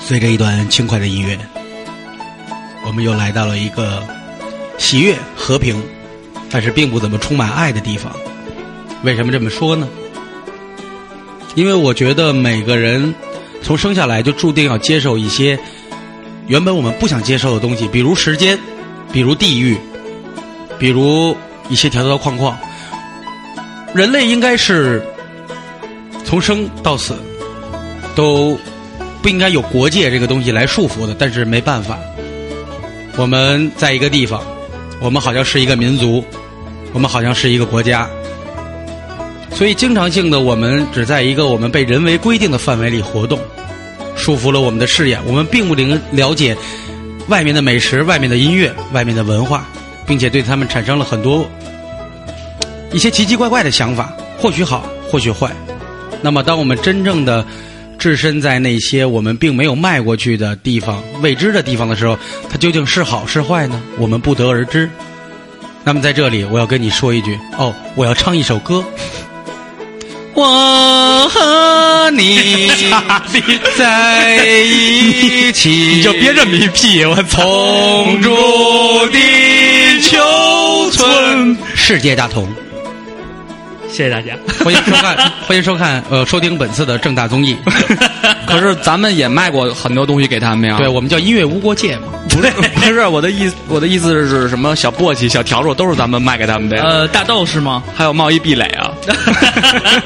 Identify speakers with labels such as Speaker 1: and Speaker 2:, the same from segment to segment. Speaker 1: 随着一段轻快的音乐，我们又来到了一个喜悦、和平，但是并不怎么充满爱的地方。为什么这么说呢？因为我觉得每个人从生下来就注定要接受一些原本我们不想接受的东西，比如时间，比如地域，比如一些条条框框。人类应该是从生到死都不应该有国界这个东西来束缚的，但是没办法，我们在一个地方，我们好像是一个民族，我们好像是一个国家，所以经常性的我们只在一个我们被人为规定的范围里活动，束缚了我们的视野，我们并不能了解外面的美食、外面的音乐、外面的文化，并且对他们产生了很多一些奇奇怪怪的想法，或许好，或许坏。那么，当我们真正的置身在那些我们并没有迈过去的地方、未知的地方的时候，它究竟是好是坏呢？我们不得而知。那么，在这里，我要跟你说一句哦，我要唱一首歌。我和你在一 起，你
Speaker 2: 就别这么一屁，我操！
Speaker 1: 同住地球 村，世界大同。
Speaker 2: 谢谢大家。
Speaker 1: 欢迎收看，欢迎收看，呃，收听本次的正大综艺。
Speaker 3: 可是咱们也卖过很多东西给他
Speaker 2: 啊
Speaker 3: 们呀。
Speaker 1: 对，我们叫音乐无国界嘛。
Speaker 3: 不 是不是我的意思，我的意思是什么？小簸箕、小笤帚都是咱们卖给他们的呀。
Speaker 2: 呃，大豆是 吗？
Speaker 3: 还有贸易壁垒 啊，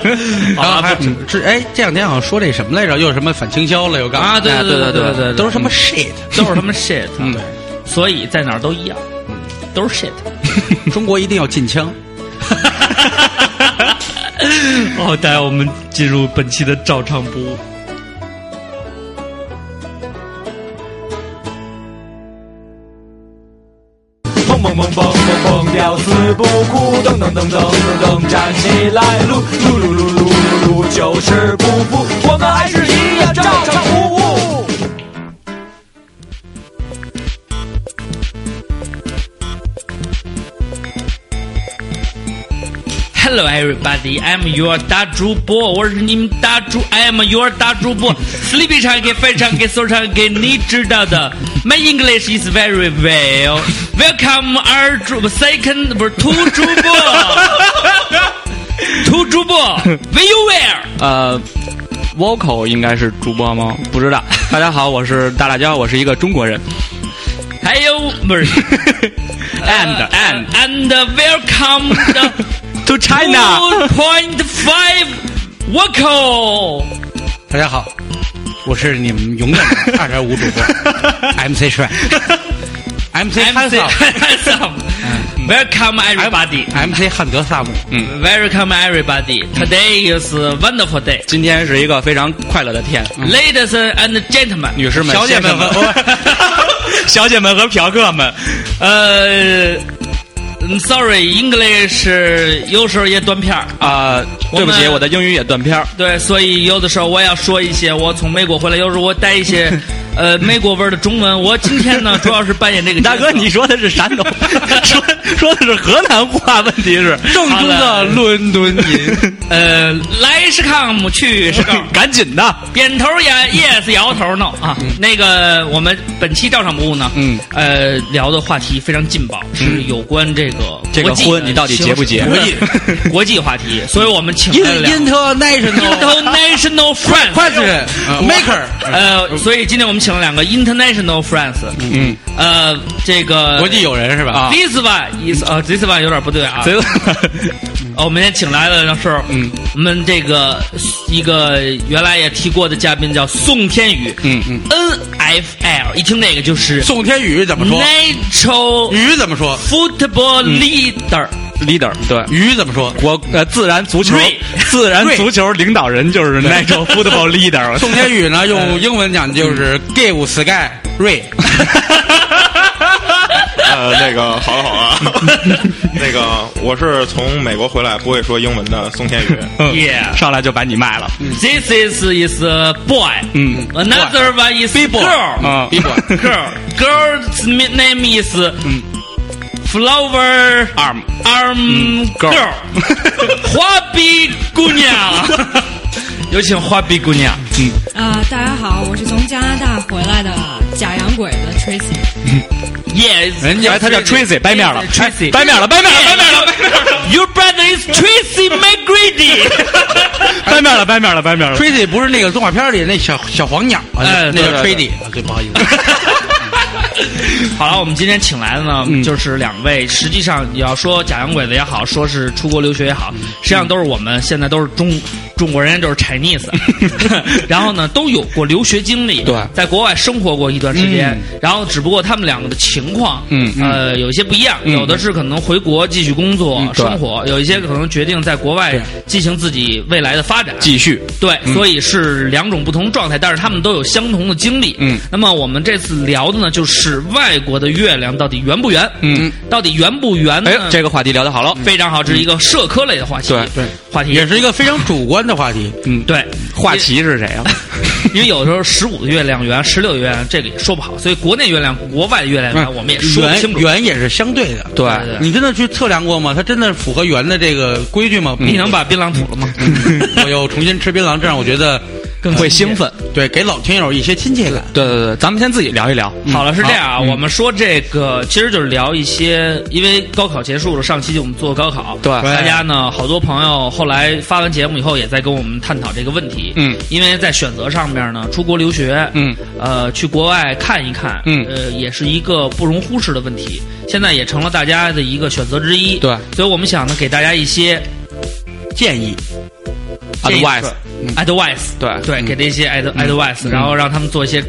Speaker 3: 嗯
Speaker 1: 然后还 有
Speaker 2: 不止
Speaker 1: 这哎，这两天好像说这什么来着？又是什么反倾销了，又干嘛？
Speaker 2: 啊，对对对对对，
Speaker 1: 都是什么 shit？
Speaker 2: 都是他妈 shit，啊
Speaker 1: 嗯，
Speaker 2: 所以在哪儿都一样，都是 shit。
Speaker 1: 中国一定要禁枪。
Speaker 2: 好，大家我们进入本期的照唱不误。
Speaker 4: 蹦蹦蹦蹦蹦蹦，吊死不哭，噔噔噔噔噔噔，站起来，撸撸撸撸撸撸撸，就是不服，我们还是一样照常服务。
Speaker 2: Hello everybody, I'm your 大主播，我是你们大主，I'm your 大主 播。Sleepy 唱给翻唱给说唱给你知道的。My English is very well. Welcome 二主 second 不是 two 主 播，two 主播，Where you where？
Speaker 3: 呃。Vocal 应该是主播吗？不知 道。大家好，我是大辣椒，我是一个中国人。
Speaker 2: 还有 不是
Speaker 3: And and
Speaker 2: and welcome the
Speaker 3: to China，
Speaker 2: two point five Waco。
Speaker 1: 大家好，我是你们永远 的二点五主播 MC 帅，MC
Speaker 2: MC
Speaker 1: 汉
Speaker 2: handsome. Welcome everybody.
Speaker 1: 萨姆，MC 汉德萨姆。
Speaker 2: 嗯 Welcome everybody. Today is a wonderful day.
Speaker 3: 今天是一个非常快乐的天，
Speaker 2: Ladies and gentlemen.
Speaker 3: 女士们、
Speaker 1: 小姐
Speaker 3: 先
Speaker 1: 们
Speaker 3: 生
Speaker 1: 和
Speaker 3: 嗯们，
Speaker 2: 小姐们和嫖客们，呃嗯，sorry, English 有时候也断片儿啊。
Speaker 3: 啊、对不
Speaker 2: 我
Speaker 3: 起，
Speaker 2: 们
Speaker 3: 我的英语也断片儿。
Speaker 2: 对，所以有的时候我也要说一些我从美国回来，有时候我带一些 呃美国味儿的中文。我今天呢，主要是扮演这个角
Speaker 3: 大
Speaker 2: 色
Speaker 3: 哥，你说的是山东，说说的是河南话，问题是
Speaker 2: 正宗的
Speaker 3: 伦敦 音，
Speaker 2: 呃来是 come 去是 go。
Speaker 3: 赶紧的。
Speaker 2: 点头也 yes，摇头 no 啊。那个，我们本期照常不误呢，
Speaker 3: 嗯，
Speaker 2: 呃，聊的话题非常劲爆，是有关这个
Speaker 3: 这个
Speaker 2: 国际
Speaker 3: 婚
Speaker 2: 的
Speaker 3: 你到底
Speaker 2: 形
Speaker 3: 结不结
Speaker 2: 式国际国际 话题，所以我们请来了两
Speaker 1: In-
Speaker 2: 个
Speaker 1: International
Speaker 2: international friends，
Speaker 3: 哎
Speaker 1: Question Maker，
Speaker 2: 呃，所以今天我们请了两个 international friends，
Speaker 3: 嗯，
Speaker 2: 呃，这个
Speaker 1: 国际友人是吧？
Speaker 3: 啊
Speaker 2: this one is 呃 this one 有点不对啊，
Speaker 3: 贼
Speaker 2: 哦，我们今天请来的呢是，
Speaker 3: 嗯，
Speaker 2: 我们这个一个原来也提过的嘉宾叫宋天宇，
Speaker 3: 嗯嗯
Speaker 2: ，NFL 一听那个就是
Speaker 1: 宋天宇怎么说？嗯
Speaker 2: Natural
Speaker 1: 宇怎么说？
Speaker 2: Football Leader，
Speaker 3: 嗯，leader 对。
Speaker 1: 宇怎么 说？
Speaker 3: 我呃，自然足球
Speaker 2: 瑞，
Speaker 3: 自然
Speaker 1: 瑞
Speaker 3: 足球领导人就是 natural football leader。
Speaker 1: 宋天宇呢，用英文讲就是 give sky ray。
Speaker 5: 呃，那个好了好了，那个我是从美国回来不会说英文的宋天宇，
Speaker 3: 嗯
Speaker 2: Yeah
Speaker 3: 上来就把你卖了。
Speaker 2: This is is a boy，
Speaker 3: 嗯
Speaker 2: ，Another one is
Speaker 1: Boy
Speaker 2: girl，girl
Speaker 3: 啊，
Speaker 1: 一 管
Speaker 2: girl's name is
Speaker 3: 嗯
Speaker 2: Flower
Speaker 3: arm
Speaker 2: arm girl，花臂姑娘，有请花臂姑娘。
Speaker 6: 啊、大家好，我是从加拿大回来的假洋鬼子 Tracy。
Speaker 2: Yes，
Speaker 3: 人家他叫 Tracy，掰面了
Speaker 2: Tracy，
Speaker 3: 掰面了，掰面了，掰面了，掰面了，
Speaker 2: Your brother is Tracy McGrady。
Speaker 3: 掰面了，掰面了，掰面了。
Speaker 1: Tracy 不是那个动画片里那小小黄鸟啊，
Speaker 2: 哎
Speaker 1: 那叫
Speaker 2: 对
Speaker 1: Tracy，啊对，不好意思，
Speaker 2: 好了，我们今天请来的呢，
Speaker 3: 嗯
Speaker 2: 就是两位。实际上，你要说假洋鬼子也好，说是出国留学也
Speaker 3: 嗯
Speaker 2: 好，实际上都是我们现在都是中中国人，就是 Chinese。然 啊后呢，都有过留学经历，
Speaker 3: 对
Speaker 2: 在国外生活过一段时间。然后，只不过他们两个的情况，
Speaker 3: 嗯嗯
Speaker 2: 呃，有一些不一样。
Speaker 3: 嗯
Speaker 2: 有的是可能回国继续工作、
Speaker 3: 嗯对
Speaker 2: 生活，有一些可能决定在国外
Speaker 3: 对
Speaker 2: 进行自己未来的发展。
Speaker 3: 继续，
Speaker 2: 对，
Speaker 1: 嗯
Speaker 2: 所以是两种不同状态，但是他们都有相同的经历。
Speaker 3: 嗯
Speaker 2: 那么我们这次聊的呢，就是外国的月亮到底圆不圆？
Speaker 3: 嗯，
Speaker 2: 到底圆不圆呢？
Speaker 3: 哎，这个话题聊得好了，
Speaker 2: 非常好，这是一个社科类的话题。
Speaker 3: 对
Speaker 1: 对
Speaker 2: 话题
Speaker 1: 也是一个非常主观的话题。
Speaker 3: 嗯，，
Speaker 2: 对
Speaker 3: 华旗是谁啊？
Speaker 2: 因为有的时候十五的月亮圆，十六月亮这个也说不好，所以国内月亮、国外月亮圆，我们也说不
Speaker 1: 嗯圆
Speaker 2: 清楚。
Speaker 1: 圆也是相对的，
Speaker 3: 对
Speaker 2: 对
Speaker 1: 你真的去测量过吗？它真的符合圆的这个规矩吗？
Speaker 2: 你能 把槟榔吐了吗？
Speaker 1: 嗯我又重新吃槟榔，这让我觉得
Speaker 3: 更会兴奋。
Speaker 1: 对，给老听友一些亲切感。
Speaker 3: 对对对，咱们先自己聊一聊。
Speaker 2: 好了，是这样啊，
Speaker 3: 嗯
Speaker 2: 我们说这个其实就是聊一些，因为高考结束了，上期我们做高考，
Speaker 3: 对
Speaker 2: 大家呢，好多朋友后来发完节目以后，也在跟我们探讨这个问题，
Speaker 3: 嗯，
Speaker 2: 因为在选择上面呢，出国留学，
Speaker 3: 嗯，
Speaker 2: 呃，去国外看一看，
Speaker 3: 嗯
Speaker 2: 呃，也是一个不容忽视的问题，现在也成了大家的一个选择之一，
Speaker 3: 对
Speaker 2: 所以我们想呢，给大家一些
Speaker 1: 建议
Speaker 2: 建议
Speaker 3: Advice，嗯
Speaker 2: advice，
Speaker 3: 对嗯
Speaker 2: 对，给这些 ad advice，然后让他们做一些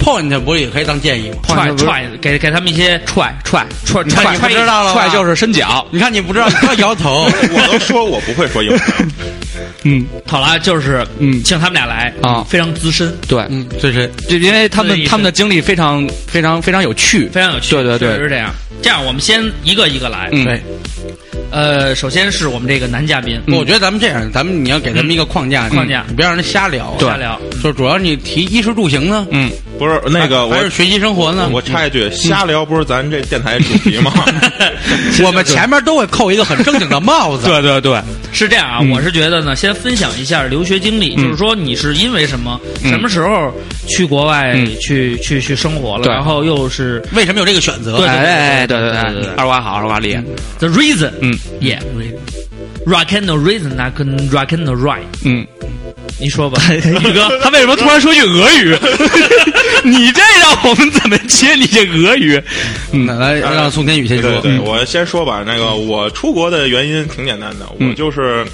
Speaker 1: point 不是也可以当建议吗？
Speaker 2: 踹踹，给给他们一些踹踹踹
Speaker 1: 看
Speaker 2: 踹
Speaker 1: 你不知道了吧
Speaker 3: 踹就是伸脚，
Speaker 1: 你看你不知道，你要摇头。
Speaker 5: 我都说我不会说英文，
Speaker 3: 嗯，
Speaker 2: 好了，就是
Speaker 3: 嗯
Speaker 2: 请他们俩来
Speaker 3: 啊
Speaker 2: 非常资深，
Speaker 3: 对，
Speaker 1: 嗯，这是
Speaker 3: 就因为他
Speaker 2: 这个
Speaker 3: 们
Speaker 2: 意思
Speaker 3: 他们的经历非常非常非常有趣，
Speaker 2: 非常有趣，
Speaker 3: 对对
Speaker 2: 确实是
Speaker 3: 对，
Speaker 2: 这样。这样，我们先一个一个来。
Speaker 3: 嗯，
Speaker 1: 对。
Speaker 2: 呃，首先是我们这个男嘉宾，
Speaker 3: 嗯
Speaker 1: 我觉得咱们这样，咱们你要给咱们一个框架，
Speaker 2: 嗯框架
Speaker 1: 你不要让人瞎聊。啊
Speaker 2: 瞎，聊，
Speaker 1: 就主要你提衣食住行呢，
Speaker 3: 嗯，
Speaker 5: 不是那个我
Speaker 1: 还是学习生活呢。
Speaker 5: 我插一句，瞎聊不是咱这电台主题 吗？
Speaker 1: 我们前面都会扣一个很正经的帽子。
Speaker 3: 对对对，
Speaker 2: 是这样啊。
Speaker 3: 嗯
Speaker 2: 我是觉得呢，先分享一下留学经历，
Speaker 3: 嗯
Speaker 2: 就是说你是因为什么，
Speaker 3: 嗯
Speaker 2: 什么时候去国外
Speaker 3: 嗯
Speaker 2: 去去去生活了，
Speaker 3: 对
Speaker 2: 然后又是
Speaker 1: 为什么有这个选择？
Speaker 2: 对
Speaker 3: 哎哎哎对
Speaker 2: 对对
Speaker 3: 对
Speaker 2: 对对
Speaker 3: 对，二瓜好，二瓜厉害，
Speaker 2: the reason，
Speaker 3: 嗯
Speaker 2: ，yeah，rock and the reason，那跟 rock and the right，
Speaker 3: 嗯，
Speaker 2: 你说吧，宇哥，
Speaker 3: 他为什么突然说句俄语？你这让我们怎么接你这俄语？
Speaker 1: 那嗯来哎让宋天宇先
Speaker 5: 对
Speaker 1: 说。
Speaker 5: 对
Speaker 1: 嗯
Speaker 5: 对，我先说吧，那个我出国的原因挺简单的，我
Speaker 3: 嗯
Speaker 5: 就是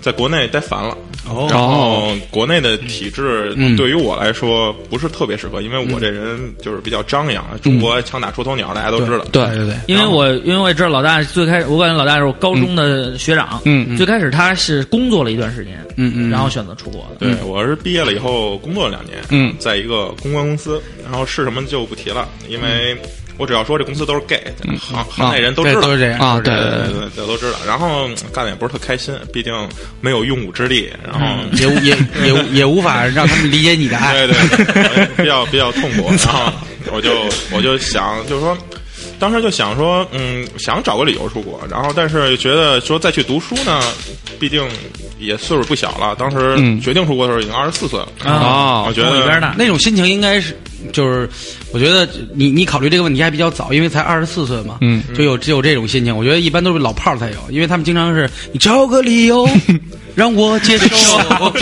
Speaker 5: 在国内待烦了。
Speaker 1: 哦
Speaker 5: 然后国内的体制
Speaker 1: 嗯
Speaker 5: 对于我来说不是特别适合，因为我这人就是比较张扬，中国枪打出头鸟，大家都知道。
Speaker 3: 对
Speaker 1: 嗯对对
Speaker 2: 因为我因为我也知道老大最开始，我感觉老大是我高中的学长，
Speaker 3: 嗯嗯
Speaker 2: 最开始他是工作了一段时间，
Speaker 1: 嗯嗯
Speaker 2: 然后选择出国的，
Speaker 5: 对，我是毕业了以后工作了两年，
Speaker 3: 嗯
Speaker 5: 在一个公关公司，然后是什么就不提了，因为我只要说这公司都是 gay，行行内人都
Speaker 1: 对，
Speaker 5: 知道
Speaker 1: 都。是这样
Speaker 3: 啊，对
Speaker 5: 对
Speaker 3: 对对
Speaker 5: 对 对，对都知道。然后干的也不是特开心，毕竟没有用武之地。然后，
Speaker 1: 也无也也也无法让他们理解你的爱。
Speaker 5: 对对，比较比较痛苦。然后我就我就想，就是说，当时就想说，嗯，想找个理由出国，然后但是觉得说再去读书呢，毕竟也岁数不小了。当时
Speaker 3: 嗯
Speaker 5: 决定出国的时候已经二十四岁了，
Speaker 2: 啊
Speaker 5: 我
Speaker 3: 哦，
Speaker 5: 觉
Speaker 2: 跟我一边
Speaker 5: 得
Speaker 2: 大，
Speaker 1: 那种心情应该是，就是我觉得你你考虑这个问题还比较早，因为才二十四岁嘛，
Speaker 3: 嗯，
Speaker 1: 就有只有这种心情。我觉得一般都是老炮儿才有，因为他们经常是你找个理 由让我接 受。我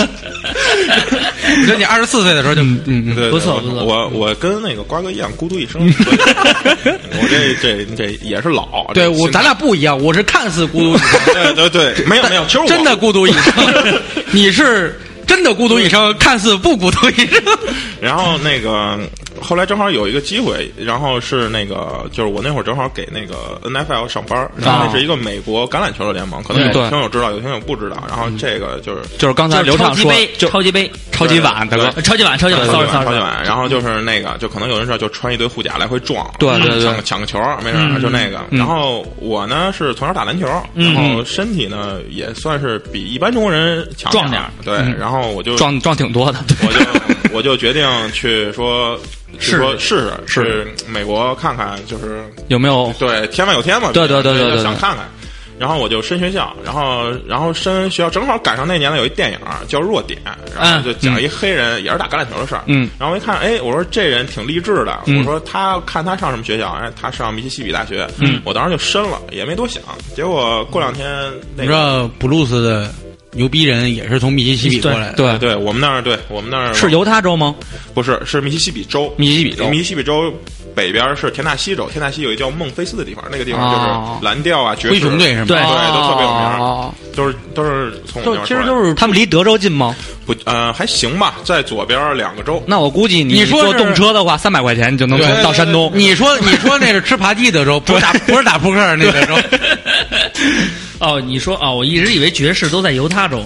Speaker 1: 觉得你二十四岁的时候就嗯嗯
Speaker 5: 对，
Speaker 2: 不错
Speaker 5: 对
Speaker 2: 不错
Speaker 5: 我我跟那个瓜哥一样，孤独一生。 所以我这这这也是老，啊
Speaker 1: 对
Speaker 5: 这
Speaker 1: 我
Speaker 5: 心
Speaker 1: 咱俩不一样，我是看似孤独，
Speaker 5: 对 对对，没有没有，其实 我
Speaker 1: 真的孤独一 生，你是真的孤独一生，看似不孤独一生。
Speaker 5: 然后那个后来正好有一个机会，然后是那个就是我那会儿正好给那个 NFL 上班，然后那是一个美国橄榄球的联盟，可能有
Speaker 3: 对
Speaker 5: 听友知道，有听友不知道。然后这个就是
Speaker 3: 就是刚才
Speaker 2: 就是
Speaker 3: 刘
Speaker 2: 超
Speaker 3: 畅
Speaker 2: 级
Speaker 3: 说，
Speaker 2: 杯，
Speaker 3: 就
Speaker 2: 超级杯，
Speaker 3: 超级碗，大哥，
Speaker 2: 呃超级碗，超级碗
Speaker 5: 对
Speaker 2: ，sorry
Speaker 5: 超
Speaker 2: sorry，
Speaker 5: 级碗，然后就是那个，就可能有人知道，就穿一堆护甲来回撞，
Speaker 3: 对对对
Speaker 5: 抢个抢个球，没事儿，就那个。然后我呢是从小打篮球，然后身体呢也算是比一般中国人强
Speaker 2: 壮
Speaker 5: 点
Speaker 2: 点
Speaker 5: 儿嗯
Speaker 2: 儿，
Speaker 5: 对。然后我就
Speaker 3: 撞撞挺多的，
Speaker 5: 我就我就决定去说，去说试试，去美国看看，就是
Speaker 3: 有没有？
Speaker 5: 对天外有天嘛，
Speaker 3: 对对对
Speaker 5: 就
Speaker 3: 对对对
Speaker 5: 想看看。然后我就申学校，然后然后申学校，正好赶上那年呢有一电影叫《弱点》，然后就讲一黑人、也是打橄榄球的事儿。
Speaker 3: 嗯，
Speaker 5: 然后我一看，哎，我说这人挺励志的，
Speaker 3: 嗯
Speaker 5: 我说他看他上什么学校，哎，他上密西西比大学。嗯，我当时就申了，也没多想。结果过两天那
Speaker 1: 你知
Speaker 5: 个
Speaker 1: 道布鲁斯的牛逼人也是从密西西比过来的，
Speaker 3: 对，
Speaker 5: 对我们那儿，对我们那儿
Speaker 3: 是犹他州吗？
Speaker 5: 不是是密西西比州，
Speaker 3: 密西西比州
Speaker 5: 密西西比州北边是田纳西州，田纳西有一叫孟菲斯的地方，那个地方
Speaker 3: 哦
Speaker 5: 就是蓝调啊、爵士
Speaker 1: 灰熊队是吗？
Speaker 2: 对
Speaker 5: 对，都特别有名，
Speaker 1: 啊
Speaker 3: 哦，
Speaker 5: 都是都是从我
Speaker 3: 都
Speaker 5: 们
Speaker 3: 其
Speaker 5: 这儿
Speaker 3: 实
Speaker 5: 出来的
Speaker 3: 都是他们离德州近吗？
Speaker 5: 不呃还行吧，在左边两个州，
Speaker 3: 那我估计
Speaker 1: 你说
Speaker 3: 坐
Speaker 1: 是
Speaker 3: 动车的话，三百块钱你就能
Speaker 1: 对
Speaker 3: 到山东。
Speaker 1: 你说你说那是吃扒鸡德州，不是打不是打扑克那德 州，
Speaker 2: 哦，你说哦，我一直以为爵士都在犹他州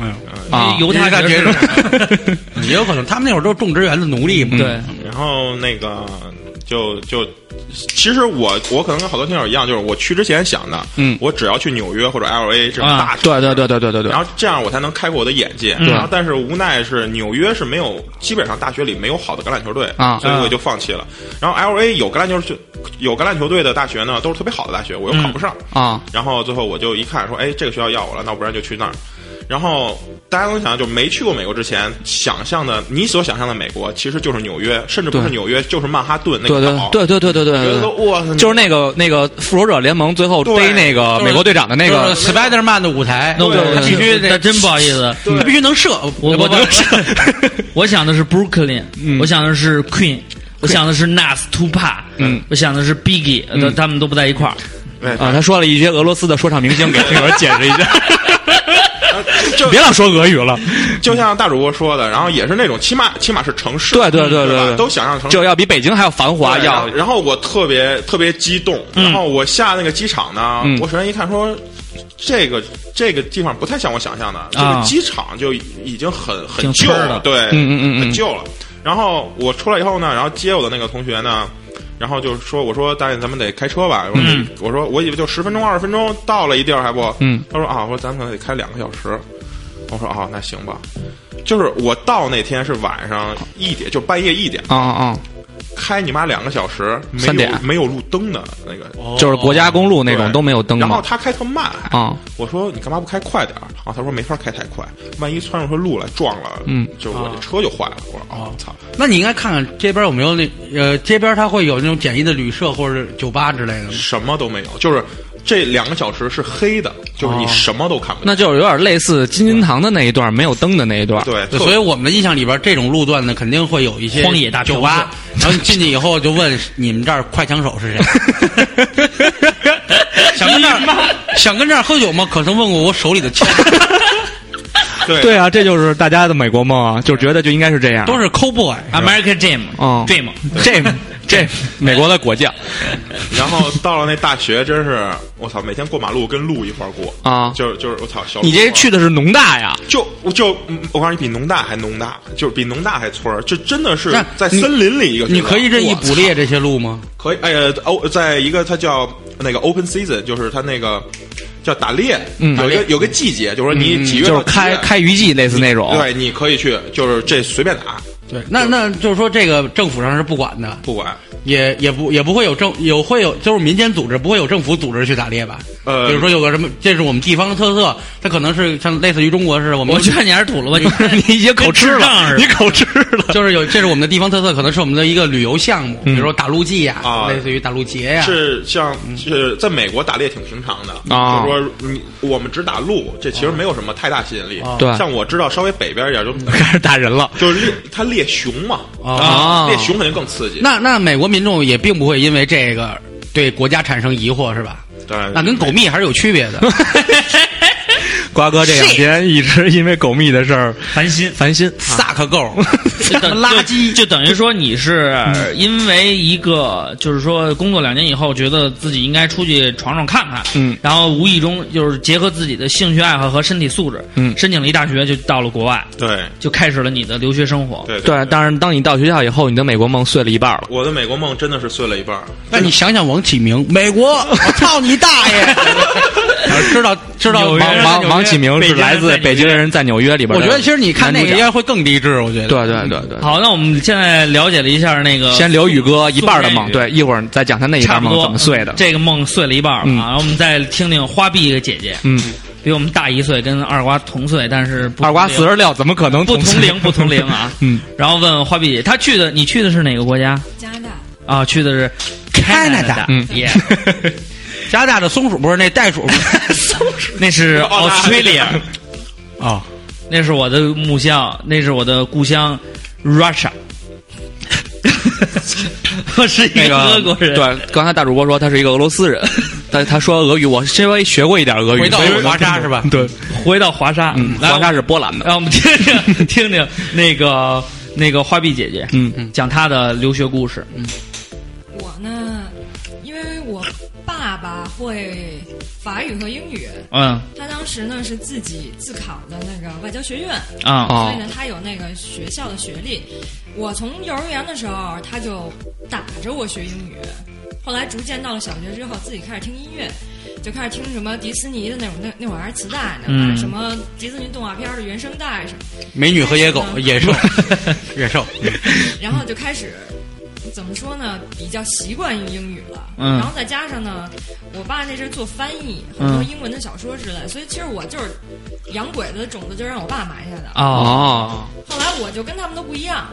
Speaker 2: 呢，
Speaker 3: 啊
Speaker 2: 犹他爵士。
Speaker 1: 也有可能他们那会儿都是种植园的奴隶
Speaker 3: 嗯
Speaker 1: 嘛。
Speaker 2: 对，
Speaker 5: 然后那个就就，其实我我可能跟好多听友一样，就是我去之前想的，
Speaker 3: 嗯
Speaker 5: 我只要去纽约或者 L A 这种
Speaker 2: 啊
Speaker 5: 大城市，
Speaker 3: 对对对对对对对嗯
Speaker 5: 然，后这样我才能开阔我的眼界。然后，但是无奈是纽约是没有，基本上大学里没有好的橄榄球队
Speaker 3: 啊
Speaker 5: 所以我就放弃了。然后 L A 有橄榄球队，有橄榄球队的大学呢，都是特别好的大学，我又考不上。
Speaker 3: 啊，
Speaker 5: 然后最后我就一看说，哎，这个学校要我了，那我不然就去那儿。然后大家能想象，就没去过美国之前，想象的你所想象的美国，其实就是纽约，甚至不是
Speaker 3: 对
Speaker 5: 纽约，就是曼哈顿那
Speaker 3: 对
Speaker 5: 个啊
Speaker 3: 对对
Speaker 5: 岛。
Speaker 3: 对对对对
Speaker 5: 觉得
Speaker 3: 对，
Speaker 5: 哇塞，
Speaker 3: 就是那个那个复仇者联盟最后逮
Speaker 5: 对
Speaker 3: 那
Speaker 1: 啊
Speaker 3: 个美国队长的那个
Speaker 1: 就是 Spiderman 的舞台，
Speaker 2: 那
Speaker 5: 对
Speaker 2: 我
Speaker 1: 必须
Speaker 2: 那
Speaker 1: 得，
Speaker 2: 真不好意思，
Speaker 1: 他必须能射，
Speaker 2: 我
Speaker 1: 不
Speaker 2: 我
Speaker 1: 能
Speaker 2: 我
Speaker 1: 射。
Speaker 2: 我想的是 Brooklyn，我想的是 Queen，我想的是 Nas、Tupac，
Speaker 3: 嗯
Speaker 2: 我想的是 Biggie，呃他们都不在一块儿。
Speaker 5: 哎
Speaker 3: 啊，他说了一些俄罗斯的说唱明星，给听友解释一下，
Speaker 5: 就嗯
Speaker 3: 别老说俄语了，
Speaker 5: 就像大主播说的，然后也是那种起码起码是城市，
Speaker 3: 对对对
Speaker 5: 对吧
Speaker 3: 对对
Speaker 5: 都想象城市
Speaker 3: 就。要比北京还要繁华，
Speaker 5: 对然
Speaker 3: 要
Speaker 5: 后然后我特别特别激动，然后我下那个机场呢，
Speaker 3: 嗯
Speaker 5: 我首先一看说。这个这个地方不太像我想象的，这
Speaker 2: 啊
Speaker 5: 个机场就已经很很
Speaker 2: 挺
Speaker 5: 旧
Speaker 2: 村儿的
Speaker 5: 了，对，
Speaker 3: 嗯嗯嗯嗯
Speaker 5: 很旧了。然后我出来以后呢，然后接我的那个同学呢，然后就说：“我说大爷，咱们得开车吧。我说
Speaker 2: 嗯
Speaker 5: 我说我以为就十分钟二十分钟到了一地儿还不，
Speaker 3: 嗯，
Speaker 5: 他说啊，我说咱们可能得开两个小时。我说啊，那行吧。就是我到那天是晚上一点，就半夜一点，
Speaker 3: 啊啊，
Speaker 5: 开你妈两个小时，没
Speaker 3: 三
Speaker 5: 有
Speaker 3: 点
Speaker 5: 没有路灯的那个，
Speaker 3: 啊就是国家公路那种
Speaker 5: 哦对
Speaker 3: 都没有灯
Speaker 5: 然后
Speaker 3: 嘛，
Speaker 5: 他开特慢，还
Speaker 3: 啊，
Speaker 5: 我说你干嘛不开快点儿啊？他说没法开太快，万一窜出路来撞了，
Speaker 3: 嗯，
Speaker 5: 就我这车就坏了。我说哦，操，
Speaker 1: 那你应该看看街边有没有那呃，街边它会有那种简易的旅社或者酒吧之类的吗。
Speaker 5: 什么都没有，就是这两个小时是黑的，就是你什么都看
Speaker 3: 哦
Speaker 5: 不到。
Speaker 3: 那就是有点类似金金堂的那一段没有灯的那一段，
Speaker 5: 对，
Speaker 1: 对
Speaker 5: 特
Speaker 1: 所以我们的印象里边，这种路段呢，肯定会有一些
Speaker 2: 荒野大嫖
Speaker 1: 酒吧。然后你进去以后就问你们这儿快枪手是谁？ 想跟这儿 想跟这儿喝酒吗？可曾问过我手里的枪？
Speaker 5: 对
Speaker 3: 对啊，这就是大家的美国梦啊，就觉得就应该是这样，
Speaker 1: 都是抠 boy。
Speaker 2: American
Speaker 3: 嗯哦
Speaker 2: Dream，Dream，
Speaker 3: 这这美国的果酱
Speaker 5: 然后到了那大学，真是我操，每天过马路跟路一块儿过
Speaker 3: 啊
Speaker 5: 就是就是我操，小
Speaker 3: 你这
Speaker 5: 路啊
Speaker 3: 去的是农大呀？
Speaker 5: 就我就嗯我告诉你，比农大还农大，就是比农大还村儿，就真的是
Speaker 1: 那
Speaker 5: 在
Speaker 1: 你
Speaker 5: 森林里一个学校。
Speaker 1: 你可以任意捕猎这些路吗？
Speaker 5: 可以，哎呀，欧，在一个它叫那个 open season，就是它那个叫打猎，
Speaker 3: 嗯
Speaker 5: 有一个有个季节，就是说你
Speaker 3: 嗯
Speaker 5: 几月
Speaker 3: 就
Speaker 5: 到
Speaker 3: 是
Speaker 5: 几月
Speaker 3: 开开渔季类似那种，
Speaker 5: 对，你可以去，就是这随便打，
Speaker 1: 对，那那就是说，这个政府上是不管的，
Speaker 5: 不管。
Speaker 1: 也也不也不会有政有会有就是民间组织，不会有政府组织去打猎吧？
Speaker 5: 呃
Speaker 1: 比如说有个什么，这是我们地方的特色，它可能是像类似于中国似的，我们
Speaker 2: 我觉得你还是吐了吧，你
Speaker 3: 你已经口吃
Speaker 2: 跟智障
Speaker 3: 了
Speaker 2: 似，的
Speaker 3: 你口吃了。
Speaker 1: 就是有这是我们的地方特色，可能是我们的一个旅游项目，比如说
Speaker 2: 嗯
Speaker 1: 打陆记呀、
Speaker 5: 啊
Speaker 1: 类似于打陆节呀、
Speaker 5: 是像是在美国打猎挺平常的，
Speaker 3: 啊
Speaker 5: 就是说你我们只打鹿，这其实没有什么太大吸引力。
Speaker 3: 对
Speaker 5: 像我知道稍微北边一点就
Speaker 3: 开始打人了
Speaker 5: 就是猎它猎熊嘛，
Speaker 3: 啊
Speaker 5: 猎熊肯定更刺激。
Speaker 1: 那那美国民众也并不会因为这个对国家产生疑惑，是吧？
Speaker 5: 当然
Speaker 1: 那跟狗蜜还是有区 别的。
Speaker 3: 瓜哥这两天一直因为狗蜜的事儿
Speaker 2: 烦心。
Speaker 3: 烦心，啊
Speaker 1: 萨克够，
Speaker 2: 就等
Speaker 1: 垃圾
Speaker 2: 就就等于说你是因为一个，就是说工作两年以后，觉得自己应该出去闯闯看看，
Speaker 3: 嗯
Speaker 2: 然后无意中就是结合自己的兴趣爱好和身体素质，
Speaker 3: 嗯
Speaker 2: 申请了一大学，就到了国外，
Speaker 5: 对
Speaker 2: 就开始了你的留学生活。
Speaker 5: 对
Speaker 3: 对，啊当然，当你到学校以后，你的美国梦碎了一半了。
Speaker 5: 我的美国梦真的是碎了一半儿。
Speaker 1: 那你想想王启明，美国，我操你大爷！知道知道
Speaker 2: 纽约
Speaker 1: 王
Speaker 2: 人
Speaker 1: 王
Speaker 3: 王王启明是来自《北京人在纽约》里边
Speaker 1: 我
Speaker 3: 的
Speaker 1: 觉得其实你看那个
Speaker 3: 男主
Speaker 1: 应
Speaker 3: 角
Speaker 1: 该会更低智，我觉得。
Speaker 3: 对对对对。
Speaker 2: 好，那我们现在了解了一下那个，
Speaker 3: 嗯先留宇哥一半的梦，
Speaker 2: 宋
Speaker 3: 对，一会儿再讲他那一
Speaker 2: 差
Speaker 3: 半
Speaker 2: 不
Speaker 3: 梦
Speaker 2: 多嗯
Speaker 3: 怎么碎的。
Speaker 2: 这个梦碎了一半儿
Speaker 3: 嗯
Speaker 2: 啊，然后我们再听听花臂姐姐，
Speaker 3: 嗯，
Speaker 2: 比我们大一岁，跟二瓜同岁，但是不
Speaker 3: 二瓜
Speaker 2: 同
Speaker 3: 四
Speaker 2: 龄
Speaker 3: 十六，怎么可能
Speaker 2: 不同
Speaker 3: 岁
Speaker 2: 龄不同龄啊。
Speaker 3: 嗯，
Speaker 2: 然后问花臂姐，她去的你去的是哪个国家
Speaker 6: 加拿大
Speaker 2: 啊？去的是
Speaker 1: Canada
Speaker 3: 嗯
Speaker 2: 耶，
Speaker 1: 加拿大的松鼠不是那袋鼠吗？
Speaker 2: 那是
Speaker 3: 哦
Speaker 5: 澳大
Speaker 2: Australia，
Speaker 1: 啊，
Speaker 2: 那是我的母校，那是我的故乡 Russia。我是一
Speaker 3: 那
Speaker 2: 个
Speaker 3: 个
Speaker 2: 俄国人，
Speaker 3: 对，刚才大主播说他是一个俄罗斯人，但他说俄语，我稍微学过一点俄语。
Speaker 1: 回到
Speaker 3: 所以我
Speaker 1: 华沙是吧？
Speaker 3: 对，
Speaker 2: 回到华沙，
Speaker 3: 嗯，
Speaker 2: 来
Speaker 3: 华沙是波兰的。
Speaker 2: 让我们听听听听那个那个花臂姐姐，
Speaker 3: 嗯
Speaker 2: 讲她的留学故事。
Speaker 6: 我呢，因为我爸爸会法语和英语，
Speaker 2: 嗯
Speaker 6: 他当时呢是自己自考的那个外交学院，
Speaker 2: 啊
Speaker 3: 哦
Speaker 6: 所以呢他有那个学校的学历。我从幼儿园的时候他就打着我学英语，后来逐渐到了小学之后，自己开始听音乐。就开始听什么迪士尼的那种那那会儿还是磁带呢，
Speaker 2: 嗯
Speaker 6: 什么迪士尼动画片的原声带什么的
Speaker 1: 美女和野狗、野兽、野兽，
Speaker 6: 然后就开始怎么说呢，比较习惯于英语了。
Speaker 2: 嗯
Speaker 6: 然后再加上呢，我爸那阵儿做翻译，很多英文的小说之类，所以其实我就是洋鬼子的种子，就让我爸埋下的。
Speaker 2: 哦，
Speaker 3: 哦，
Speaker 6: 后来我就跟他们都不一样，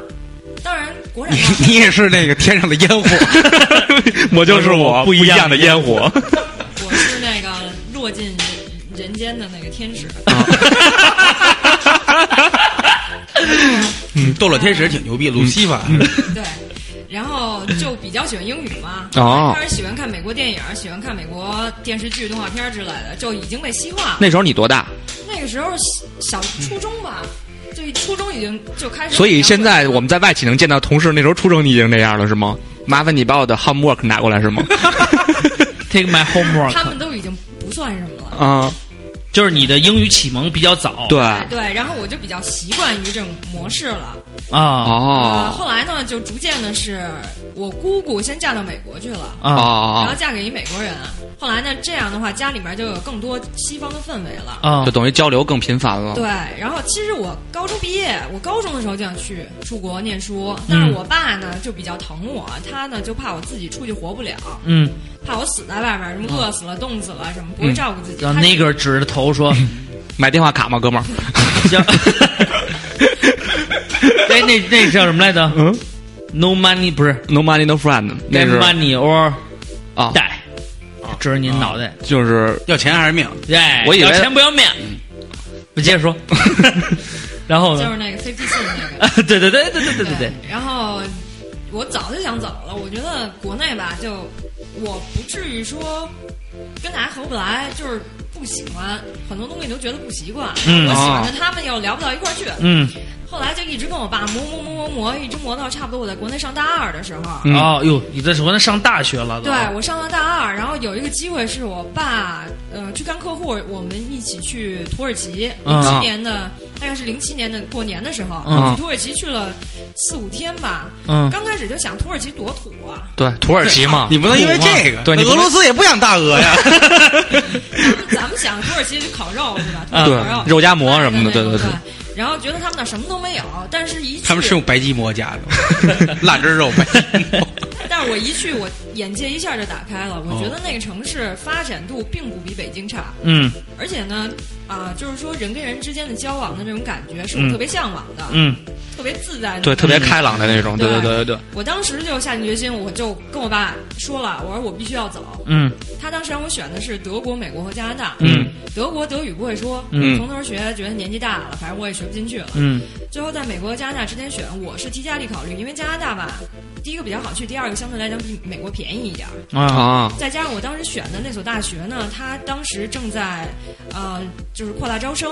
Speaker 6: 当然国产
Speaker 1: 你 你也是那个天上的烟 火，
Speaker 3: 我就是我
Speaker 2: 不一样的
Speaker 3: 烟火。
Speaker 6: 我是那个落进人间的那个天使。
Speaker 1: 斗罗天使挺牛逼，鲁西法。
Speaker 6: 对，然后就比较喜欢英语嘛，
Speaker 3: 哦
Speaker 6: 开始喜欢看美国电影，喜欢看美国电视剧、动画片之类的，就已经被西化了。
Speaker 3: 那时候你多大？
Speaker 6: 那个时候小初中吧，就初中已经就开始。
Speaker 3: 所以现在我们在外企能见到同事，那时候初中你已经这样了是吗？麻烦你把我的 homework 拿过来 是吗？
Speaker 2: ，Take my
Speaker 6: 他
Speaker 2: homework，
Speaker 6: 们都已经不算什么了。
Speaker 3: 啊，
Speaker 2: 就是你的英语启蒙比较早。
Speaker 3: 对，
Speaker 6: 对，然后我就比较习惯于这种模式了。
Speaker 2: 啊
Speaker 6: 呃，
Speaker 3: 哦
Speaker 6: 后来呢，就逐渐的是我姑姑先嫁到美国去了，
Speaker 2: 啊
Speaker 6: 然后
Speaker 3: 哦
Speaker 6: 嫁给一美国人。后来呢，这样的话家里面就有更多西方的氛围了。
Speaker 3: 哦，
Speaker 2: 啊
Speaker 3: 就！等于交流更频繁了。
Speaker 6: 对，然后其实我高中毕业，我高中的时候就想去出国念书，
Speaker 3: 嗯
Speaker 6: 但是我爸呢就比较疼我，他呢就怕我自己出去活不了，
Speaker 2: 嗯，
Speaker 6: 怕我死在外面，什么饿死了、冻死了，什么不会照顾自己。
Speaker 2: 然后嗯
Speaker 6: 他
Speaker 2: 那个指着头说
Speaker 3: 买电话卡吗，哥们儿？：“
Speaker 2: 行。”哎，那那叫什么来着？嗯，No money 不是
Speaker 3: No money, no friend，那
Speaker 2: Get
Speaker 3: 是
Speaker 2: money or
Speaker 3: 啊，
Speaker 2: die，指着您脑袋。
Speaker 3: 就是
Speaker 1: 要钱还是命？
Speaker 2: 哎，
Speaker 3: 我以为嗯
Speaker 2: 要钱不要面。我接 着说，然后
Speaker 6: 就
Speaker 2: 呢？
Speaker 6: 是那个 C P C 那个
Speaker 2: 啊，对对对对对 对对对。。
Speaker 6: 然后我早就想走了，我觉得国内吧，就我不至于说跟大家合不来，就是不喜欢很多东西都觉得不习惯。
Speaker 2: 嗯
Speaker 6: 我喜欢的他们又聊不到一块儿去。
Speaker 2: 嗯，
Speaker 6: 后来就一直跟我爸磨磨磨磨磨，一直磨到差不多我在国内上大二的时候。
Speaker 3: 嗯
Speaker 2: 哦哟，你这什么上大学了都？
Speaker 6: 对，我上了大二，然后有一个机会是我爸，呃，去看客户，我们一起去土耳其，
Speaker 2: 嗯
Speaker 6: 零七年的、大概是零七年的过年的时候，
Speaker 3: 嗯
Speaker 6: 去土耳其去了四五天吧。
Speaker 2: 嗯，
Speaker 6: 刚开始就想土耳其多土啊，
Speaker 3: 对土耳其嘛，
Speaker 1: 你不能因为这个，
Speaker 3: 对你
Speaker 1: 那
Speaker 3: 不
Speaker 1: 俄
Speaker 3: 能
Speaker 1: 罗斯也不养大鹅呀。
Speaker 6: 咱们想土耳其烤肉是 吧？土
Speaker 2: 啊
Speaker 6: 耳
Speaker 3: 嗯
Speaker 6: 其
Speaker 3: 对
Speaker 6: 烤肉，
Speaker 3: 肉夹馍什么的，
Speaker 6: 对
Speaker 3: 对对
Speaker 6: 对
Speaker 3: 对。。
Speaker 6: 然后觉得他们那儿什么都没有，但是一去
Speaker 1: 他们是用白吉馍夹 的，烂汁肉白吉馍。
Speaker 6: 但是我一去，我眼界一下就打开了。我觉得那个城市发展度并不比北京差，
Speaker 2: 嗯
Speaker 6: 而且呢，啊、就是说人跟人之间的交往的这种感觉，是
Speaker 2: 嗯
Speaker 6: 我特别向往的，
Speaker 2: 嗯，
Speaker 6: 特别自在的。
Speaker 3: 对，特别开朗的那种，对对对对对，
Speaker 6: 我当时就下定决心，我就跟我爸说了，我说我必须要走。
Speaker 2: 嗯
Speaker 6: 他当时让我选的是德国、美国和加拿大。
Speaker 2: 嗯，
Speaker 6: 德国德语不会说，
Speaker 2: 嗯
Speaker 6: 从头学，觉得年纪大了，反正我也学不进去了。
Speaker 2: 嗯
Speaker 6: 最后在美国和加拿大之间选，我是替家里考虑，因为加拿大吧，第一个比较好去，第二个相对来讲比美国便宜一点儿。
Speaker 1: 嗯
Speaker 2: 啊
Speaker 3: 啊，
Speaker 6: 再加上我当时选的那所大学呢，它当时正在，呃，就是扩大招生，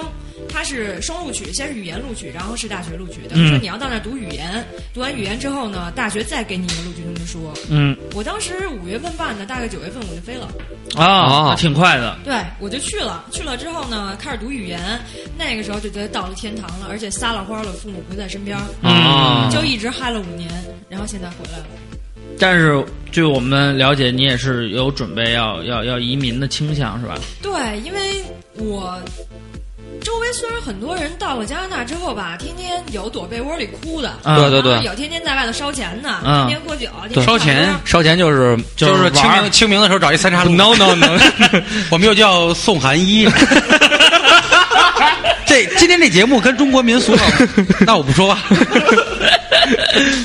Speaker 6: 它是双录取，先是语言录取，然后是大学录取的。
Speaker 2: 嗯
Speaker 6: 说你要到那儿读语言，读完语言之后呢，大学再给你一个录取通知书。
Speaker 2: 嗯
Speaker 6: 我当时五月份办的，大概九月份我就飞了，
Speaker 2: 啊，
Speaker 3: 哦
Speaker 2: 挺快的。
Speaker 6: 对我就去了。去了之后呢，开始读语言，那个时候就觉得到了天堂了，而且撒了欢了，父母不在身边，
Speaker 2: 嗯
Speaker 3: 啊
Speaker 6: 就一直嗨了五年，然后现在回来了。
Speaker 2: 但是据我们了解，你也是有准备要要要移民的倾向是吧？
Speaker 6: 对，因为我周围虽然很多人到了加拿大之后吧，天天有躲被窝里哭的，
Speaker 2: 啊
Speaker 3: 对对
Speaker 6: 然后
Speaker 3: 对，
Speaker 6: 有天天在外头烧钱的，
Speaker 2: 嗯
Speaker 6: 天天喝酒，天
Speaker 3: 对
Speaker 6: 天
Speaker 1: 烧钱
Speaker 6: 唱歌
Speaker 3: 烧钱就是
Speaker 1: 就是清
Speaker 3: 玩
Speaker 1: 明
Speaker 3: 儿，
Speaker 1: 清明的时候找一三岔路。
Speaker 3: No, no, no
Speaker 1: 我们又叫送寒衣。 这今天这节目跟中国民 俗有，那我不说话。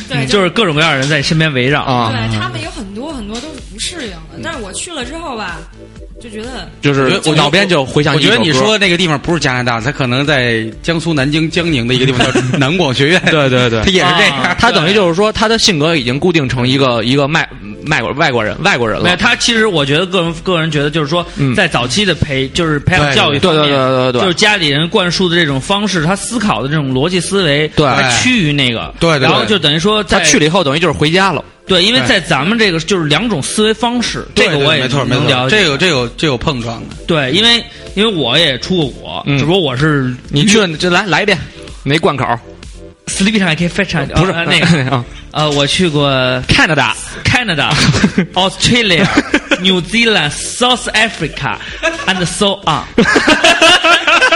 Speaker 6: 对，
Speaker 2: 嗯就是各种各样的人在你身边围绕
Speaker 3: 啊
Speaker 6: 对他们有很多很多都是不适应
Speaker 2: 嗯
Speaker 6: 的，但是我去了之后吧，就觉得
Speaker 3: 就是
Speaker 1: 我
Speaker 3: 脑边就回想
Speaker 1: 我
Speaker 3: 起一
Speaker 1: 觉
Speaker 3: 首歌。
Speaker 1: 得你说的那个地方不是加拿大，它可能在江苏南京江宁的一个地方叫 南广学院。
Speaker 3: 对 对对
Speaker 1: 它也是这样。
Speaker 2: 啊
Speaker 3: 他等于就是说，他的性格已经固定成一个一个外外国外国人外国人
Speaker 2: 没有，
Speaker 3: 了。
Speaker 2: 他其实我觉得个人个人觉得，就是说，
Speaker 3: 嗯
Speaker 2: 在早期的培就是培养
Speaker 1: 对
Speaker 2: 教育
Speaker 3: 对
Speaker 2: 方
Speaker 3: 对
Speaker 2: 面，
Speaker 3: 对对对
Speaker 2: 就
Speaker 3: 对
Speaker 2: 是，家里人灌输的这种方式，他思考的这种逻辑思维，
Speaker 3: 对
Speaker 2: 还趋于那个，
Speaker 1: 对对对
Speaker 2: 然后就等于说在
Speaker 3: 他去了以后等于就是回家了。
Speaker 2: 对，因为
Speaker 1: 对
Speaker 2: 在咱们这个就是两种思维方式，这个
Speaker 1: 对对
Speaker 2: 我也
Speaker 1: 没错没
Speaker 2: 能了
Speaker 1: 错，
Speaker 2: 解
Speaker 1: 这有这有这有碰撞的。
Speaker 2: 对，因为因为我也出过国，
Speaker 3: 嗯
Speaker 2: 只不过我是
Speaker 3: 你去了
Speaker 2: 嗯
Speaker 3: 就来来一遍，没关口
Speaker 2: sleep 上也可以非常
Speaker 3: 不是
Speaker 2: 那个
Speaker 3: 啊
Speaker 2: 呃，我去过
Speaker 3: Canada
Speaker 2: Canada, Australia, New Zealand, South Africa, and so on 。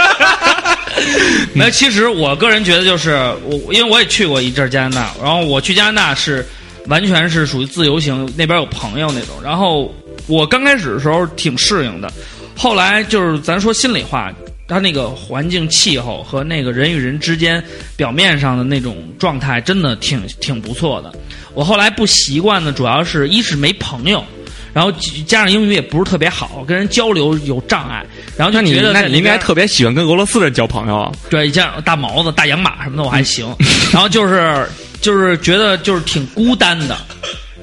Speaker 2: 那其实我个人觉得，就是我，因为我也去过一阵儿加拿大，然后我去加拿大是完全是属于自由行，那边有朋友那种。然后我刚开始的时候挺适应的，后来就是咱说心里话，它那个环境、气候和那个人与人之间表面上的那种状态，真的挺挺不错的。我后来不习惯的主要是一是没朋友，然后加上英语也不是特别好，跟人交流有障碍，然后就
Speaker 3: 那你
Speaker 2: 觉得
Speaker 3: 那
Speaker 2: 在
Speaker 3: 你应
Speaker 2: 边
Speaker 3: 该特别喜欢跟俄罗斯人交朋友啊？
Speaker 2: 对，像大毛子、大洋马什么的我还行，
Speaker 3: 嗯
Speaker 2: 然后就是就是觉得就是挺孤单的，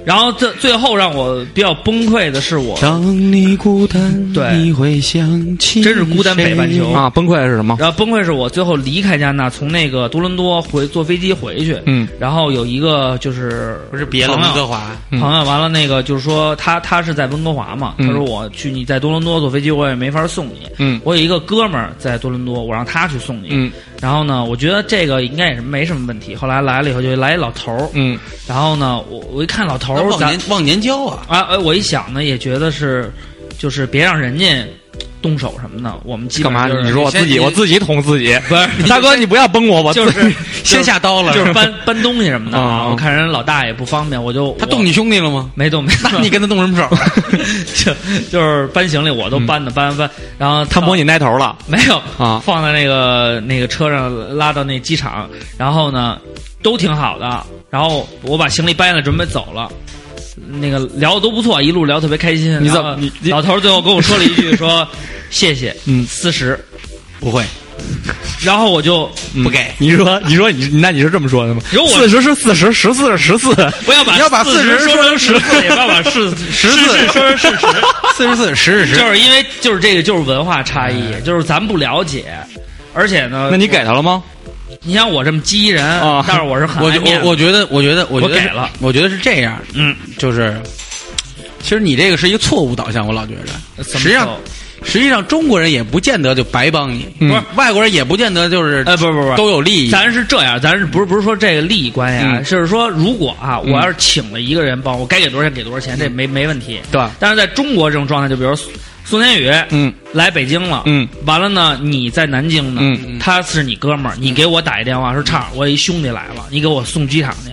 Speaker 2: 然后这最后让我比较崩溃的是我，
Speaker 1: 当你孤单，
Speaker 2: 对你
Speaker 1: 会想起
Speaker 2: 真是孤单北半球谁
Speaker 3: 啊，崩溃是什么？
Speaker 2: 然后崩溃是我最后离开加拿大，从那个多伦多回坐飞机回去，
Speaker 3: 嗯，
Speaker 2: 然后有一个就是
Speaker 1: 不是别了
Speaker 2: 朋
Speaker 1: 温
Speaker 2: 友
Speaker 1: 哥华，
Speaker 3: 嗯
Speaker 2: 朋友，完了那个就是说他他是在温哥华嘛，
Speaker 3: 嗯
Speaker 2: 他说我去你在多伦多坐飞机我也没法送你，
Speaker 3: 嗯
Speaker 2: 我有一个哥们儿在多伦多，我让他去送你，
Speaker 3: 嗯
Speaker 2: 然后呢，我觉得这个应该也是没什么问题。后来来了以后就来一老头儿，
Speaker 3: 嗯，
Speaker 2: 然后呢，我我一看老头儿，
Speaker 1: 忘
Speaker 2: 咱
Speaker 1: 年忘年交啊，
Speaker 2: 啊，哎我一想呢，也觉得是，就是别让人家动手什么的，我们基
Speaker 3: 干
Speaker 2: 本
Speaker 3: 嘛？
Speaker 2: 上就是
Speaker 3: 你说我自己，我自己捅自己。
Speaker 2: 不是
Speaker 3: 大哥， 你不要崩我，我
Speaker 2: 就是
Speaker 1: 先下刀了。
Speaker 2: 就是搬搬东西什么的
Speaker 3: 啊
Speaker 2: 啊，我看人老大爷不方便，我啊就
Speaker 1: 他动
Speaker 2: 你
Speaker 1: 你兄弟了 吗？
Speaker 2: 没动没
Speaker 1: 那
Speaker 2: 动，
Speaker 1: 你跟他动什么手？
Speaker 2: 就就是搬行李我都搬的搬搬，然后
Speaker 3: 他摸你奶头了
Speaker 2: 没有
Speaker 3: 啊
Speaker 2: 放在那个那个车上拉到那机场，然后呢，都挺好的。然后我把行李搬了，准备走了。那个聊的都不错，一路聊得特别开心。
Speaker 3: 你怎
Speaker 2: 然后
Speaker 3: 你你
Speaker 2: 老头儿最后跟我说了一句说谢谢，
Speaker 3: 嗯
Speaker 2: 四十。
Speaker 1: 不会，
Speaker 2: 然后我就
Speaker 1: 不给。
Speaker 3: 嗯你说，你说你，那你是这么说的吗？
Speaker 2: 如果
Speaker 3: 四十是四十，十四是十四，
Speaker 2: 不要把
Speaker 1: 你要把
Speaker 2: 40
Speaker 1: 40
Speaker 2: 说成十四，也不要把四十四说成事 实。
Speaker 1: 四十四十是
Speaker 2: 就
Speaker 1: 十，
Speaker 2: 是因为就是这个就是文化差异，就是咱们不了解，而且呢，
Speaker 3: 那你给他了吗？
Speaker 2: 你像我这么激人
Speaker 3: 啊，
Speaker 2: 但是我是很
Speaker 1: 哦我
Speaker 2: 爱面
Speaker 1: 我
Speaker 2: 子
Speaker 1: 我觉得我觉得我觉得
Speaker 2: 我给了，
Speaker 1: 我觉得是这样，
Speaker 2: 嗯，
Speaker 1: 就是其实你这个是一个错误导向，我老觉着，
Speaker 2: 怎么
Speaker 1: 实际上
Speaker 2: 说
Speaker 1: 实际上中国人也不见得就白帮你，
Speaker 3: 嗯
Speaker 1: 不是外国人也不见得就是
Speaker 2: 呃，不不不，
Speaker 1: 都有利益，
Speaker 2: 咱是这样，咱是不是不是说这个利益关系啊？
Speaker 3: 嗯
Speaker 2: 就是说，如果啊，
Speaker 3: 嗯
Speaker 2: 我要是请了一个人帮我，该给多少钱给多少钱，这没没问题。
Speaker 3: 对，
Speaker 2: 但是在中国这种状态，就比如苏宋天宇
Speaker 3: 嗯
Speaker 2: 来北京了，
Speaker 3: 嗯，
Speaker 2: 完了呢，你在南京呢，
Speaker 3: 嗯
Speaker 1: 嗯
Speaker 2: 他是你哥们儿，你给我打一电话说畅，我有一兄弟来了，你给我送机场去。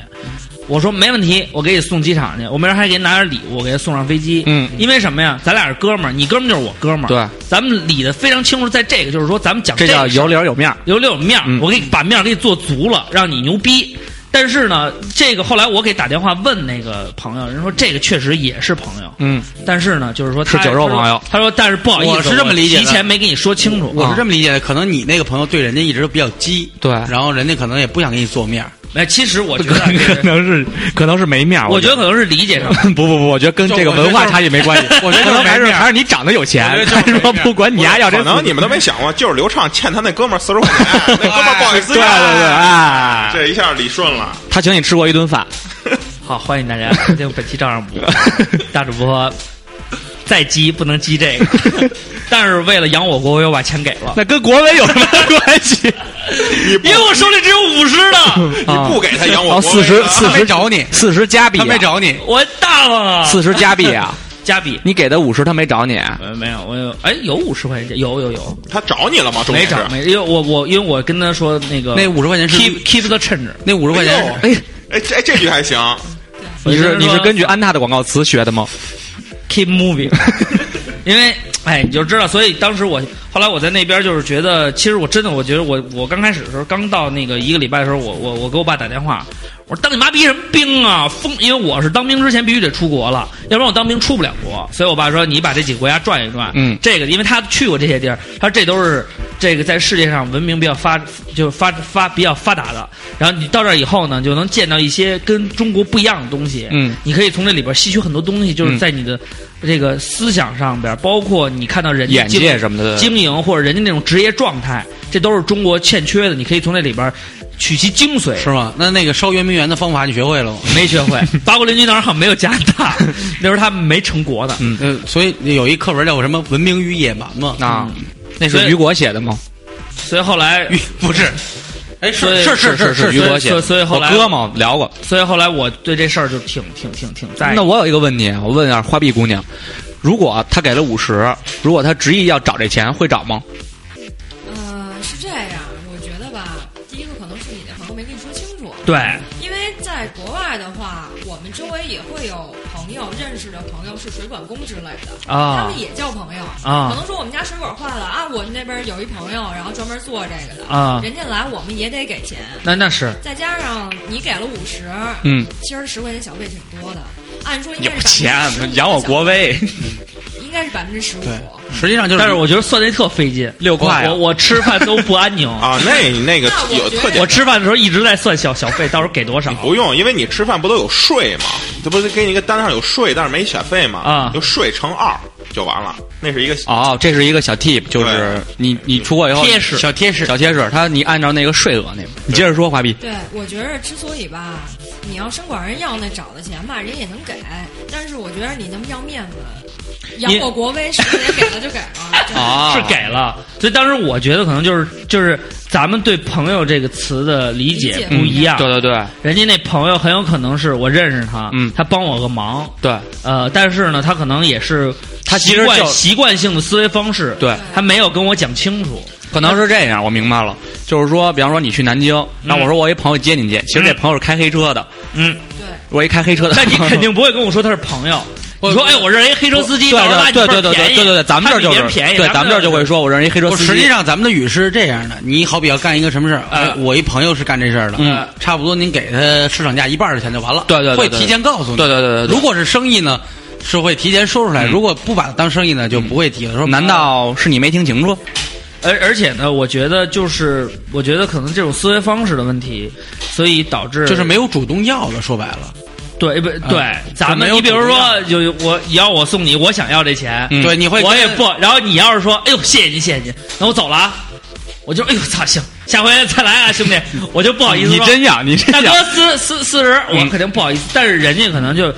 Speaker 2: 我说没问题，我给你送机场去，我明儿还给你拿点礼物，我给他送上飞机。
Speaker 3: 嗯
Speaker 2: 因为什么呀？咱俩是哥们儿，你哥们儿就是我哥们儿。
Speaker 3: 对，
Speaker 2: 咱们理的非常清楚，在这个就是说，咱们讲
Speaker 3: 这
Speaker 2: 个
Speaker 3: 叫
Speaker 2: 事儿
Speaker 3: 有脸有面儿。
Speaker 2: 有有面儿，
Speaker 3: 嗯
Speaker 2: 我给你把面儿给你做足了，让你牛逼。但是呢，这个后来我给打电话问那个朋友，人说这个确实也是朋友，
Speaker 3: 嗯，
Speaker 2: 但是呢，就是说他
Speaker 3: 是酒肉朋友
Speaker 2: 他说他说但是不好意思，
Speaker 1: 我是这么理解的嗯
Speaker 2: 提前没跟你说清楚。
Speaker 1: 我是这么理解的，可能你那个朋友对人家一直比较激，
Speaker 3: 啊对
Speaker 1: 然后人家可能也不想给你做面儿，
Speaker 2: 哎，其实我觉 得啊，这
Speaker 3: 可
Speaker 2: 个
Speaker 3: 能是可能是没面儿。
Speaker 2: 我觉得
Speaker 3: 得
Speaker 2: 可能是理解上的。
Speaker 3: 不不不，我觉得跟这个文化差异没关系。
Speaker 1: 我 觉得就是
Speaker 3: 可能
Speaker 1: 我
Speaker 3: 还
Speaker 1: 觉得就是没
Speaker 3: 是
Speaker 1: 面儿
Speaker 3: 还是你长得有
Speaker 5: 我觉
Speaker 3: 钱，
Speaker 5: 得就是
Speaker 3: 还是 说
Speaker 5: 没面儿
Speaker 3: 不管你还哎要这
Speaker 5: 可
Speaker 3: 四十，
Speaker 5: 能你们都没想过，就是刘畅欠他那哥们儿四 十块钱，那哥们儿不好意思
Speaker 3: 对啊对对，
Speaker 5: 要，
Speaker 3: 哎，
Speaker 5: 这一下理顺了。
Speaker 3: 他请你吃过一顿饭，
Speaker 2: 好，欢迎大家收听本期照样补，大主播再积不能积这个。但是为了养我国，我又把钱给了，
Speaker 3: 那跟国文有什么关系？
Speaker 5: 你不
Speaker 2: 因为我手里只有五 十的，
Speaker 5: 你不给他养我
Speaker 3: 哦，
Speaker 5: 国
Speaker 3: 四十
Speaker 5: 威啊
Speaker 3: 四
Speaker 1: 没
Speaker 3: 十
Speaker 1: 找你
Speaker 3: 四十加币啊，
Speaker 1: 他没找你，
Speaker 2: 我大方啊。
Speaker 3: 四十加币啊！
Speaker 2: 加币，
Speaker 3: 你给的五十，他没找你啊，
Speaker 2: 呃，没有，我有，哎，有五十块钱，有有有，
Speaker 5: 他找你了吗？重
Speaker 2: 没
Speaker 5: 点是
Speaker 2: 找，没，因为我我因为我跟他说那个
Speaker 1: 那50块钱是
Speaker 2: keep keep the change，
Speaker 1: 那五十块钱是，
Speaker 3: 哎，
Speaker 5: 哎，这哎这句 还行，
Speaker 3: 你
Speaker 2: 我
Speaker 3: 是
Speaker 2: 跟他
Speaker 3: 你
Speaker 2: 说
Speaker 3: 是根据安娜的广告词学的吗？
Speaker 2: keep moving，因为哎，你就知道，所以当时我后来我在那边就是觉得，其实我真的，我觉得我我刚开始的时候，刚到那个一个礼拜的时候，我我我给我爸打电话，我说当你妈逼什么兵啊，疯！因为我是当兵之前必须得出国了，要不然我当兵出不了国，所以我爸说你把这几个国家转一转，
Speaker 3: 嗯
Speaker 2: 这个因为他去过这些地儿，他说这都是这个在世界上文明比较发就是发发比较发达的，然后你到这儿以后呢，就能见到一些跟中国不一样的东西，
Speaker 3: 嗯，
Speaker 2: 你可以从这里边吸取很多东西，就是
Speaker 3: 嗯
Speaker 2: 在你的这个思想上边，包括你看到人家
Speaker 3: 眼
Speaker 2: 经
Speaker 3: 界什么的
Speaker 2: 经营或者人家那种职业状态，这都是中国欠缺的，你可以从那里边取其精髓。
Speaker 1: 是吗？那那个烧圆明园的方法你学会了吗？
Speaker 2: 没学会，八国联军当时好像没有加拿 大，那时候他们没成国的。
Speaker 1: 嗯，呃，所以有一课文叫什么《文明与野蛮》嘛？
Speaker 3: 啊，那
Speaker 2: 所
Speaker 3: 是
Speaker 2: 以
Speaker 3: 雨果写的吗？
Speaker 2: 所以后来，
Speaker 1: 与不是，哎，
Speaker 2: 所以
Speaker 1: 是是是
Speaker 2: 是
Speaker 3: 雨果写
Speaker 2: 所
Speaker 3: 的。
Speaker 2: 以所以后
Speaker 3: 我
Speaker 2: 来
Speaker 3: 哥嘛聊过。
Speaker 2: 所以后来我对这事儿就挺挺挺挺在意。
Speaker 3: 那我有一个问题，我问一下花臂姑娘，如果她给了五十，如果她执意要找这钱，会找吗？
Speaker 6: 呃，是这样，我觉得吧，第一个可能是你的朋友没跟你说清楚，
Speaker 2: 对，
Speaker 6: 因为在国外的话，我们周围也会有朋友认识的朋友是水管工之类的
Speaker 2: 啊
Speaker 6: 他们也叫朋友
Speaker 2: 啊
Speaker 6: 可能说我们家水管坏了啊，我们那边有一朋友，然后专门做这个的
Speaker 2: 啊
Speaker 6: 人家来我们也得给钱，
Speaker 2: 那那是
Speaker 6: 再加上你给了五十，
Speaker 3: 嗯，
Speaker 6: 其实十块钱小费挺多的，按说应
Speaker 3: 有
Speaker 6: 该是
Speaker 3: 钱
Speaker 2: 啊
Speaker 6: 百分之
Speaker 3: 扬我国 威，
Speaker 6: 应该是百分之十五。
Speaker 1: 对，实际上就是，
Speaker 2: 但是我觉得算那特费劲，
Speaker 3: 六块啊
Speaker 2: 我我吃饭都 不安宁
Speaker 5: 啊，那那个
Speaker 6: 那我
Speaker 5: 有
Speaker 6: 觉得
Speaker 5: 特点
Speaker 2: 我吃饭的时候一直在算小小费，到时候给多少。
Speaker 5: 不用，因为你吃饭不都有税吗？这不是给你一个单上有税，但是没选费嘛？
Speaker 2: 啊
Speaker 5: 就税乘二就完了，那是一个。
Speaker 3: 哦，这是一个小 tip，就是你你出国以后
Speaker 2: 贴士
Speaker 3: 小贴士小贴士，他你按照那个税额那个，你接着说花臂，
Speaker 6: 对，我觉着之所以吧，你要生管人要那找的钱吧，人也能给，但是我觉得你那么要面子，扬
Speaker 2: 因
Speaker 6: 我国威，是不是也给了就给了？真的
Speaker 3: 啊
Speaker 2: 是给了，所以当时我觉得可能就是就是咱们对“朋友”这个词的理
Speaker 6: 理
Speaker 2: 解
Speaker 6: 解
Speaker 2: 不一样。
Speaker 3: 对对嗯对
Speaker 2: 人家那朋友很有可能是我认识他，
Speaker 3: 嗯
Speaker 2: 他帮我个忙，
Speaker 3: 对
Speaker 2: 呃，但是呢，他可能也是
Speaker 3: 他其
Speaker 2: 习
Speaker 3: 实
Speaker 2: 惯
Speaker 3: 就
Speaker 2: 习惯性的思维方式，
Speaker 3: 对，
Speaker 2: 他没有跟我讲清楚，
Speaker 3: 可能是这样，我明白了，就是说，比方说你去南京，那我说我一朋友接你去，其实这朋友是开黑车的，
Speaker 2: 嗯，
Speaker 6: 对，
Speaker 3: 我一开黑车的，
Speaker 2: 但嗯你 肯定不会跟我说他是朋友。
Speaker 3: 我
Speaker 2: 你说，哎，我认识一黑车司机，
Speaker 3: 对
Speaker 2: 到时候拉你
Speaker 3: 对
Speaker 2: 份
Speaker 3: 对
Speaker 2: 儿
Speaker 3: 对对
Speaker 2: 便宜
Speaker 3: 对对对，咱们这儿就
Speaker 2: 他比别人
Speaker 3: 是
Speaker 2: 便宜，
Speaker 3: 对，咱们这儿就会说，我认识一黑车
Speaker 1: 不
Speaker 3: 司机，
Speaker 1: 实际上咱们的语是这样的，你好比要干一个什么事儿，
Speaker 2: 呃
Speaker 1: 哎我一朋友是干这事儿的，
Speaker 3: 嗯，
Speaker 1: 差不多您给他市场价一半的钱就完了，
Speaker 3: 对对对对
Speaker 1: 会提前告诉你，
Speaker 3: 对对对对对
Speaker 1: 如果是生意呢，是会提前说出来；
Speaker 3: 嗯
Speaker 1: 如果不把它当生意呢，就不会提了。说
Speaker 3: 难道是你没听清楚？
Speaker 2: 而而且呢，我觉得就是，我觉得可能这种思维方式的问题，所以导致
Speaker 1: 就是没有主动要了？说白了，
Speaker 2: 对
Speaker 3: 啊
Speaker 2: 不对、咱
Speaker 1: 没
Speaker 2: 们
Speaker 1: 有
Speaker 2: 你比如
Speaker 1: 主动
Speaker 2: 说，有我你要我送你，我想要这钱，
Speaker 3: 嗯
Speaker 1: 对，你会
Speaker 2: 我也
Speaker 1: 跟
Speaker 2: 不。然后你要是说，哎呦，谢谢您，谢谢您，那我走了啊，我就哎呦操，行，下回再来啊，兄 弟，我就不好意思
Speaker 3: 你
Speaker 2: 哦说
Speaker 3: 真要，你
Speaker 2: 大
Speaker 3: 真
Speaker 2: 哥
Speaker 3: 要，
Speaker 2: 四四四十，我
Speaker 3: 嗯
Speaker 2: 肯定不好意思，但是人家可能就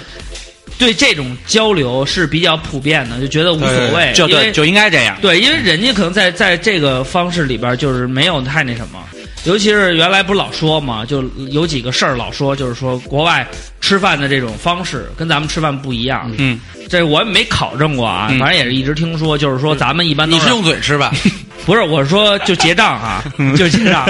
Speaker 2: 对这种交流是比较普遍的，就觉得无所谓，
Speaker 3: 就
Speaker 2: 因为
Speaker 3: 对，就应该这样。
Speaker 2: 对，因为人家可能在在这个方式里边儿就是没有太那什么，尤其是原来不是老说嘛，就有几个事儿老说，就是说国外吃饭的这种方式跟咱们吃饭不一样。
Speaker 3: 嗯，
Speaker 2: 这我也没考证过啊，
Speaker 3: 嗯
Speaker 2: 反正也是一直听说，就是说咱们一般都
Speaker 1: 你是用嘴吃 吧？
Speaker 2: 不是我说就结账啊，就结账，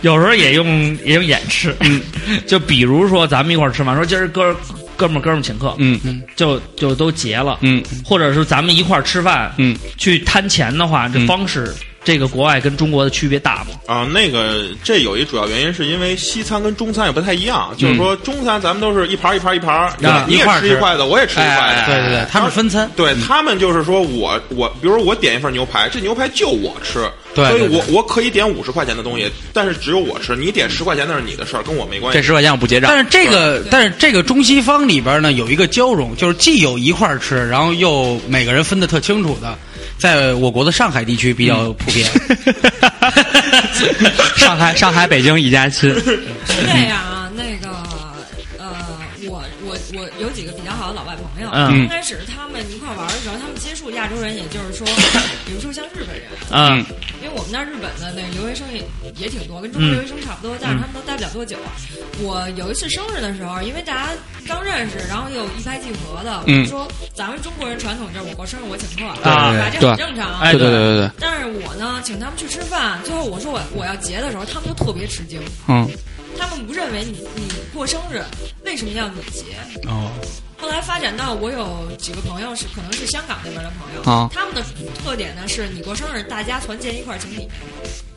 Speaker 2: 有时候也用也用眼吃。 就比如说咱们一块儿吃饭，说今儿哥哥们儿哥们儿请客，
Speaker 3: 嗯
Speaker 2: 就就都结了，
Speaker 3: 嗯
Speaker 2: 或者是咱们一块儿吃饭，
Speaker 3: 嗯，
Speaker 2: 去摊钱的话，这
Speaker 3: 嗯
Speaker 2: 方式、这个国外跟中国的区别大吗？
Speaker 5: 啊，那个这有一主要原因是因为西餐跟中餐也不太一样，就是说中餐咱们都是一盘一盘一盘，对吧
Speaker 1: 嗯啊
Speaker 5: 你也
Speaker 1: 一块儿
Speaker 5: 吃
Speaker 1: 吃
Speaker 5: 一块的，我也吃一块的，
Speaker 3: 哎
Speaker 1: 对对对，他们分餐。
Speaker 5: 对他们就是说我我，比如说我点一份牛排，这牛排就我吃，
Speaker 1: 对
Speaker 5: 所以
Speaker 1: 对对
Speaker 5: 我我可以点五十块钱的东西，但是只有我吃，你点十块钱那是你的事儿，跟我没关
Speaker 3: 这
Speaker 5: 系。
Speaker 3: 十块钱我不结账
Speaker 1: 但。是这个，但是这个中西方里边呢，有一个交融，就是既有一块儿吃，然后又每个人分得特清楚的，在我国的上海地区比较普遍。
Speaker 3: 上海，上海，北京一家亲。
Speaker 6: 是这样啊，那个呃，我我我，有几个比较好的老外朋友，
Speaker 2: 嗯
Speaker 6: 刚开始他们一块玩的时候，他们接触亚洲人，也就是说，比如说像日本人，
Speaker 2: 嗯
Speaker 6: 因为我们那儿日本的那个留学生也也挺多，跟中国留学生差
Speaker 3: 嗯
Speaker 6: 不多，但是他们都待不了多久。啊我有一次生日的时候，因为大家刚认识，然后又一拍即合的，我就说咱们中国人传统就是我过生日我请客，
Speaker 2: 啊
Speaker 6: 对吧？这
Speaker 3: 嗯对
Speaker 6: 很正常。啊
Speaker 2: 哎
Speaker 3: 对对对对对，
Speaker 6: 但是我呢，请他们去吃饭，最后我说我我要结的时候，他们就特别吃惊，
Speaker 3: 嗯，
Speaker 6: 他们不认为你你过生日为什么要你结？
Speaker 1: 哦，
Speaker 6: 后来发展到我有几个朋友是可能是香港那边的朋友，
Speaker 3: 啊
Speaker 6: 他们的特点呢是你过生日大家团结一块儿请你，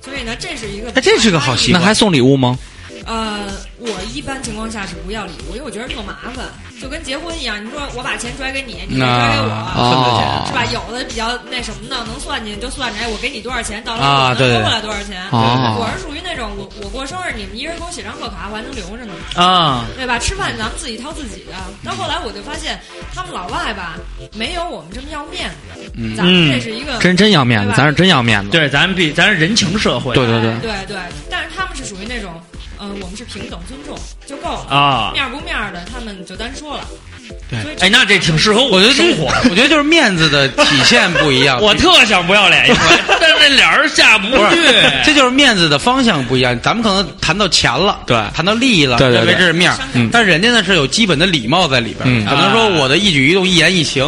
Speaker 6: 所以呢这是一个
Speaker 1: 哎这是个好习
Speaker 3: 那
Speaker 1: 惯
Speaker 3: 还送礼物吗？
Speaker 6: 呃，我一般情况下是不要礼物，因为我觉得特麻烦，就跟结婚一样，你说我把钱拽给你，你
Speaker 1: 那
Speaker 6: 再
Speaker 1: 啊
Speaker 6: 拽给我。
Speaker 1: 分得
Speaker 3: 哦
Speaker 1: 钱
Speaker 6: 是吧？有的比较那什么呢，能算计就算计，哎，我给你多少钱，到时候
Speaker 1: 啊
Speaker 6: 我能
Speaker 1: 对啊
Speaker 6: 收回来多少钱。
Speaker 3: 哦
Speaker 6: 我是属于那种，我我过生日，你们一人给我写张贺卡，我还能留着呢。
Speaker 2: 啊
Speaker 6: 对吧？吃饭咱们自己掏自己的。但后来我就发现，他们老外吧，没有我们这么要面子。嗯咱们这是一个
Speaker 3: 真真要面子
Speaker 6: 对，吧
Speaker 3: 咱是真要面子。
Speaker 2: 对，咱们比咱是人情社会，
Speaker 3: 对对
Speaker 6: 对
Speaker 3: 对
Speaker 6: 对但是他们是属于那种，嗯、我们是平等尊重就够了。
Speaker 2: 啊，
Speaker 6: 面儿不面儿的，他们就单说了。
Speaker 1: 对
Speaker 6: 所以
Speaker 2: 哎，那这挺适合我的生活。
Speaker 1: 我觉得就是面子的体现不一样。
Speaker 2: 我特想不要 脸一回，但是那脸儿下不
Speaker 1: 不
Speaker 2: 去
Speaker 1: 是，这就是面子的方向不一样。咱们可能谈到钱了，
Speaker 3: 对
Speaker 1: 谈到利益了，
Speaker 3: 对对
Speaker 1: 认为
Speaker 3: 对
Speaker 1: 这是面儿
Speaker 6: 嗯
Speaker 1: 但是人家呢是有基本的礼貌在里边儿，
Speaker 3: 嗯
Speaker 1: 可能说我的一举一动、一言一行，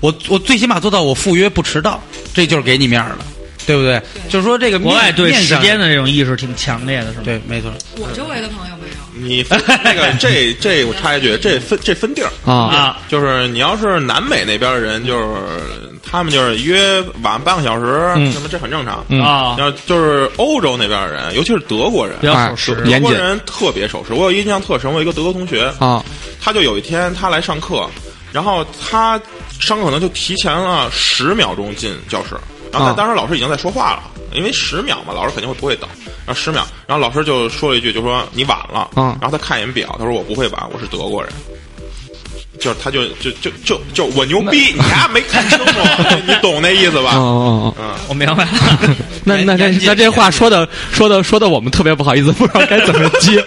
Speaker 1: 我我最起码做到我赴约不迟到，这就是给你面儿了，对不对？就是说这个面
Speaker 2: 国外对
Speaker 1: 面
Speaker 2: 时
Speaker 1: 上
Speaker 2: 间的这种意识挺强烈的，是吗？
Speaker 1: 对，没错，
Speaker 6: 我周围的朋友没有。
Speaker 5: 你分那 个这这我插一句，这分这分地儿，
Speaker 3: 啊，
Speaker 2: 啊，
Speaker 5: 就是你要是南美那边的人，就是他们就是约晚半个小时，什么这很正常。
Speaker 3: 嗯
Speaker 2: 啊，
Speaker 5: 要就是欧洲那边的人，尤其是德国人，
Speaker 2: 比较
Speaker 3: 哎
Speaker 2: 守时。
Speaker 5: 德
Speaker 3: 严
Speaker 5: 国
Speaker 3: 谨
Speaker 5: 人特别守时。我有印象特深，我有一个德国同学，
Speaker 3: 啊，
Speaker 5: 他就有一天他来上课，然后他上课可能就提前了十秒钟进教室，然后
Speaker 3: 啊
Speaker 5: 他当时老师已经在说话了，因为十秒嘛，老师肯定会不会等，然后十秒，然后老师就说了一句，就说你晚了，
Speaker 3: 嗯
Speaker 5: 然后他看一眼表，他说我不会晚，我是德国人。就是他就就就就就我牛逼，你还没看清楚，你懂那意思
Speaker 3: 哦
Speaker 5: 吧？
Speaker 3: 哦哦，
Speaker 5: 嗯，
Speaker 2: 我明 白了，
Speaker 3: 那那这那这话说的说的说的，我们特别不好意思，不知道该怎么接。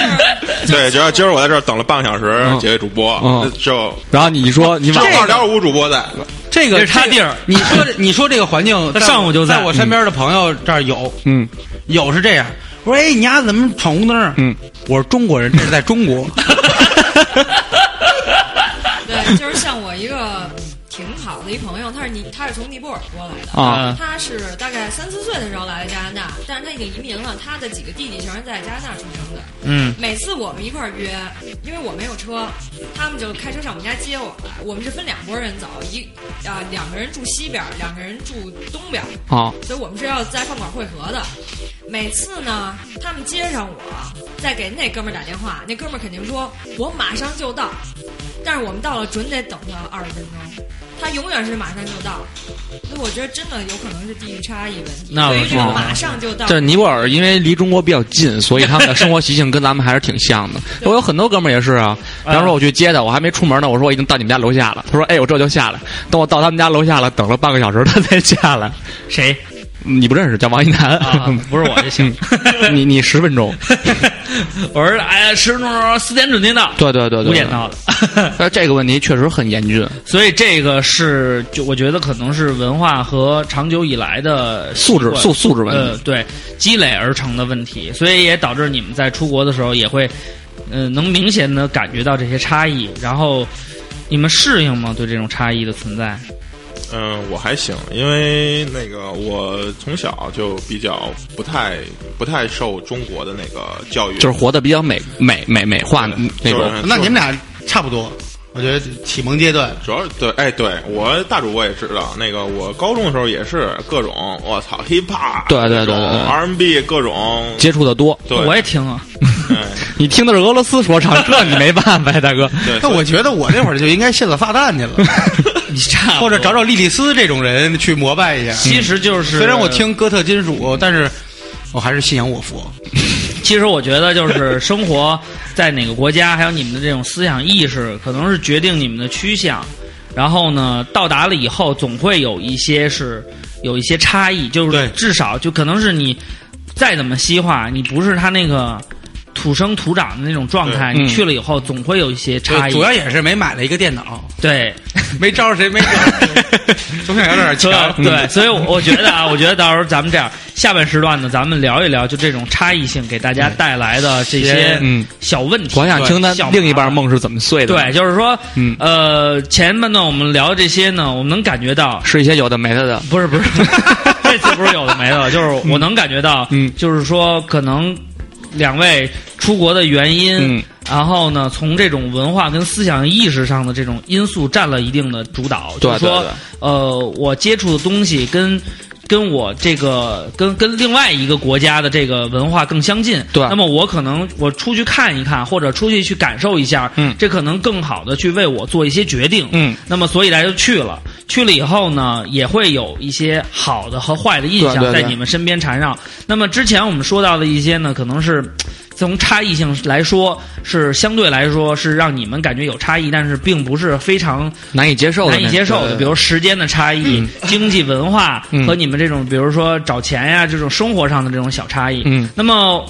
Speaker 5: 对，只要今儿我在这儿等了半个小时，
Speaker 3: 嗯
Speaker 5: 几位主播
Speaker 3: 嗯
Speaker 5: 就
Speaker 3: 然后你说你
Speaker 5: 只
Speaker 3: 晚
Speaker 5: 有二
Speaker 3: 了，
Speaker 5: 点五主播在，
Speaker 1: 这个
Speaker 2: 这是他地儿
Speaker 1: 这个你说这你说这个环境，
Speaker 2: 他上午就
Speaker 1: 在
Speaker 2: 在
Speaker 1: 我我身边的朋友这儿有
Speaker 3: 嗯，
Speaker 1: 有是这样，我说哎，你丫怎么闯红灯啊？
Speaker 3: 嗯，
Speaker 1: 我是中国人，这是在中 国。
Speaker 6: 对，就是像我一个挺好的一朋友，他是尼，他是从尼泊尔过来的
Speaker 3: 啊
Speaker 6: 他是大概三四岁的时候来的加拿大，但是他已经移民了，他的几个弟弟全是在加拿大出生的。
Speaker 2: 嗯，
Speaker 6: 每次我们一块儿约，因为我没有车，他们就开车上我们家接我来。我们是分两拨人走，一啊、两个人住西边儿，两个人住东边儿，
Speaker 3: 啊
Speaker 6: 所以我们是要在饭馆汇合的。每次呢，他们接上我，再给那哥们儿打电话，那哥们儿肯定说我马上就到，但是我们到了准得等他二十分钟。他永远是马上就到，所以我觉得真的有可能是地域差异问题。
Speaker 2: 那我
Speaker 6: 对于这
Speaker 2: 知
Speaker 6: 个
Speaker 2: 道了
Speaker 6: 马上就到，
Speaker 3: 这尼泊尔因为离中国比较近，所以他们的生活习性跟咱们还是挺像 的。我有很多哥们儿也是啊，比方说我去接他，我还没出门呢，我说我已经到你们家楼下了，他说哎，我这就下来。等我到他们家楼下了，等了半个小时他才下来。
Speaker 2: 谁
Speaker 3: 嗯你不认识，叫王一楠
Speaker 2: 啊？不是我就行。
Speaker 3: 嗯 你你十分钟，
Speaker 2: 我说哎，十分钟四点准定到，
Speaker 3: 对对对对，
Speaker 2: 五点。到的。
Speaker 3: 呃，这个问题确实很严峻，
Speaker 2: 所以这个是，就我觉得可能是文化和长久以来的
Speaker 3: 素质
Speaker 2: 习惯
Speaker 3: 素素质问
Speaker 2: 呃
Speaker 3: 题。
Speaker 2: 对积累而成的问题，所以也导致你们在出国的时候也会，呃，能明显的感觉到这些差异。然后你们适应吗？对这种差异的存在？
Speaker 5: 嗯，我还行，因为那个我从小就比较不太不太受中国的那个教育，
Speaker 3: 就是活得比较美美美美化
Speaker 5: 对
Speaker 3: 那
Speaker 5: 就
Speaker 3: 种
Speaker 5: 是
Speaker 1: 那你们俩差不多，我觉得启蒙阶段。
Speaker 5: 主要是对，哎，对我大主播也知道，那个我高中的时候也是各种我操 hip hop，
Speaker 3: 对对对对对
Speaker 5: R&B 各种，
Speaker 3: 接触的多。
Speaker 5: 对，
Speaker 2: 我也听啊，
Speaker 5: 哎
Speaker 3: 你听的是俄罗斯说唱，这你没办法呀，大哥。
Speaker 5: 对，
Speaker 1: 那我觉得我那会儿就应该信了撒旦去了，
Speaker 2: 你差
Speaker 1: 或者找找莉莉丝这种人去摩拜一下。
Speaker 2: 其实就是，
Speaker 1: 虽然我，听哥特金属，但是我还是信仰我佛。
Speaker 2: 其实我觉得就是生活在哪个国家，还有你们的这种思想意识，可能是决定你们的趋向。然后呢，到达了以后，总会有一些是有一些差异，就
Speaker 1: 对
Speaker 2: 是至少就可能是你再怎么西化，你不是他那个。土生土长的那种状态，
Speaker 3: 对
Speaker 2: 你去了以后总会有一些差异。
Speaker 1: 主要也是没买了一个电脑，
Speaker 2: 对，
Speaker 1: 没招儿谁 没招儿，总想要点儿
Speaker 2: 所
Speaker 3: 啊
Speaker 1: 强。
Speaker 3: 嗯
Speaker 2: 以对，嗯所以我我觉得啊，我觉得到时候咱们这样下半时段呢，咱们聊一聊就这种差异性给大家带来的这 些
Speaker 3: 嗯
Speaker 2: 小问题。
Speaker 3: 我想听他
Speaker 2: 小麻烦
Speaker 3: 另一半梦是怎么碎的。
Speaker 2: 对，，就是说，
Speaker 3: 嗯
Speaker 2: 呃，前半段我们聊这些呢，我们能感觉到
Speaker 3: 是一些有的没的的。
Speaker 2: 不是不是， 这次不是有的没的，就是我能感觉到，
Speaker 3: 嗯
Speaker 2: 就是说可能两位出国的原因，
Speaker 3: 嗯
Speaker 2: 然后呢，从这种文化跟思想意识上的这种因素占了一定的主导，
Speaker 3: 嗯对
Speaker 2: 就是说
Speaker 3: 对对，
Speaker 2: 呃，我接触的东西跟。跟我这个跟跟另外一个国家的这个文化更相近，
Speaker 3: 对
Speaker 2: 那么我可能我出去看一看，或者出去去感受一下，
Speaker 3: 嗯
Speaker 2: 这可能更好的去为我做一些决定，
Speaker 3: 嗯，
Speaker 2: 那么所以大家就去了，去了以后呢，也会有一些好的和坏的印
Speaker 3: 对
Speaker 2: 象
Speaker 3: 对对
Speaker 2: 在你们身边缠绕。那么之前我们说到的一些呢，可能是从差异性来说，是相对来说是让你们感觉有差异，但是并不是非常
Speaker 3: 难以接受的那种，
Speaker 2: 难以接受的，
Speaker 3: 对
Speaker 2: 比如时间的差异、经济文化、
Speaker 3: 嗯
Speaker 2: 和你们这种，比如说找钱呀、这种生活上的这种小差异。
Speaker 3: 嗯
Speaker 2: 那么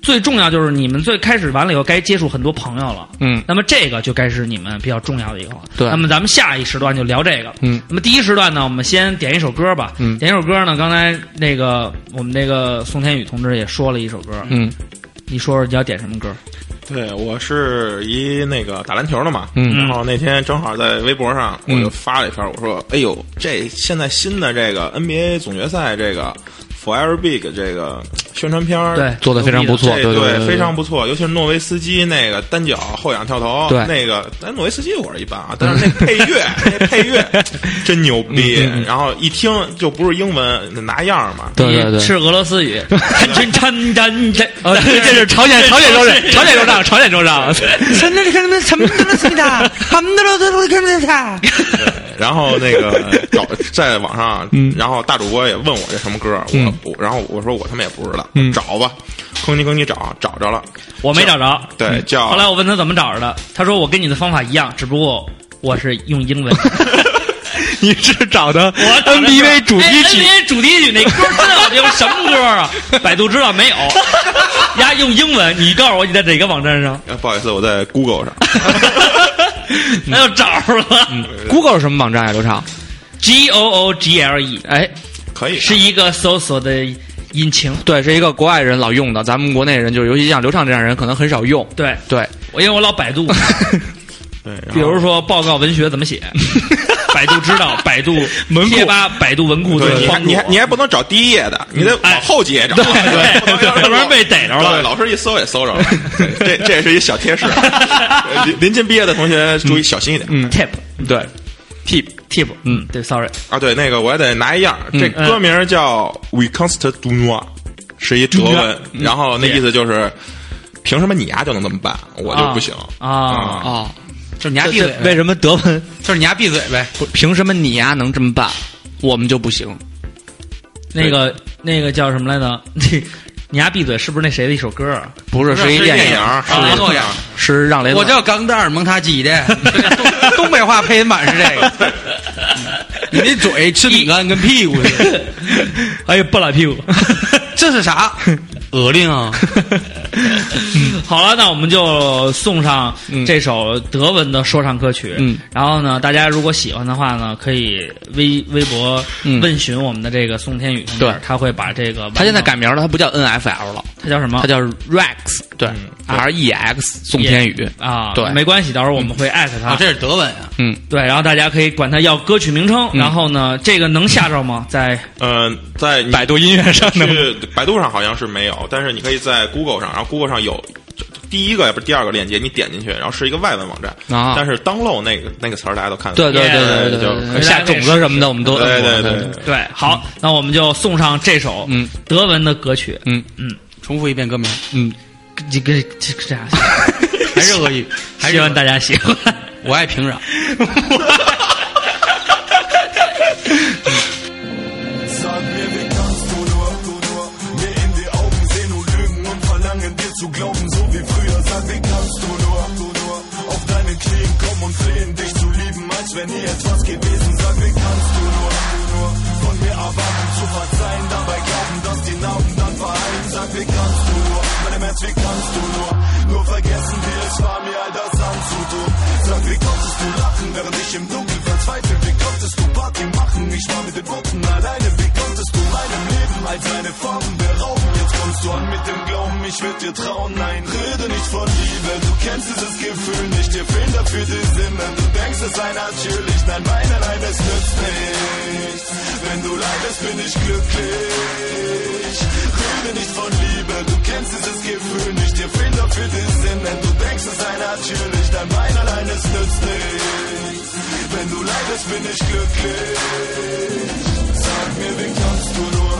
Speaker 2: 最重要就是你们最开始完了以后，该接触很多朋友了。
Speaker 3: 嗯
Speaker 2: 那么这个就该是你们比较重要的一个了。
Speaker 3: 对
Speaker 2: 那么咱们下一时段就聊这个。
Speaker 3: 嗯，
Speaker 2: 那么第一时段呢，我们先点一首歌吧。
Speaker 3: 嗯
Speaker 2: 点一首歌呢，刚才那个我们那个宋天宇同志也说了一首歌。
Speaker 3: 嗯
Speaker 2: 你说说你要点什么歌？
Speaker 5: 对，我是一那个打篮球的嘛，
Speaker 3: 嗯
Speaker 5: 然后那天正好在微博上，我
Speaker 3: 嗯
Speaker 5: 就发了一篇，我说，哎呦，这现在新的这个 NBA 总决赛这个 Forever Big 这个宣传片儿
Speaker 2: 对，
Speaker 3: 做得非常不错对
Speaker 5: 这
Speaker 3: 对对对
Speaker 5: 非常不错，尤其是诺维斯基那个单脚后仰跳投，
Speaker 3: 对
Speaker 5: 那个但诺维斯基我是一般啊，但是那配 乐那配乐真牛逼，然后一听就不是英文，拿样儿嘛，
Speaker 3: 嗯对对对，
Speaker 2: 是俄罗 斯语。 真真真真，
Speaker 3: 呃，这 这是朝鲜朝鲜州长，朝鲜州长，朝鲜州长。
Speaker 1: 真的看他们什么都是的，他们都都都看着他。
Speaker 5: 然后那个 搞在网上，
Speaker 2: 嗯
Speaker 5: 然后大主播也问我这什么歌，我我然后我说我他妈也不知道，
Speaker 2: 嗯
Speaker 5: 找吧，吭叽吭叽找找着了，
Speaker 2: 我没找着。
Speaker 5: 对，叫
Speaker 2: 后来我问他怎么找着的，他说我跟你的方法一样，只不过我是用英 文。
Speaker 3: 你是找的
Speaker 2: 我找着
Speaker 3: NBV 主题曲
Speaker 2: 哎 NBA 主题曲那歌真的，我用什么歌啊？百度知道 没有？呀，用英文，你告诉我你在哪个网站 上？
Speaker 5: 呃不好意思，我在 Google 上，
Speaker 2: 那就找着了。
Speaker 5: 嗯
Speaker 3: ，Google 是什么网站呀？啊刘畅，
Speaker 2: G O O G L E，
Speaker 3: 哎，
Speaker 5: 可以啊
Speaker 2: 是一个搜索的引擎。
Speaker 3: 对，是一个国外人老用的，咱们国内人就是，尤其像刘畅这样人，可能很少用。
Speaker 2: 对，
Speaker 3: 对，
Speaker 2: 我因为我老百 度，
Speaker 5: 对，然后
Speaker 2: 比如说报告文学怎么 写，百度知道，百度
Speaker 3: 文库
Speaker 2: 贴吧，百度文库
Speaker 5: 对，你还
Speaker 2: 帮助
Speaker 5: 你还
Speaker 2: 我
Speaker 5: 你还不能找第一页的，你得
Speaker 2: 哎
Speaker 5: 往后几页找，
Speaker 2: 对对
Speaker 5: 不能
Speaker 2: 对要不然被逮着了
Speaker 5: 对老师一搜也搜着 了，对这这也是一小贴士，呃临临近毕业的同学注意小心一点。
Speaker 3: 嗯，
Speaker 2: tip
Speaker 3: 对
Speaker 2: tip tip，嗯，对，sorry，
Speaker 5: 啊，对，那个我也得拿一样，这
Speaker 2: 嗯
Speaker 5: 歌名叫《We Const Do No》，是一哲文，然后那意思就是。凭什么你丫就能这么办，我就不行
Speaker 2: 啊！
Speaker 3: 哦，
Speaker 1: 就是你丫闭
Speaker 3: 这
Speaker 1: 嘴
Speaker 3: 这为
Speaker 1: 呗，
Speaker 3: 什么德文
Speaker 1: 就是你丫闭嘴呗。
Speaker 3: 不凭什么你呀能这么办，我们就不行？
Speaker 2: 那个那个叫什么来着？ 你你丫闭嘴！是不是那谁的一首歌 啊？
Speaker 3: 不是，
Speaker 5: 是
Speaker 3: 一
Speaker 5: 一
Speaker 3: 电
Speaker 5: 电影儿
Speaker 1: 是一电影儿
Speaker 3: 是让雷子
Speaker 1: 我叫钢蛋儿蒙他鸡的，东东北话配音版是这个。你那嘴吃饼干跟屁股似的，
Speaker 2: 哎呀，不拉屁股！
Speaker 1: 这是啥？鹅令啊！
Speaker 2: 好了，那我们就送上这首德文的说唱歌曲。
Speaker 3: 嗯，
Speaker 2: 然后呢，大家如果喜欢的话呢，可以微微博
Speaker 3: 嗯
Speaker 2: 问询我们的这个宋天宇同志，
Speaker 3: 对
Speaker 2: 他会把这个完整
Speaker 3: 他现在改名了，他不叫 NFL 了，
Speaker 2: 他叫什么？
Speaker 3: 他叫 Rex，对，R E X 宋天宇，
Speaker 2: 啊，
Speaker 3: 对
Speaker 2: 没关系，到时候我们会艾特他。
Speaker 1: 啊，这是德文啊！
Speaker 3: 嗯，
Speaker 2: 对，然后大家可以管他要歌曲名称。然后呢，这个能下着吗？在
Speaker 5: 嗯，在你
Speaker 3: 百度音乐上的
Speaker 5: 去百度上好像是没有，但是你可以在 Google 上，然后 Google 上有就第一个也不是第二个链接，你点进去，然后是一个外文网站，
Speaker 3: 啊
Speaker 5: 但是 download 那个那个词儿大家都看得
Speaker 3: 对
Speaker 5: 懂
Speaker 3: 对对对
Speaker 5: 就
Speaker 3: 对
Speaker 5: 可
Speaker 3: 对，
Speaker 5: 以
Speaker 3: 下种子什么的我们都摁过
Speaker 5: 对对对，
Speaker 2: 对，好，那我们就送上这首
Speaker 3: 嗯
Speaker 2: 德文的歌曲。
Speaker 3: 嗯
Speaker 1: 重复一遍歌名，
Speaker 3: 嗯，
Speaker 2: 这个这这样，
Speaker 1: 还是俄语，还
Speaker 2: 希
Speaker 1: 是俄
Speaker 2: 望
Speaker 1: 语
Speaker 2: 大家喜欢。
Speaker 1: 我爱平壤。
Speaker 7: Sag mir, wen kannst du nur, du nur mir in die Augen sehen und lügen und verlangen dir zu glauben, so wie früher. Sag, wen kannst du nur, du nur auf deine Knien kommen und flehen, dich zu lieben, als wenn nie etwas gewesen. Sag, wen kannst du nur, du nur von mir erwarten zu verzeihen, dabei glauben, dass die Narben dann verheilen. Sag, wen kannst du nur, meine Mensch, wie kannst du nur? Nur vergessen wir, es war mir all das anzutun. Sag, wie konntest du lachen, während ich im Dunkeln verzweifelt? Wie konntest du Party machen? Ich war mit den Wuppen alleine. Wie konntest du meinem Leben all seine Formen berauben? Jetzt kommst du an mit dem Glauben, ich werd dir trauen. Nein, rede nicht von Liebe, du kennst dieses Gefühl nicht. Dir fehlen dafür die Sinne. Du denkst, es sei natürlich. Nein, nein, nein, nein, es nützt nichts. Wenn du leidest, bin ich glücklich. Rede nicht von Liebe, du kennst dieses Gefühl nicht. Dir fehlen dafür die Sinne. Du denkst, es sei natürlich. Dein Wein allein, es nützt nichts. Wenn du leidest, bin ich glücklich. Sag mir, wen kannst du nur?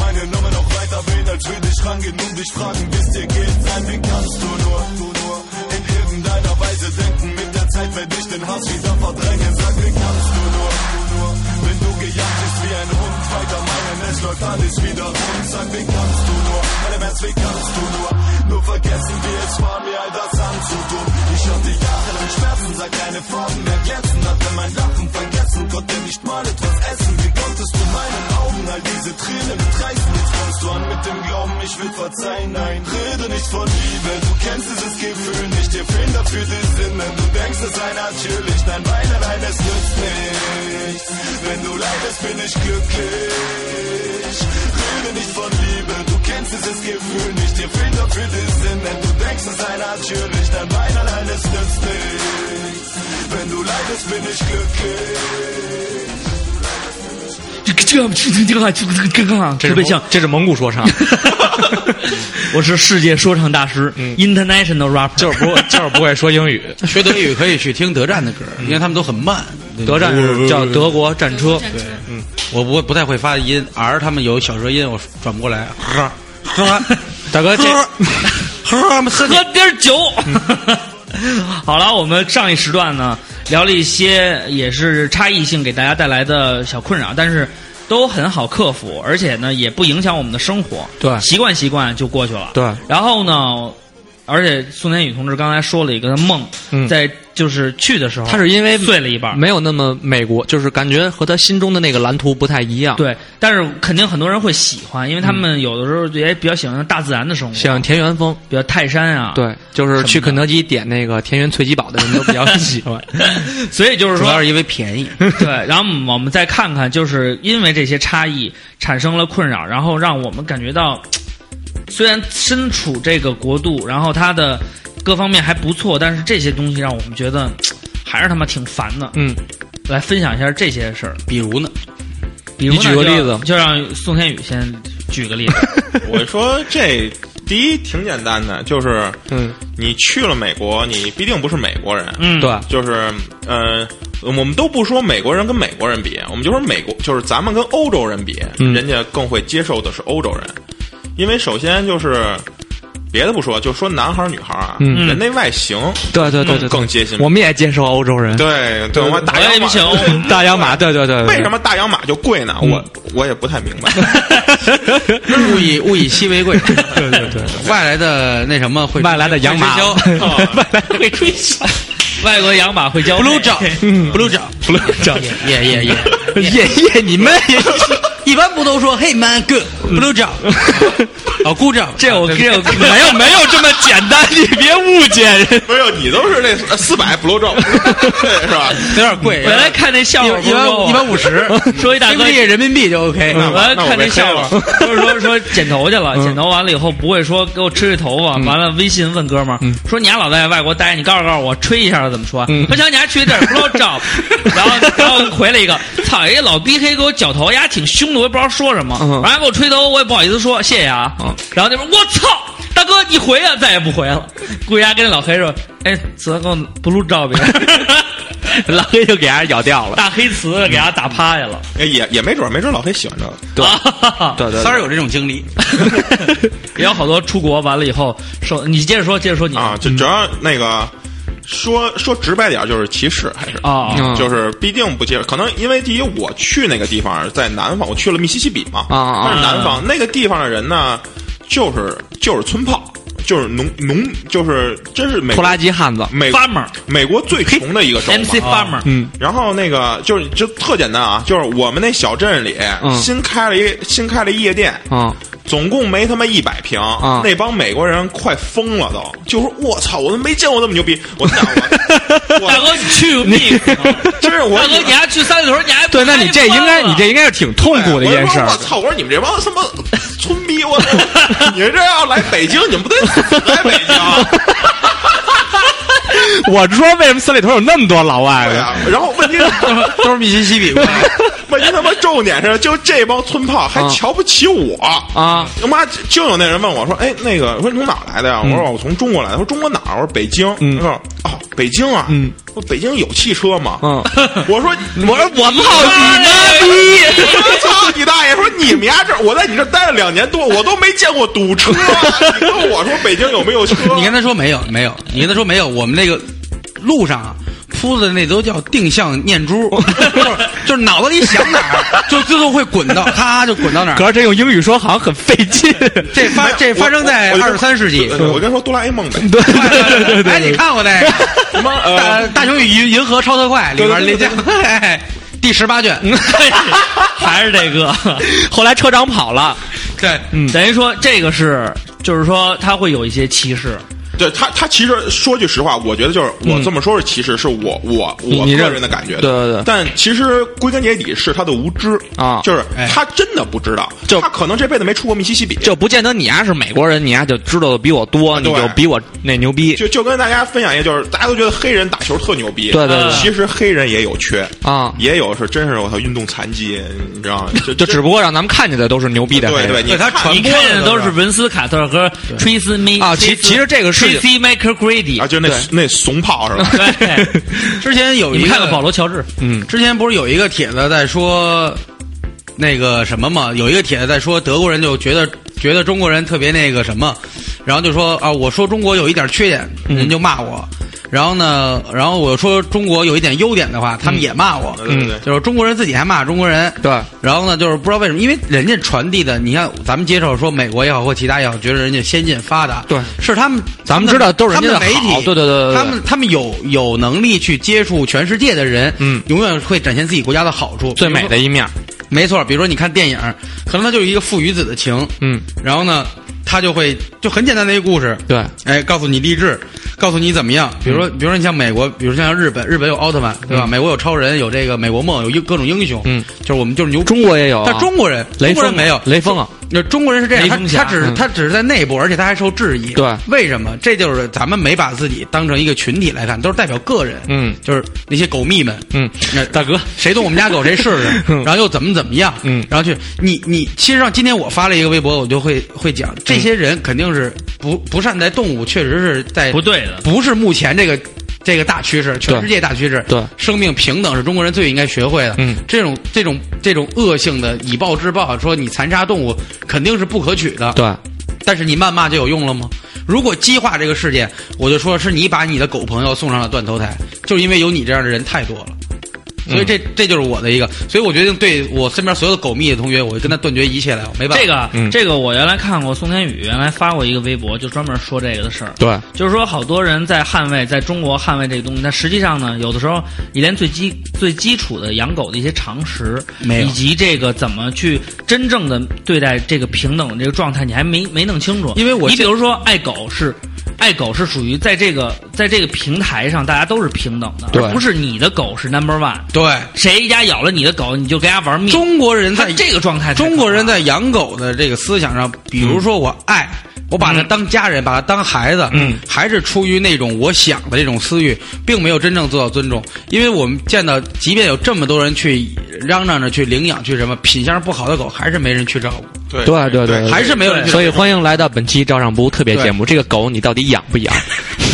Speaker 7: Meine Nummer noch weiter wählen, als will ich rangehen und dich fragen, wie es dir geht. Nein, wen kannst du nur? In irgendeiner Weise denken, mit der Zeit werd ich den Hass wieder verdrängen. Sag, wen kannst du nur? Wenn du gejagt bist wie ein Hund, weiter meinen, es läuft alles wieder rund. Sag, wen kannst du nur? Meine Mans, wen kannst du nur? Nur vergessen wir, es war mir all das anzutun. Ich hatte jahrelang Schmerzen, sag, deine Farben mehr glänzen. Hatte mein Lachen vergessen, konnte nicht mal etwas essen. Wie konntest du meinen Augen all diese Tränen entreißen? Jetzt kommst du an mit dem Glauben, ich will verzeihen. Nein, rede nicht von Liebe, du kennst dieses Gefühl nicht. Dir fehlen dafür die Sinne, du denkst, es sei natürlich. Nein, nein, nein, es nützt nichts. Wenn du leidest, bin ich glücklich. Rede nicht von Liebe, du kennst dieses Gefühl nicht. Dir fehlen dafür die Sinne, du denkst, es sei natürlich. Nein, nein, nein, es nützt nichts. Wenn du leidest, bin ich glücklich.
Speaker 2: 特别像，
Speaker 3: 这是蒙古说 唱，
Speaker 2: 我是世界说唱大师，international rapper，
Speaker 3: 就是不就是不会说英语。
Speaker 1: 学德语可以去听德战的歌，因为他们都很慢。
Speaker 3: 德战是叫德国战车，
Speaker 6: 战车
Speaker 1: 我不不太会发音，R 他们有小舌音，我转不过来。呵呵，
Speaker 3: 大哥这
Speaker 1: 呵呵，喝
Speaker 2: 喝点儿酒。好了，我们上一时段呢聊了一些也是差异性给大家带来的小困扰，但是都很好克服，而且呢也不影响我们的生活。
Speaker 3: 对
Speaker 2: 习惯习惯就过去了。
Speaker 3: 对
Speaker 2: 然后呢，而且宋天宇同志刚才说了一个梦，
Speaker 3: 嗯
Speaker 2: 在就是去的时候，
Speaker 3: 他是因为
Speaker 2: 碎了一半儿。
Speaker 3: 没有那么美国，就是感觉和他心中的那个蓝图不太一样。，
Speaker 2: 对，但是肯定很多人会喜欢，因为他们有的时候也比较喜欢大自然的生活，
Speaker 3: 嗯像田园风，
Speaker 2: 比较泰山啊。
Speaker 3: 对，就是去
Speaker 2: 什么的
Speaker 3: 肯德基点那个田园脆鸡堡的人都比较喜欢。
Speaker 2: 所以就 是
Speaker 1: 主
Speaker 2: 说，
Speaker 1: 要是因为便宜。
Speaker 2: 对，然后我们再看看，就是因为这些差异产生了困扰，然后让我们感觉到，虽然身处这个国度，然后它的各方面还不错，但是这些东西让我们觉得还是他妈挺烦的。
Speaker 3: 嗯，
Speaker 2: 来分享一下这些事儿，
Speaker 1: 比如呢，
Speaker 2: 比如呢
Speaker 3: 你举个
Speaker 2: 就
Speaker 3: 例子
Speaker 2: 就让宋天宇先举 个例子。
Speaker 5: 我说这第一挺简单的，就是
Speaker 3: 嗯，
Speaker 5: 你去了美国，你必定不是美国人。
Speaker 2: 嗯，
Speaker 3: 对，
Speaker 5: 就是呃，我们都不说美国人跟美国人比，我们就说美国，就是咱们跟欧洲人比，
Speaker 3: 嗯
Speaker 5: 人家更会接受的是欧洲人，因为首先就是别的不说，就说男孩儿女孩儿啊，
Speaker 3: 嗯
Speaker 5: 人那外形
Speaker 3: 对对对
Speaker 5: 更
Speaker 3: 对，
Speaker 5: 更接近。
Speaker 3: 我们也接受欧洲人，
Speaker 5: 对对，我们大
Speaker 2: 我也
Speaker 5: 洋
Speaker 2: 不
Speaker 5: 马
Speaker 2: 行，
Speaker 3: 大洋 马，对对对，对嗯
Speaker 5: 为 什？么大洋马就贵呢？我我也不太明白。
Speaker 1: 物以物以稀为贵，
Speaker 3: 对对对，
Speaker 1: 外来的那什么会哦
Speaker 3: 外来的洋马
Speaker 1: 会吹箫
Speaker 3: 外来会吹箫，
Speaker 2: 外国养马会教
Speaker 1: blue 照 blue 照
Speaker 3: 不叫
Speaker 1: 耶耶耶，
Speaker 3: 夜夜你们嗯也
Speaker 1: 一般不都说 Hey man good blue 哦照，老姑照，
Speaker 2: 这我这我
Speaker 3: 没有没有这么简单，你别误解人。
Speaker 5: 没有，你都是那四百 blow job，对是吧？
Speaker 1: 有点贵，
Speaker 2: 我来看那笑话，
Speaker 1: 一般一般五十，
Speaker 2: 说一大
Speaker 1: 人
Speaker 2: 哥
Speaker 1: 民币人民币就 OK。
Speaker 5: 那
Speaker 2: 我
Speaker 5: 我
Speaker 2: 要
Speaker 5: 那我
Speaker 2: 哎看那
Speaker 5: 被黑
Speaker 2: 笑话
Speaker 5: 了，
Speaker 2: 就是说说剪头去了，剪头完了以后不会说给我吹吹头发，完了微信问哥们儿说你丫老在外国待，你告诉告诉我吹一下怎么说？我想你还去地儿不知道找，然后然后回了一个操，一老逼黑给我绞头，丫挺凶的，我也不知道说什么，
Speaker 3: 嗯
Speaker 2: 完了给我吹头，我也不好意思说谢谢啊，然后那边我操。大哥，你回啊，再也不回了。估计丫跟那老黑说：“哎，子给我不录照片。”
Speaker 3: 老黑就给人咬掉了。
Speaker 2: 大黑瓷给他打趴下了。
Speaker 5: 也也没准儿，没准儿老黑喜欢这个。
Speaker 2: 对，
Speaker 3: 对对
Speaker 1: 三儿有这种经历，
Speaker 2: 也有好多出国完了以后受，你接着说，接着说你
Speaker 3: 嗯
Speaker 5: 啊，就主要那个说说直白点，儿，就是歧视，还是
Speaker 2: 啊
Speaker 3: 嗯
Speaker 5: 就是必定不接受。可能因为第一，我去那个地方在南方，我去了密西西比嘛，
Speaker 3: 啊啊
Speaker 5: 但是南方那个地方的人呢，就是就是村炮，就是农农，就是真是美
Speaker 3: 拖拉机汉子，
Speaker 5: 美
Speaker 2: ，farmer
Speaker 5: 美国最穷的一个州嘛
Speaker 2: MC farmer，
Speaker 3: 嗯
Speaker 5: 然后那个就是就特简单啊，就是我们那小镇里
Speaker 3: 嗯
Speaker 5: 新开了一新开了一夜店，
Speaker 3: 啊
Speaker 5: 总共没他妈一百平，
Speaker 3: 啊
Speaker 5: 那帮美国人快疯了都，就说我操，我都没见过这么牛逼，我想我
Speaker 2: 大
Speaker 5: 我
Speaker 2: 哥，你去有病！
Speaker 5: 真是我
Speaker 2: 大哥，你还去三里屯，你还
Speaker 3: 对，那你这应该，你这应该是挺痛苦的一件事
Speaker 5: 我
Speaker 3: 儿
Speaker 5: 就说我。操！我说你们这帮他妈村逼，我操！你这要来北京，你们不得死在北京啊？
Speaker 3: 我说为什么三里屯有那么多老外
Speaker 5: 对
Speaker 3: 呢？
Speaker 5: 啊，然后问题
Speaker 1: 都是密西西比过来的。
Speaker 5: 问题他妈重点是，就这帮村炮还
Speaker 3: 啊
Speaker 5: 瞧不起我
Speaker 3: 啊！
Speaker 5: 他妈就有那人问我说：“哎，那个，我说你从哪儿来的呀？”
Speaker 3: 嗯
Speaker 5: 我说：“我从中国来的。”他说：“中国哪儿？”我说：“北京。”他说：“哦，北京啊。”
Speaker 3: 嗯，
Speaker 5: 我说：“北京有汽车吗？”
Speaker 3: 嗯，
Speaker 5: 我 说：“我说我
Speaker 3: 操你妈逼！
Speaker 5: 我说操你大爷！说你们家这儿，我在你这儿待了两年多，我都没见过堵车。啊你跟我说北京有没有车？ 啊
Speaker 1: 你跟他说没有没有，你跟他说没有，我们那个路上啊铺的那都叫定向念珠， 就是就是脑子里想哪儿，就最后会滚到，咔就滚到哪
Speaker 3: 可
Speaker 1: 儿。
Speaker 3: 是这用英语说好像很费劲。
Speaker 1: 这
Speaker 5: 没
Speaker 1: 发
Speaker 5: 有
Speaker 1: 这发生在
Speaker 5: 我我
Speaker 1: 二十三世纪。
Speaker 5: 对对我跟他说哆啦 A 梦呗。
Speaker 3: 对对对对
Speaker 1: 哎，你
Speaker 3: 对，
Speaker 1: 看过那个什么大
Speaker 5: 呃
Speaker 1: 大雄与银银河超特快里边那
Speaker 5: 对对嗯
Speaker 1: 叫哎第十八卷，
Speaker 2: 还是这 个。
Speaker 3: 后来车长跑了，
Speaker 1: 对，
Speaker 2: 嗯等于说这个是，就是说他会有一些歧视，
Speaker 5: 对他，他其实说句实话，我觉得就是我这么说是歧视，是我我
Speaker 3: 嗯你
Speaker 5: 我
Speaker 3: 你
Speaker 5: 个
Speaker 3: 认
Speaker 5: 人的感觉。
Speaker 3: 对对对
Speaker 5: 但其实归根结底是他的无知
Speaker 3: 啊
Speaker 5: 就是
Speaker 1: 哎
Speaker 5: 他真的不知道，
Speaker 3: 就
Speaker 5: 他可能这辈子没出过密西西比。
Speaker 3: 就不见得你丫是美国人，你丫就知道的比我多，你
Speaker 5: 啊对
Speaker 3: 就比我那牛逼。
Speaker 5: 就就跟大家分享一下，就是大家都觉得黑人打球特牛逼，
Speaker 3: 对对
Speaker 1: 嗯
Speaker 3: 对
Speaker 5: 其实黑人也有缺
Speaker 3: 啊
Speaker 5: 也有是真是我操运动残疾，你知道 吗？就
Speaker 3: 就只不过让咱们看见的都是牛逼的黑
Speaker 5: 对
Speaker 3: 人。
Speaker 5: 对，你
Speaker 1: 对他
Speaker 5: 看
Speaker 1: 传
Speaker 2: 你
Speaker 1: 播
Speaker 2: 看见的
Speaker 1: 都
Speaker 2: 都
Speaker 1: 是
Speaker 2: 是文斯卡特和 Tracy May
Speaker 3: 啊其其实这个是
Speaker 2: Tracy Maker Grady
Speaker 5: 啊，就那那怂炮是吧？
Speaker 2: 对，
Speaker 1: 之前有
Speaker 2: 你
Speaker 1: 一
Speaker 2: 们
Speaker 1: 个
Speaker 2: 看看保罗乔治，
Speaker 3: 嗯
Speaker 1: 之前不是有一个帖子在说那个什么嘛？有一个帖子在说德国人就觉得觉得中国人特别那个什么，然后就说啊，我说中国有一点缺点，
Speaker 3: 嗯
Speaker 1: 人就骂我。然后呢，然后我说中国有一点优点的话，他们也骂我。
Speaker 3: 嗯
Speaker 1: 嗯
Speaker 5: 对对对，
Speaker 1: 就是中国人自己还骂中国人，
Speaker 3: 对
Speaker 1: 然后呢，就是不知道为什么，因为人家传递的，你看咱们接受说美国也好或其他也好，觉得人家先进发达，
Speaker 3: 对
Speaker 1: 是他们
Speaker 3: 咱们知道都是人家的
Speaker 1: 他们媒体
Speaker 3: 好，对对对对对
Speaker 1: 他们他们有有能力去接触全世界的人，
Speaker 3: 嗯
Speaker 1: 永远会展现自己国家的好处，
Speaker 3: 最美的
Speaker 1: 比
Speaker 3: 一面，
Speaker 1: 如说，没错。比如说你看电影，可能它就是一个父与子的情，
Speaker 3: 嗯，
Speaker 1: 然后呢，他就会就很简单的一个故事，
Speaker 3: 对，嗯
Speaker 1: 哎，告诉你励志，告诉你怎么样。比如说，比如说你像美国，比如像日本，日本有奥特曼，对吧？美国有超人，有这个美国梦，有英各种英雄。
Speaker 3: 嗯，
Speaker 1: 就是我们就是牛逼。
Speaker 3: 中国也有啊，
Speaker 1: 但中国人，
Speaker 3: 雷
Speaker 1: 中国
Speaker 3: 锋
Speaker 1: 人没有
Speaker 3: 雷锋啊，
Speaker 1: 那中国人是这样，
Speaker 2: 雷
Speaker 1: 他
Speaker 2: 锋侠
Speaker 1: 他只是
Speaker 3: 嗯
Speaker 1: 他只是在内部，而且他还受质疑。
Speaker 3: 对
Speaker 1: 为什么？这就是咱们没把自己当成一个群体来看，都是代表个人。
Speaker 3: 嗯
Speaker 1: 就是那些狗蜜们，
Speaker 3: 嗯，
Speaker 1: 那
Speaker 3: 大哥，
Speaker 1: 谁动我们家狗谁试 试，然后又怎么怎么样，
Speaker 3: 嗯
Speaker 1: 然后去你你，其实上今天我发了一个微博，我就会会讲，
Speaker 3: 嗯
Speaker 1: 这些人肯定是不不善待动物，确实是在
Speaker 2: 不对的，
Speaker 1: 不是目前这个这个大趋势，全世界大趋势，
Speaker 3: 对
Speaker 1: 生命平等是中国人最应该学会的，
Speaker 3: 嗯
Speaker 1: 这种这种这种恶性的以暴制暴，说你残杀动物肯定是不可取的，
Speaker 3: 对，
Speaker 1: 但是你谩骂就有用了吗？如果激化这个事件，我就说是你把你的狗朋友送上了断头台，就是因为有你这样的人太多了。所以
Speaker 2: 嗯
Speaker 1: 这、这就是我的一个，所以我决定对我身边所有的狗蜜的同学，我就跟他断绝一切来往，没办法。
Speaker 2: 这个
Speaker 3: 嗯
Speaker 2: 这个我原来看过，宋天宇原来发过一个微博，就专门说这个的事儿。
Speaker 3: 对，
Speaker 2: 就是说，好多人在捍卫，在中国捍卫这个东西，但实际上呢，有的时候你连最基最基础的养狗的一些常识，
Speaker 1: 没有
Speaker 2: 以及这个怎么去真正的对待这个平等的这个状态，你还没没弄清楚。
Speaker 1: 因为我
Speaker 2: 你比
Speaker 1: 现
Speaker 2: 如说，爱狗是。爱狗是属于在这个在这个平台上，大家都是平等的，
Speaker 3: 对
Speaker 2: 而不是你的狗是 number one，
Speaker 1: 对，
Speaker 2: 谁家咬了你的狗，你就给它玩命。
Speaker 1: 中国人
Speaker 2: 他
Speaker 1: 在
Speaker 2: 这个状态才可怕，
Speaker 1: 中国人在养狗的这个思想上，比如说我爱，我把它当家人，把它当孩子，
Speaker 3: 嗯，
Speaker 1: 还是出于那种我想的这种私欲，并没有真正做到尊重。因为我们见到，即便有这么多人去嚷嚷着去领养去什么，品相不好的狗还是没人去照顾，
Speaker 5: 对
Speaker 3: 对对对
Speaker 1: 还是没有人去照
Speaker 3: 所以欢迎来到本期《照上不误》特别节目。这个狗你到底养不养？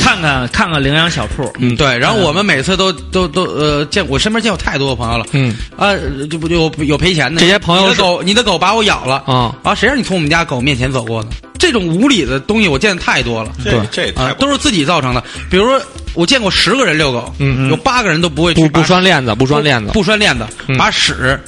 Speaker 2: 看看看看领养小铺，
Speaker 3: 嗯
Speaker 1: 顾。对，然后我们每次都都都呃，见我身边见有太多的朋友了，
Speaker 3: 嗯，
Speaker 1: 啊，这不有有赔钱的？
Speaker 3: 这些朋友
Speaker 1: 你的
Speaker 3: 是
Speaker 1: 狗，你的狗把我咬了
Speaker 3: 啊
Speaker 1: 啊！谁让你从我们家狗面前走过呢？这种无理的东西我见的太多了。
Speaker 5: 这
Speaker 3: 对
Speaker 5: 这也
Speaker 1: 啊
Speaker 5: 太，不
Speaker 1: 都是自己造成的。比如说，我见过十个人遛狗，
Speaker 3: 嗯嗯
Speaker 1: 有八个人都不会去
Speaker 3: 不不
Speaker 1: 把
Speaker 3: 拴链子，不
Speaker 1: 不
Speaker 3: 拴链子，
Speaker 1: 不拴链子
Speaker 3: 嗯，
Speaker 1: 把屎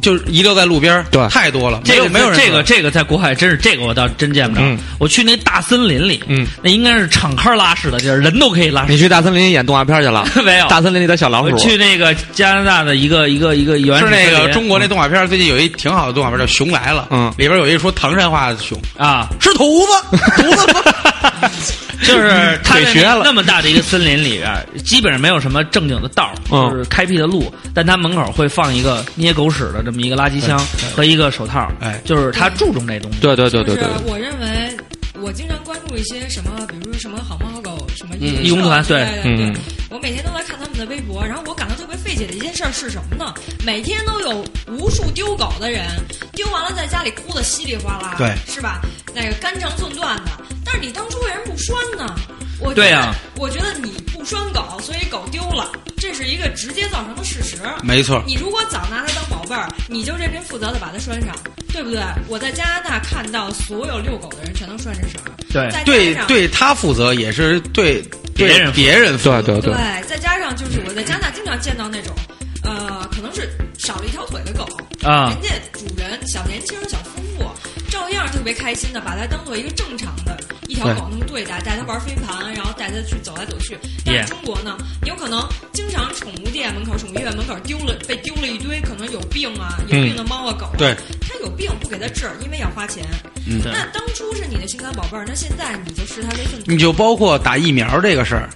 Speaker 1: 就是遗留在路边儿，
Speaker 3: 对
Speaker 1: 太多了，
Speaker 2: 这个
Speaker 1: 没有没有人
Speaker 2: 这个
Speaker 1: 管
Speaker 2: 这个在国外真是这个我倒真见不着
Speaker 3: 嗯。
Speaker 2: 我去那大森林里，
Speaker 3: 嗯
Speaker 2: 那应该是敞开拉屎的地儿，人都可以拉屎。
Speaker 3: 你去大森林演动画片去了？
Speaker 2: 没有
Speaker 3: 嗯大森林里的小老
Speaker 2: 我
Speaker 3: 鼠。
Speaker 2: 去那个加拿大的一个一个一个原始
Speaker 1: 是那个
Speaker 2: 森林
Speaker 1: 中国那动画片儿，最近有一挺好的动画片儿叫《熊来了》，
Speaker 3: 嗯
Speaker 1: 里边有一说唐山话的熊
Speaker 2: 啊，
Speaker 1: 是犊子，犊子
Speaker 2: 就是他
Speaker 3: 腿瘸
Speaker 2: 在
Speaker 3: 了
Speaker 2: 那么大的一个森林里边，基本上没有什么正经的道
Speaker 3: 嗯
Speaker 2: 儿，就是开辟的路，但他门口会放一个捏狗屎的这么一个垃圾箱和一个手套，
Speaker 1: 哎
Speaker 2: 就是他注重这东西。
Speaker 3: 对对对对
Speaker 6: 就是
Speaker 3: 对，
Speaker 6: 我认为，我经常关注一些什么，比如说什么好猫好狗，什么
Speaker 2: 义工团
Speaker 6: 对
Speaker 2: 对
Speaker 6: 对
Speaker 3: 嗯
Speaker 6: 对，我每天都在看他们的微博，然后我感到特别费解的一件事儿是什么呢？每天都有无数丢狗的人，丢完了在家里哭得稀里哗啦，
Speaker 1: 对，
Speaker 6: 是吧？那个肝肠寸断的，但是你当初为什么不拴呢？我觉得
Speaker 2: 对
Speaker 1: 啊
Speaker 2: 呀
Speaker 6: 我觉得你不拴狗，所以狗丢了，这是一个直接造成的事实。
Speaker 1: 没错，
Speaker 6: 你如果早拿它当宝贝儿，你就认真负责的把它拴上，对不对？我在加拿大看到所有遛狗的人全都拴着绳儿，
Speaker 2: 对
Speaker 6: 再
Speaker 1: 对
Speaker 6: 加上
Speaker 1: 对他负责也是对对
Speaker 2: 别人负责
Speaker 1: 别人负责
Speaker 3: 对对对
Speaker 6: 对，再加上就是我在加拿大经常见到那种，呃，可能是少了一条腿的狗，
Speaker 2: 啊
Speaker 6: 人家主人小年轻小夫妇照样特别开心的把它当做一个正常的一条狗那么对待，带它玩飞盘，然后带它去走来走去。但
Speaker 2: Yeah
Speaker 6: 是中国呢，你有可能经常宠物店门口、宠物医院门口丢了被丢了一堆可能有病啊、有病的猫啊、狗啊，
Speaker 1: 对
Speaker 6: 它有病不给它治，因为要花钱。
Speaker 1: 嗯
Speaker 2: 对
Speaker 6: 那当初是你的心肝宝贝儿，那现在你就视它为粪土。
Speaker 1: 你就包括打疫苗这个事儿，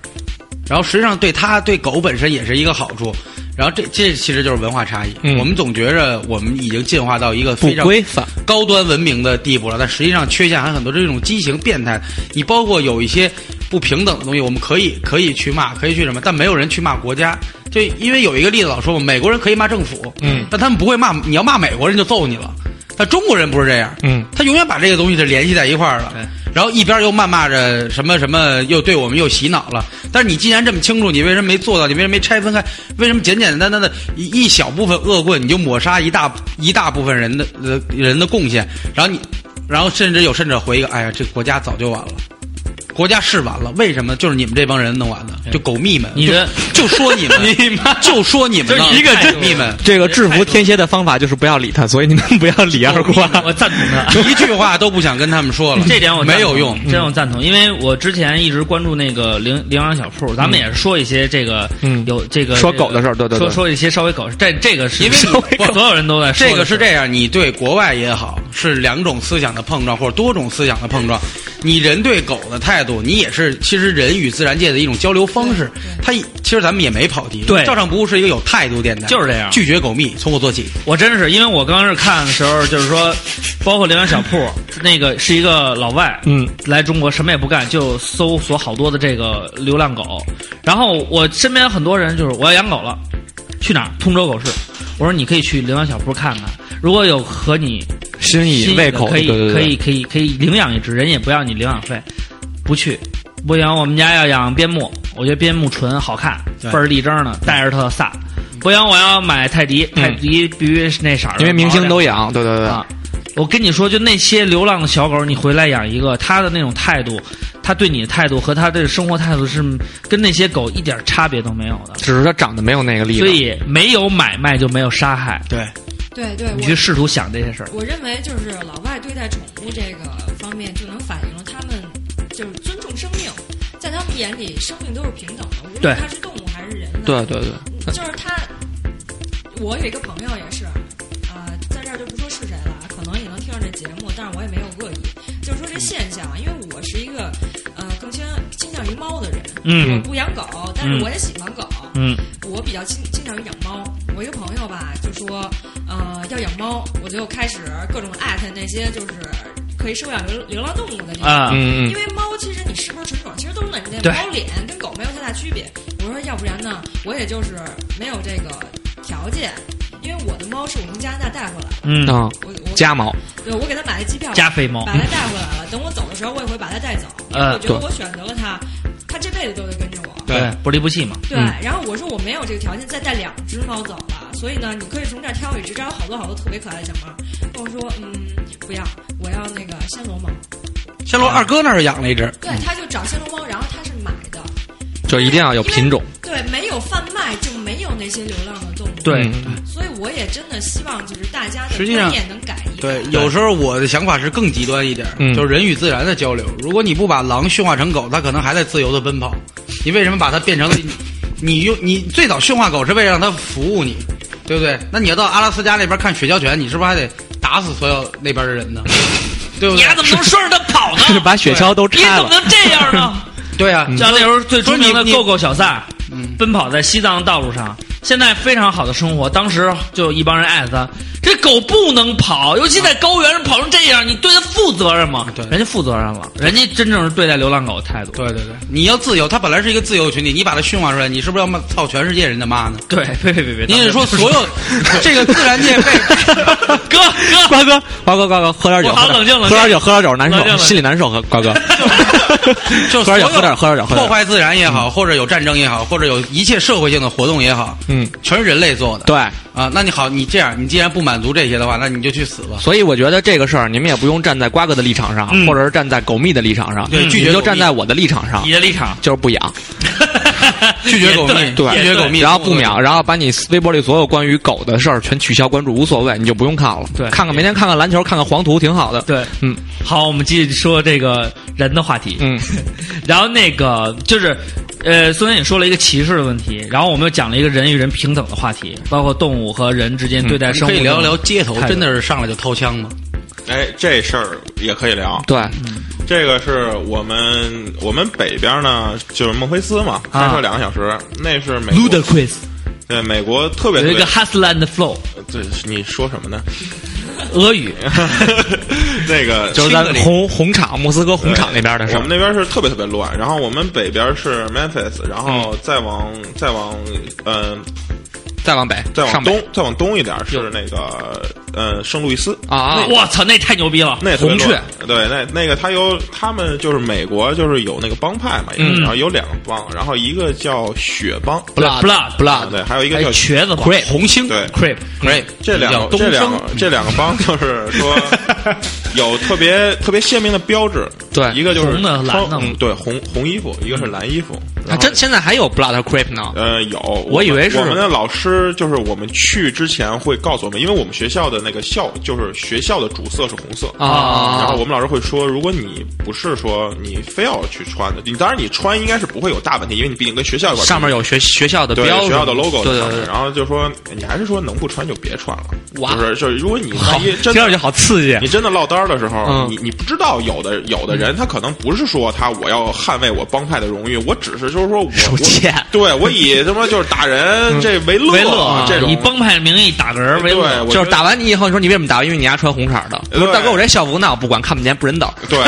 Speaker 1: 然后实际上对它对狗本身也是一个好处。然后这这其实就是文化差异，
Speaker 3: 嗯
Speaker 1: 我们总觉着我们已经进化到一个
Speaker 3: 不
Speaker 1: 非常
Speaker 3: 规范。
Speaker 1: 高端文明的地步了，但实际上缺陷还有很多。这种畸形、变态，你包括有一些不平等的东西，我们可以可以去骂，可以去什么，但没有人去骂国家。就因为有一个例子老说嘛，美国人可以骂政府，
Speaker 3: 嗯，
Speaker 1: 但他们不会骂，你要骂美国人就揍你了。但中国人不是这样，
Speaker 3: 嗯，
Speaker 1: 他永远把这个东西是联系在一块儿了
Speaker 2: 对。
Speaker 1: 然后一边又谩骂着什么什么，又对我们又洗脑了。但是你既然这么清楚，你为什么没做到？你为什么没拆分开？为什么简简单单的一一小部分恶棍，你就抹杀一大一大部分人的呃人的贡献？然后你，然后甚至有甚者回一个，哎呀，这国家早就完了。国家是完了，为什么？就是你们这帮人弄完的，就狗蜜们，
Speaker 2: 你的
Speaker 1: 就就说你们，
Speaker 2: 你妈
Speaker 1: 就说你们
Speaker 2: 就
Speaker 1: 呢，
Speaker 2: 一个真
Speaker 1: 狗蜜们，
Speaker 3: 这个制服天蝎的方法就是不要理他，所以你们不要理二 瓜。
Speaker 2: 我赞同他。
Speaker 1: 一句话都不想跟他们说了
Speaker 2: 嗯，这点我赞
Speaker 1: 没
Speaker 2: 同
Speaker 1: 有用。嗯
Speaker 2: 真我赞同，因为我之前一直关注那个领领养小铺，
Speaker 1: 嗯
Speaker 2: 咱们也是说一些这个，
Speaker 3: 嗯
Speaker 2: 有这个
Speaker 3: 说狗的事儿对对
Speaker 2: 说
Speaker 3: 对
Speaker 2: 说一些稍微狗，这这个是
Speaker 1: 因为
Speaker 2: 稍微
Speaker 1: 不
Speaker 2: 所有人都在说
Speaker 1: 这
Speaker 2: 的
Speaker 1: 个是
Speaker 2: 事
Speaker 1: 这样，你对国外也好，是两种思想的碰撞，或者多种思想的碰撞。你人对狗的态度，你也是其实人与自然界的一种交流方式。它一其实咱们也没跑题，
Speaker 2: 对
Speaker 1: 照常不误是一个有态度电台，
Speaker 2: 就是这样
Speaker 1: 拒绝狗蜜，从我做起。
Speaker 2: 我真是，因为我刚开始看的时候，就是说，包括领养小铺，那个是一个老外，
Speaker 3: 嗯，
Speaker 2: 来中国什么也不干，就搜索好多的这个流浪狗。然后我身边很多人就是我要养狗了，去哪儿？通州狗市。我说你可以去领养小铺看看，如果有和你
Speaker 3: 心
Speaker 2: 心
Speaker 3: 以
Speaker 2: 仪
Speaker 3: 胃
Speaker 2: 的
Speaker 3: 口，
Speaker 2: 可以
Speaker 3: 对对对
Speaker 2: 可以可以可以领养一只，人也不要你领养费，不去。不行，我们家要养边牧，我觉得边牧纯好看，
Speaker 1: 对
Speaker 2: 倍儿立正呢，带着它飒。不行，我要买泰迪，泰迪必须是那色儿
Speaker 3: 嗯
Speaker 2: 的，
Speaker 3: 因为明星都
Speaker 2: 有
Speaker 3: 养，对对对，
Speaker 2: 啊。我跟你说，就那些流浪的小狗，你回来养一个，它的那种态度，它对你的态度和它的生活态度是跟那些狗一点差别都没有的，
Speaker 3: 只是他长得没有那个力
Speaker 2: 所
Speaker 3: 量。
Speaker 2: 以没有买卖就没有杀害。
Speaker 1: 对，
Speaker 6: 对对，
Speaker 2: 你
Speaker 6: 我
Speaker 2: 去试图想这些事儿，
Speaker 6: 我认为就是老外对待宠物这个方面，就能反映了他们就是尊重生命，在他们眼里，生命都是平等的，无
Speaker 2: 对
Speaker 6: 论它是动物还是人类。
Speaker 3: 对对对，
Speaker 6: 就是他，我有一个朋友也是，啊、在这儿就不说是谁了，可能也能听到这节目，但是我也没有恶意。就是说这现象，因为我是一个呃更倾倾向于猫的人，
Speaker 2: 嗯
Speaker 6: 我不养狗，但是我也喜欢狗，
Speaker 2: 嗯，
Speaker 6: 我比较倾倾向于养猫。我一个朋友吧，就说呃要养猫，我就开始各种艾特那些就是可以收养流流浪动物的地方。
Speaker 2: 啊，
Speaker 3: 嗯
Speaker 6: 因为猫其实你是不是纯种，其实都是你
Speaker 2: 对
Speaker 6: 的猫脸跟狗没有太大区别。我说要不然呢，我也就是没有这个条件，因为我的猫是我从加拿大带回来的，
Speaker 2: 嗯
Speaker 3: 嗯啊，
Speaker 6: 我我
Speaker 3: 家猫，
Speaker 6: 对我给它买了机票，
Speaker 2: 加菲猫
Speaker 6: 把，它带回来了。等我走的时候，我也会把它带走，因为
Speaker 2: 呃
Speaker 6: 我觉得我选择了它，它这辈子都得跟着我。
Speaker 2: 对，不离不弃嘛。
Speaker 6: 对，
Speaker 3: 嗯
Speaker 6: 然后我说我没有这个条件再带两只猫走了，所以呢，你可以从这儿挑一只，这儿有好多好多特别可爱的小猫。跟我说，嗯，不要，我要那个暹罗猫。
Speaker 1: 暹罗二哥那儿养了一只，
Speaker 6: 对，他就找暹罗猫，然后他是买的，
Speaker 3: 就一定要有品种。
Speaker 6: 对，没有贩卖就没有那些流浪的动物。
Speaker 2: 对
Speaker 3: 嗯
Speaker 6: 所以我也也真的希望就是大家的
Speaker 1: 实际上
Speaker 6: 观念能改一改。
Speaker 1: 对，有时候我的想法是更极端一点，
Speaker 3: 嗯
Speaker 1: 就是人与自然的交流。如果你不把狼驯化成狗，它可能还在自由的奔跑。你为什么把它变成？你用你最早驯化狗是为了让它服务你，对不对？那你要到阿拉斯加那边看雪橇犬，你是不是还得打死所有那边的人呢？ 对不
Speaker 2: 你
Speaker 1: 对
Speaker 2: 还？怎么能顺着它跑呢？
Speaker 3: 是把雪橇都
Speaker 2: 你
Speaker 3: 拆
Speaker 2: 怎么
Speaker 3: 了。
Speaker 2: 能这样呢？
Speaker 1: 对啊，
Speaker 2: 像那时候最出名
Speaker 1: 说
Speaker 2: 的
Speaker 1: 你你
Speaker 2: 狗狗小萨
Speaker 1: 嗯，
Speaker 2: 奔跑在西藏的道路上，现在非常好的生活。当时就一帮人艾特他，这狗不能跑，尤其在高原上跑成这样，你对它负责任吗？
Speaker 1: 对
Speaker 2: 人家负责任了，人家真正是对待流浪狗的态度。
Speaker 1: 对对对，你要自由，它本来是一个自由群体，你把它驯化出来，你是不是要骂操全世界人的骂呢？
Speaker 2: 对， 别别别别，
Speaker 1: 你得 说所有这个自然界 被
Speaker 2: 哥 哥，
Speaker 3: 瓜哥，瓜哥，瓜哥，喝点酒，
Speaker 2: 我好冷静冷
Speaker 3: 喝
Speaker 2: 静
Speaker 3: 点酒，喝点酒，难
Speaker 2: 冷静
Speaker 3: 受，
Speaker 2: 冷静
Speaker 3: 心里难受。喝瓜哥，
Speaker 1: 就
Speaker 3: 喝
Speaker 1: 所
Speaker 3: 点酒，
Speaker 1: 有
Speaker 3: 喝点，喝点酒，喝
Speaker 1: 破
Speaker 3: 点。
Speaker 1: 坏自然也好，或者有战争也好，或者有一切社会性的活动也好，
Speaker 3: 嗯，
Speaker 1: 全是人类做的。
Speaker 3: 对，
Speaker 1: 啊，那你好，你这样，你既然不满足这些的话，那你就去死吧。
Speaker 3: 所以我觉得这个事儿，你们也不用站在瓜哥的立场上，
Speaker 2: 嗯
Speaker 3: 或者是站在狗蜜的立场上，
Speaker 1: 对
Speaker 3: 嗯
Speaker 1: 拒绝
Speaker 3: 你就
Speaker 1: 狗蜜
Speaker 3: 站在我的立场上
Speaker 2: 你，的立场，
Speaker 3: 就是不养，
Speaker 1: 拒绝狗蜜
Speaker 2: 也
Speaker 1: 拒
Speaker 2: 也
Speaker 1: 绝狗蜜
Speaker 3: 然后不秒，然后把你微博里所有关于狗的事儿全取消关注，无所谓，你就不用看了。
Speaker 2: 对
Speaker 3: 看看每天看看篮球，看看黄图，挺好的。
Speaker 2: 对，
Speaker 3: 嗯
Speaker 2: 好，我们继续说这个人的话题。
Speaker 3: 嗯，
Speaker 2: 然后那个就是，呃，孙楠也说了一个歧视的问题，然后我们又讲了一个人与人平等的话题，包括动物和人之间对待生
Speaker 1: 可
Speaker 2: 物、
Speaker 1: 以聊聊。街头，
Speaker 3: 态度
Speaker 1: 真的是上来就掏枪吗？
Speaker 5: 哎，这事儿也可以聊。
Speaker 3: 对，
Speaker 5: 这个是我们我们北边呢，就是孟菲斯嘛，
Speaker 2: 啊
Speaker 5: 开车两个小时，那是美国
Speaker 2: Ludacris
Speaker 5: 对美国特别
Speaker 2: 有
Speaker 5: 特
Speaker 2: 一个
Speaker 5: 别
Speaker 2: Hustland Flow
Speaker 5: 对，你说什 么呢？
Speaker 2: 俄语，
Speaker 5: 那个
Speaker 3: 就是在红红场莫斯科红场那边的事儿
Speaker 5: 我们。那边是特别特别乱。然后我们北边是 Memphis，然后
Speaker 3: 嗯
Speaker 5: 再往、再往嗯、
Speaker 3: 再往北，
Speaker 5: 再
Speaker 3: 上
Speaker 5: 往
Speaker 3: 北
Speaker 5: 东再往东一点是那个呃圣路易斯
Speaker 3: 啊啊！
Speaker 2: 我操，那太牛逼了！
Speaker 5: 那也特别
Speaker 3: 红
Speaker 5: 乱对，那那个他有他们就是美国就是有那个帮派嘛，
Speaker 2: 嗯
Speaker 5: 然后有两个帮，然后一个叫血帮，
Speaker 2: blood blood
Speaker 3: blood
Speaker 5: 啊对，还有一个
Speaker 2: 还
Speaker 5: 叫
Speaker 2: 有瘸子
Speaker 1: 对，红星，
Speaker 5: 对
Speaker 2: crip，
Speaker 1: 对，
Speaker 5: 这两
Speaker 1: 叫东
Speaker 5: 个这两
Speaker 1: 升
Speaker 5: 个，这两个帮就是 说有特别特别鲜明的标志，
Speaker 3: 对
Speaker 5: 一个就是
Speaker 2: 红的
Speaker 5: 穿
Speaker 2: 蓝的
Speaker 5: 嗯对红红衣服，一个是蓝衣服，
Speaker 3: 还啊真现在还有 blood creep 呢。
Speaker 5: 呃，有，
Speaker 3: 嗯我以
Speaker 5: 们
Speaker 3: 为是
Speaker 5: 我们的老师，就是我们去之前会告诉我们，因为我们学校的那个校，就是学校的主色是红色
Speaker 3: 啊
Speaker 5: 然后我们老师会说，如果你不是说你非要去穿的，你当然你穿应该是不会有大问题，因为你毕竟跟学校有关系
Speaker 3: 上面有学学校的
Speaker 5: 对
Speaker 3: 标，
Speaker 5: 学校的 logo
Speaker 3: 对
Speaker 5: 在上
Speaker 3: 对
Speaker 5: 面
Speaker 3: 对，
Speaker 5: 然后就说你还是说能不穿就别穿了，
Speaker 3: 哇
Speaker 5: 就是就是如果你万一
Speaker 3: 听
Speaker 5: 真
Speaker 3: 上去
Speaker 5: 的。
Speaker 3: 好刺激
Speaker 5: 你真的落单儿的时候，
Speaker 3: 嗯
Speaker 5: 你你不知道有的有的人他可能不是说他我要捍卫我帮派的荣誉，我只是就是说我
Speaker 3: 手
Speaker 5: 我
Speaker 3: 贱嗯
Speaker 5: 对我以他妈就是打人这为乐
Speaker 2: 为乐啊
Speaker 5: 这种
Speaker 2: 以帮派的名义打个人为
Speaker 5: 对，
Speaker 2: 乐。
Speaker 5: 哎我
Speaker 3: 就
Speaker 5: 觉
Speaker 3: 是
Speaker 5: 得
Speaker 3: 打完你以后，你说你为什么打？因为你还穿红色的。
Speaker 5: 对
Speaker 3: 我说大哥，我这校服那我不管，看不见不人道。
Speaker 5: 对，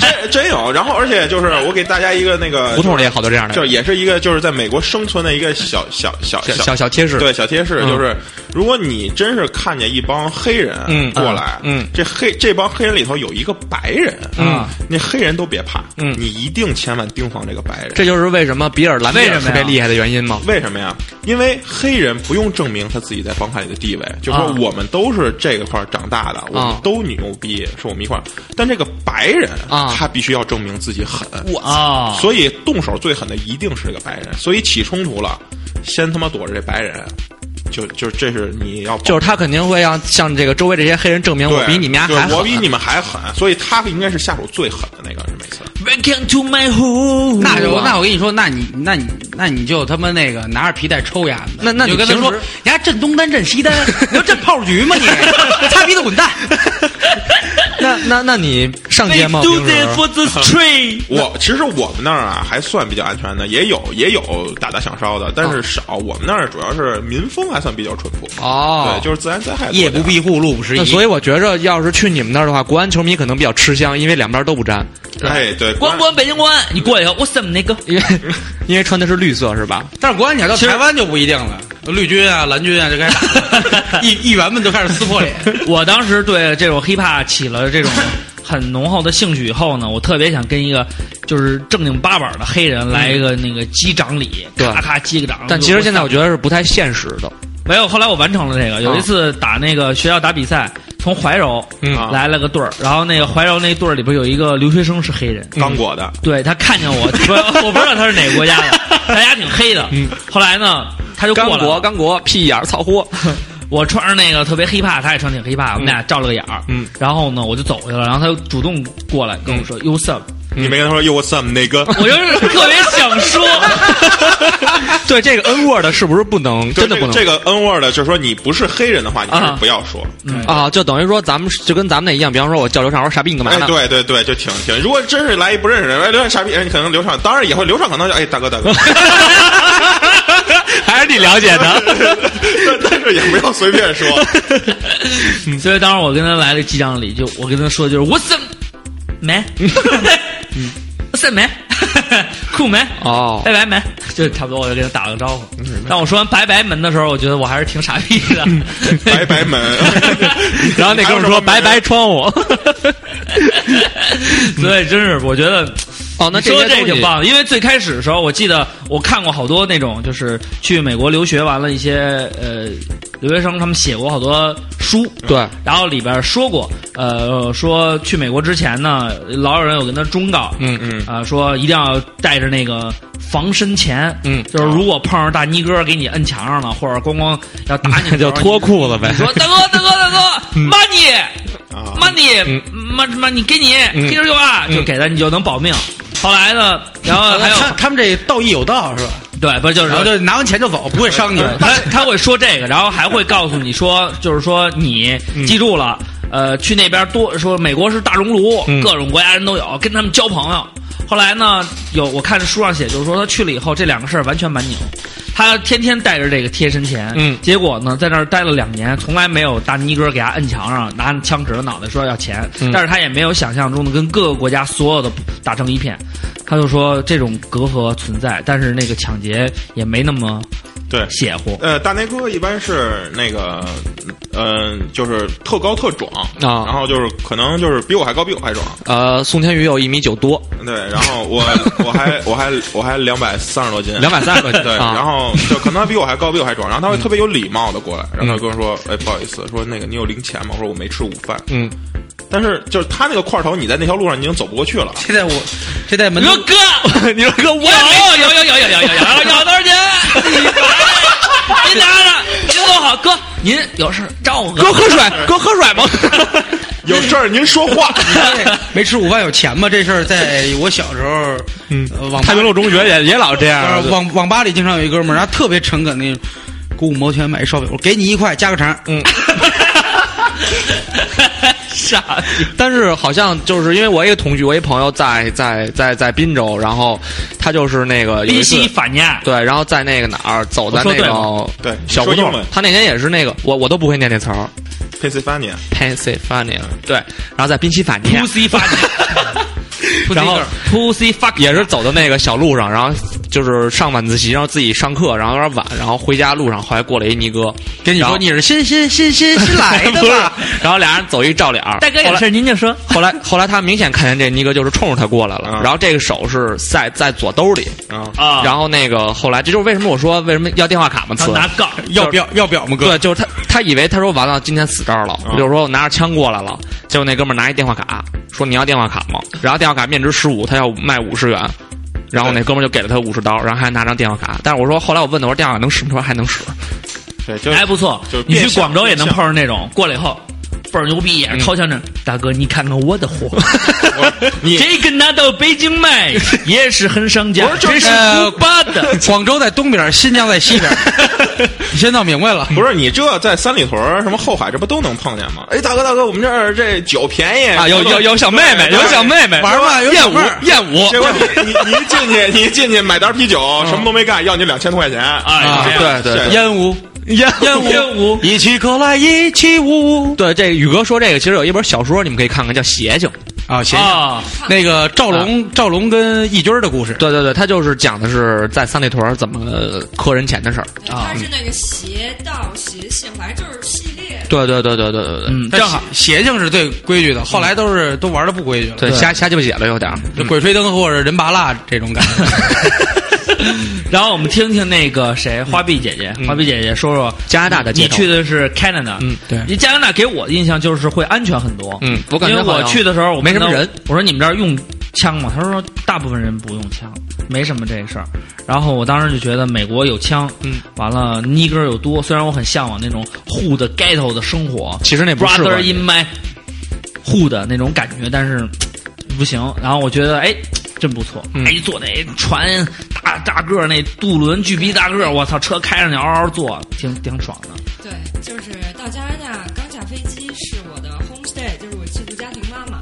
Speaker 5: 这真有。然后而且就是我给大家一个那个
Speaker 3: 胡同里也好多这样的
Speaker 5: 就是也是一个就是在美国生存的一个小小小
Speaker 3: 小小小贴士。
Speaker 5: 对，小贴士
Speaker 3: 嗯
Speaker 5: 就是，如果你真是看见一帮黑人
Speaker 3: 嗯
Speaker 5: 过来，
Speaker 3: 嗯嗯
Speaker 5: 这黑这帮黑人里头有一个白人，
Speaker 3: 嗯，
Speaker 5: 那黑人都别怕，
Speaker 3: 嗯
Speaker 5: 你一定千万盯防这个白人。
Speaker 3: 这就是为什么比尔·兰贝
Speaker 2: 为
Speaker 3: 尔
Speaker 2: 什么
Speaker 3: 特
Speaker 2: 呀
Speaker 3: 别厉害的原因吗？
Speaker 5: 为什么呀？因为黑人不用证明他自己在帮派里的地位，就说
Speaker 2: 啊
Speaker 5: 我们都是这个块儿长大
Speaker 3: 啊
Speaker 5: 的，我们都牛逼，是我们一块儿。但这个白人
Speaker 3: 啊
Speaker 5: 他必须要证明自己狠，
Speaker 2: 啊，
Speaker 5: 所以动手最狠的一定是这个白人。所以起冲突了，先他妈躲着这白人，就就这是你要保
Speaker 3: 就是他肯定会让向这个周围这些黑人证明我
Speaker 5: 对
Speaker 3: 比你们家还
Speaker 5: 对
Speaker 3: 狠。
Speaker 5: 我比你们还狠，所以他应该是下手最狠的那个人，每次。
Speaker 2: Welcome to my home。
Speaker 1: 那就那我跟你说，那你那你那你就他妈那个拿着皮带抽丫子，
Speaker 3: 那那
Speaker 1: 你
Speaker 3: 你
Speaker 1: 就跟他
Speaker 3: 平
Speaker 1: 说
Speaker 3: 时，
Speaker 1: 你还震东单震西单，你要震炮局吗你？ 擦鼻子滚 蛋！
Speaker 3: 那那那你上街
Speaker 2: They
Speaker 3: 吗？
Speaker 2: do
Speaker 3: 平
Speaker 2: this
Speaker 3: 时
Speaker 2: for the tree。
Speaker 5: 我其实我们那儿啊还算比较安全的，也有也有打打抢烧的，但是少。我们那儿主要是民风还算比较淳朴，
Speaker 3: 哦
Speaker 5: 对，就是自然灾害多
Speaker 1: 夜不
Speaker 5: 点儿。
Speaker 1: 闭户，路不拾
Speaker 3: 那
Speaker 1: 遗。
Speaker 3: 所以我觉着，要是去你们那儿的话，国安球迷可能比较吃香，因为两边都不沾，
Speaker 5: 哎，对，
Speaker 2: 关关北京关，你过去，我怎么那个？
Speaker 3: 因为 因为穿的是绿色是吧？
Speaker 1: 但是国安你要到
Speaker 2: 其实
Speaker 1: 台湾就不一定了，绿军啊、蓝军啊就开始 打，议议员们就开始撕破脸。
Speaker 2: 我当时对这种 hiphop 起了这 种很浓厚的兴趣以后呢，我特别想跟一个就是正经八板的黑人来一个那个击掌礼，
Speaker 3: 对
Speaker 2: 咔咔击个掌。
Speaker 3: 但其实现在我觉得是不太现实的。
Speaker 2: 没有，后来我完成了这个。有一次打那个学校打比赛，从怀柔
Speaker 3: 嗯
Speaker 2: 来了个队儿，然后那个怀柔那队儿里边有一个留学生是黑人，
Speaker 5: 刚果的，
Speaker 2: 对他看见 我，不，我不知道他是哪个国家 嗯的，他家挺黑的。后来呢，他就
Speaker 3: 刚
Speaker 2: 过来了
Speaker 3: 国，刚国，屁眼儿操货，
Speaker 2: 我穿着那个特别 hiphop，他也穿挺 hiphop，我们俩照了个眼儿。嗯，然后呢，我就走过去了，然后他就主动过来跟我说 “You sup”，
Speaker 3: 嗯
Speaker 5: 你没跟他说 “Yo what's up” 那个，
Speaker 2: 嗯 我就是特别想说，
Speaker 3: 对这个 N word 是不是不能真
Speaker 5: 对
Speaker 3: 的不能
Speaker 5: 这个这个 N word，就是说你不是黑人的话，你
Speaker 2: 啊
Speaker 5: 是不要说。
Speaker 3: 啊？就等于说咱们就跟咱们那一样，比方说我叫刘畅说傻逼你干嘛
Speaker 5: 哎，
Speaker 3: 呢？
Speaker 5: 对对对，就挺挺。如果真是来一不认识人，哎，刘畅傻逼，哎，你可能刘畅，当然也会刘畅可能就哎大 哥大哥，
Speaker 3: 还是你了解的。
Speaker 5: 但但是也不要随便说。
Speaker 2: 所以当时我跟他来了几张礼，就我跟他说的就是 “What's up, man? 嗯 What's up, man? 酷门
Speaker 3: 哦
Speaker 2: 拜拜门，就是差不多，我就跟他打了个招呼。但我说完拜拜门的时候，我觉得我还是挺傻逼的。
Speaker 5: 白白门，
Speaker 3: 然后那哥们儿说拜拜窗户。
Speaker 2: 所以真是，我觉得
Speaker 3: 哦，那
Speaker 2: 你说
Speaker 3: 些
Speaker 2: 这
Speaker 3: 东
Speaker 2: 挺
Speaker 3: 西
Speaker 2: 棒的，因为最开始的时候，我记得我看过好多那种，就是去美国留学完了一些呃留学生，他们写过好多书，
Speaker 3: 对，
Speaker 2: 然后里边说过，呃，说去美国之前呢，老有人有跟他忠告，
Speaker 3: 嗯
Speaker 5: 嗯
Speaker 2: 啊、说一定要带着那个防身钱，
Speaker 3: 嗯
Speaker 2: 就是如果碰上大尼哥给你摁墙上了，或者咣咣要打你的时
Speaker 3: 就
Speaker 2: 候，
Speaker 3: 脱裤子呗
Speaker 2: 你。说大哥大哥大哥，money
Speaker 5: 啊
Speaker 2: money money money 给你，here you are，就给他你就能保命。后来呢，然后还有
Speaker 1: 他他们这道义有道是吧？
Speaker 2: 对，不就是
Speaker 1: 啊然后就拿完钱就走，不会伤你。
Speaker 2: 对他他会说这个，然后还会告诉你说，就是说你记住了，呃，去那边多说美国是大熔炉，各种国家人都有，跟他们交朋友。后来呢，有我看书上写，就是说他去了以后，这两个事儿完全蛮拧。他天天带着这个贴身钱，
Speaker 3: 嗯
Speaker 2: 结果呢，在那儿待了两年，从来没有大尼哥给他摁墙上，拿枪指着脑袋说要钱，但是他也没有想象中的跟各个国家所有的打成一片。他就说这种隔阂存在，但是那个抢劫也没那么
Speaker 5: 对，
Speaker 2: 邪乎。
Speaker 5: 呃，大内哥一般是那个，嗯、就是特高特壮
Speaker 3: 啊
Speaker 5: 然后就是可能就是比我还高，比我还壮。
Speaker 3: 呃，宋天宇有一米九多，
Speaker 5: 对，然后我我还我还我还两百三十多斤，
Speaker 3: 两百三十多斤。
Speaker 5: 对，
Speaker 3: 啊
Speaker 5: 然后就可能他比我还高，比我还壮，然后他会特别有礼貌的过来，
Speaker 3: 嗯
Speaker 5: 然后他跟我说：“哎，不好意思，说那个你有零钱吗？”我说：“我没吃午饭。”
Speaker 3: 嗯，
Speaker 5: 但是就是他那个块头，你在那条路上你已经走不过 去了。
Speaker 1: 这在我这在门
Speaker 2: 你
Speaker 1: 头
Speaker 2: 说哥，你说哥，
Speaker 1: 啊
Speaker 2: 我有有有有有有有有有多少钱？您拿着，您坐好，哥，您有事找我哥。
Speaker 3: 哥喝水，哥喝水吗？
Speaker 5: 有事儿您说 话。
Speaker 1: 没吃午饭有钱吗？这事儿在我小时候，嗯，网吧
Speaker 3: 太平路中学也也老这样
Speaker 1: 呃。网网吧里经常有一哥们儿，然后特别诚恳那种，给五毛钱买一烧饼，我给你一块加个肠。嗯，
Speaker 2: 傻逼，
Speaker 3: 但是好像就是因为我一个同居，我一朋友在在在在滨州，然后他就是那个有一次
Speaker 2: 宾夕法尼亚，
Speaker 3: 对，然后在那个哪儿走在
Speaker 2: 我说
Speaker 3: 那
Speaker 2: 对
Speaker 3: 个
Speaker 5: 对
Speaker 3: 小胡
Speaker 5: 说
Speaker 3: 同
Speaker 5: 英文，
Speaker 3: 他那天也是那个我我都不会念那词儿
Speaker 5: Pennsylvania，
Speaker 3: ，Pennsylvania 对，然后在宾夕法尼亚
Speaker 2: pussy 法尼亚，
Speaker 3: 然后
Speaker 2: pussy fuck
Speaker 3: 也是走到那个小路上，然后就是上晚自习，然后自己上课，然后有点晚，然后回家路上后来过来一尼哥，
Speaker 1: 跟你
Speaker 3: 然
Speaker 1: 说
Speaker 3: 后
Speaker 1: 你是新新新 新新来的
Speaker 3: 不是
Speaker 1: 吧？
Speaker 3: 然后俩人走一照脸儿，
Speaker 2: 大哥
Speaker 3: 后
Speaker 2: 有
Speaker 3: 来
Speaker 2: 事您就说。
Speaker 3: 后来后来他明显看见这尼哥就是冲着他过来
Speaker 1: 啊
Speaker 3: 了，
Speaker 5: 嗯
Speaker 3: 然后这个手是在在左兜里，
Speaker 5: 啊，
Speaker 2: 啊
Speaker 3: 然后那个后来这就是为什么我说为什么要电话卡嘛，
Speaker 1: 啊
Speaker 2: 他
Speaker 3: 词
Speaker 2: 拿杠，
Speaker 1: 要表要表吗，哥？
Speaker 3: 对，就是他，他以为他说完了，今天死这儿了，
Speaker 5: 嗯
Speaker 3: 就是说我拿着枪过来了，结果那哥们儿拿一电话卡，说你要电话卡吗？然后电话卡面值十五，他要卖五十元，然后那哥们儿就给了他五十刀，然后还拿张电话卡。但是我说后来我问他，我说电话卡能使吗？他说还能使。
Speaker 5: 对，就是
Speaker 2: 哎还不错
Speaker 5: 就是。
Speaker 2: 你去
Speaker 5: 变相
Speaker 2: 广州也能
Speaker 5: 变相
Speaker 2: 碰上那种，过来以后倍儿牛逼，也是掏枪证。大哥，你看看我的货，
Speaker 5: 你
Speaker 2: 这个拿到北京卖也是很上价，这是
Speaker 1: 呃
Speaker 2: 古巴的。
Speaker 1: 广州在东边，新疆在西 边。你先闹明白了，
Speaker 5: 不是你这在三里屯儿什么后海这不都能碰见吗？哎，大哥大哥，我们这儿这酒便宜
Speaker 3: 啊，有有有小妹妹，
Speaker 5: 对
Speaker 3: 有小妹妹，
Speaker 1: 玩吧，有
Speaker 3: 燕
Speaker 1: 小
Speaker 3: 舞
Speaker 1: 妹儿，
Speaker 3: 燕舞
Speaker 5: 结，果你你你一进去，你一进去买单啤
Speaker 3: 嗯
Speaker 5: 酒，什么都没干，要你两千多块钱
Speaker 3: 哎
Speaker 2: 啊
Speaker 3: 对对对
Speaker 1: 烟雾，
Speaker 3: 燕
Speaker 1: 烟雾，
Speaker 2: 烟雾
Speaker 1: 一起可来一起舞
Speaker 3: 对，这个宇哥说这个，其实有一本小说，你们可以看看，叫《邪性》。
Speaker 1: 啊，行。
Speaker 2: 啊，
Speaker 1: 那个赵
Speaker 3: 啊
Speaker 1: 龙，赵龙跟义军儿的故事，
Speaker 3: 对对对，他就是讲的是在三里屯儿怎么磕人钱的事儿。
Speaker 6: 对它是那个邪道邪性，反正就是系列。
Speaker 3: 对对对对对对对，
Speaker 2: 嗯，
Speaker 1: 但嗯
Speaker 2: 正好
Speaker 1: 邪邪性是最规矩的，后来都是都玩的不规矩了，嗯
Speaker 3: 对瞎瞎鸡巴写了有点儿。
Speaker 1: 就鬼吹灯或者人拔蜡这种感觉。
Speaker 2: 然后我们听听那个谁，花臂姐姐，花臂姐姐说说
Speaker 3: 加拿大的街
Speaker 2: 你
Speaker 3: 头
Speaker 2: 去的是 Canada，
Speaker 3: 嗯
Speaker 1: 对
Speaker 2: 你加拿大给我的印象就是会安全很多，
Speaker 3: 嗯我感
Speaker 2: 因
Speaker 3: 觉
Speaker 2: 为
Speaker 3: 好
Speaker 2: 我
Speaker 3: 像
Speaker 2: 去的时候我
Speaker 3: 没什么
Speaker 2: 看到
Speaker 3: 人，
Speaker 2: 我说你们这儿用枪吗？他说大部分人不用枪，没什么这事儿。然后我当时就觉得美国有枪，
Speaker 3: 嗯，
Speaker 2: 完了尼哥又多，虽然我很向往那种 hood ghetto 的生活
Speaker 3: 其实那不是
Speaker 2: ，brother
Speaker 3: 吧
Speaker 2: in my hood 那种感觉，但是不行。然后我觉得哎。真不错，
Speaker 3: 嗯
Speaker 2: 哎，坐那船大大个儿那渡轮巨逼大个儿，我操，车开上去嗷嗷坐，挺挺爽的。
Speaker 6: 对，就是到加拿大刚下飞机，是我的 homestay，就是我寄宿家庭妈妈，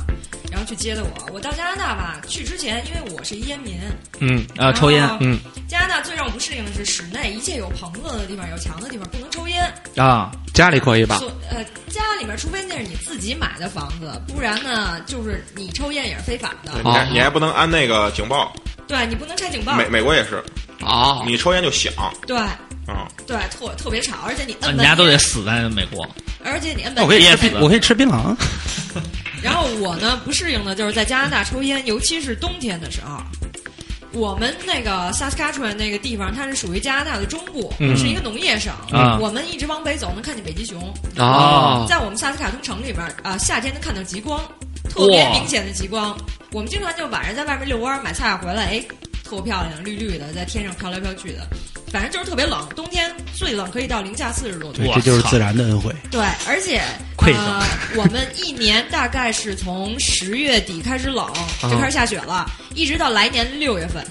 Speaker 6: 然后去接的我。我到加拿大吧，去之前因为我是烟民，
Speaker 3: 嗯，
Speaker 2: 啊，抽烟，
Speaker 6: 哦
Speaker 3: 嗯
Speaker 6: 加拿大最让我不适应的是室内一切有棚子的地方、有墙的地方不能抽烟。
Speaker 2: 啊，
Speaker 3: 家里可以吧？
Speaker 6: 所呃，家里面除非那是你自己买的房子，不然呢，就是你抽烟也是非法的。
Speaker 5: 你还
Speaker 3: 哦
Speaker 5: 你还不能安那个警报，
Speaker 6: 对你不能拆警报。
Speaker 5: 美美国也是，
Speaker 3: 啊，
Speaker 5: 你抽烟就响
Speaker 6: 对
Speaker 5: 啊，
Speaker 6: 对，特特别吵，而且你摁
Speaker 2: 啊
Speaker 6: 门
Speaker 2: 你家都得死在美国。
Speaker 6: 而且你摁门
Speaker 1: 我可以
Speaker 2: 噎
Speaker 1: 吃
Speaker 2: 死
Speaker 1: 槟，
Speaker 2: 了
Speaker 1: 我可以吃槟榔。
Speaker 6: 然后我呢不适应的就是在加拿大抽烟，尤其是冬天的时候。我们那个 Saskatchewan 那个地方，它是属于加拿大的中部，
Speaker 3: 嗯
Speaker 6: 是一个农业省。
Speaker 2: 啊
Speaker 6: 我们一直往北走，能看见北极熊。
Speaker 3: 啊，
Speaker 6: 在我们萨斯卡通城里边儿啊、夏天能看到极光，特别
Speaker 2: 哇
Speaker 6: 明显的极光。我们经常就晚上在外面遛弯儿，买菜回来，哎，特漂亮，绿绿的，在天上飘来飘去的。反正就是特别冷，冬天最冷可以到零下四十多度
Speaker 1: 对。
Speaker 2: 我，
Speaker 1: 哎这就是
Speaker 2: 操
Speaker 1: 自然的恩惠。
Speaker 6: 对，而且
Speaker 2: 愧疚
Speaker 6: 呃，我们一年大概是从十月底开始冷，
Speaker 2: 嗯
Speaker 6: 就开始下雪了，一直到来年六月份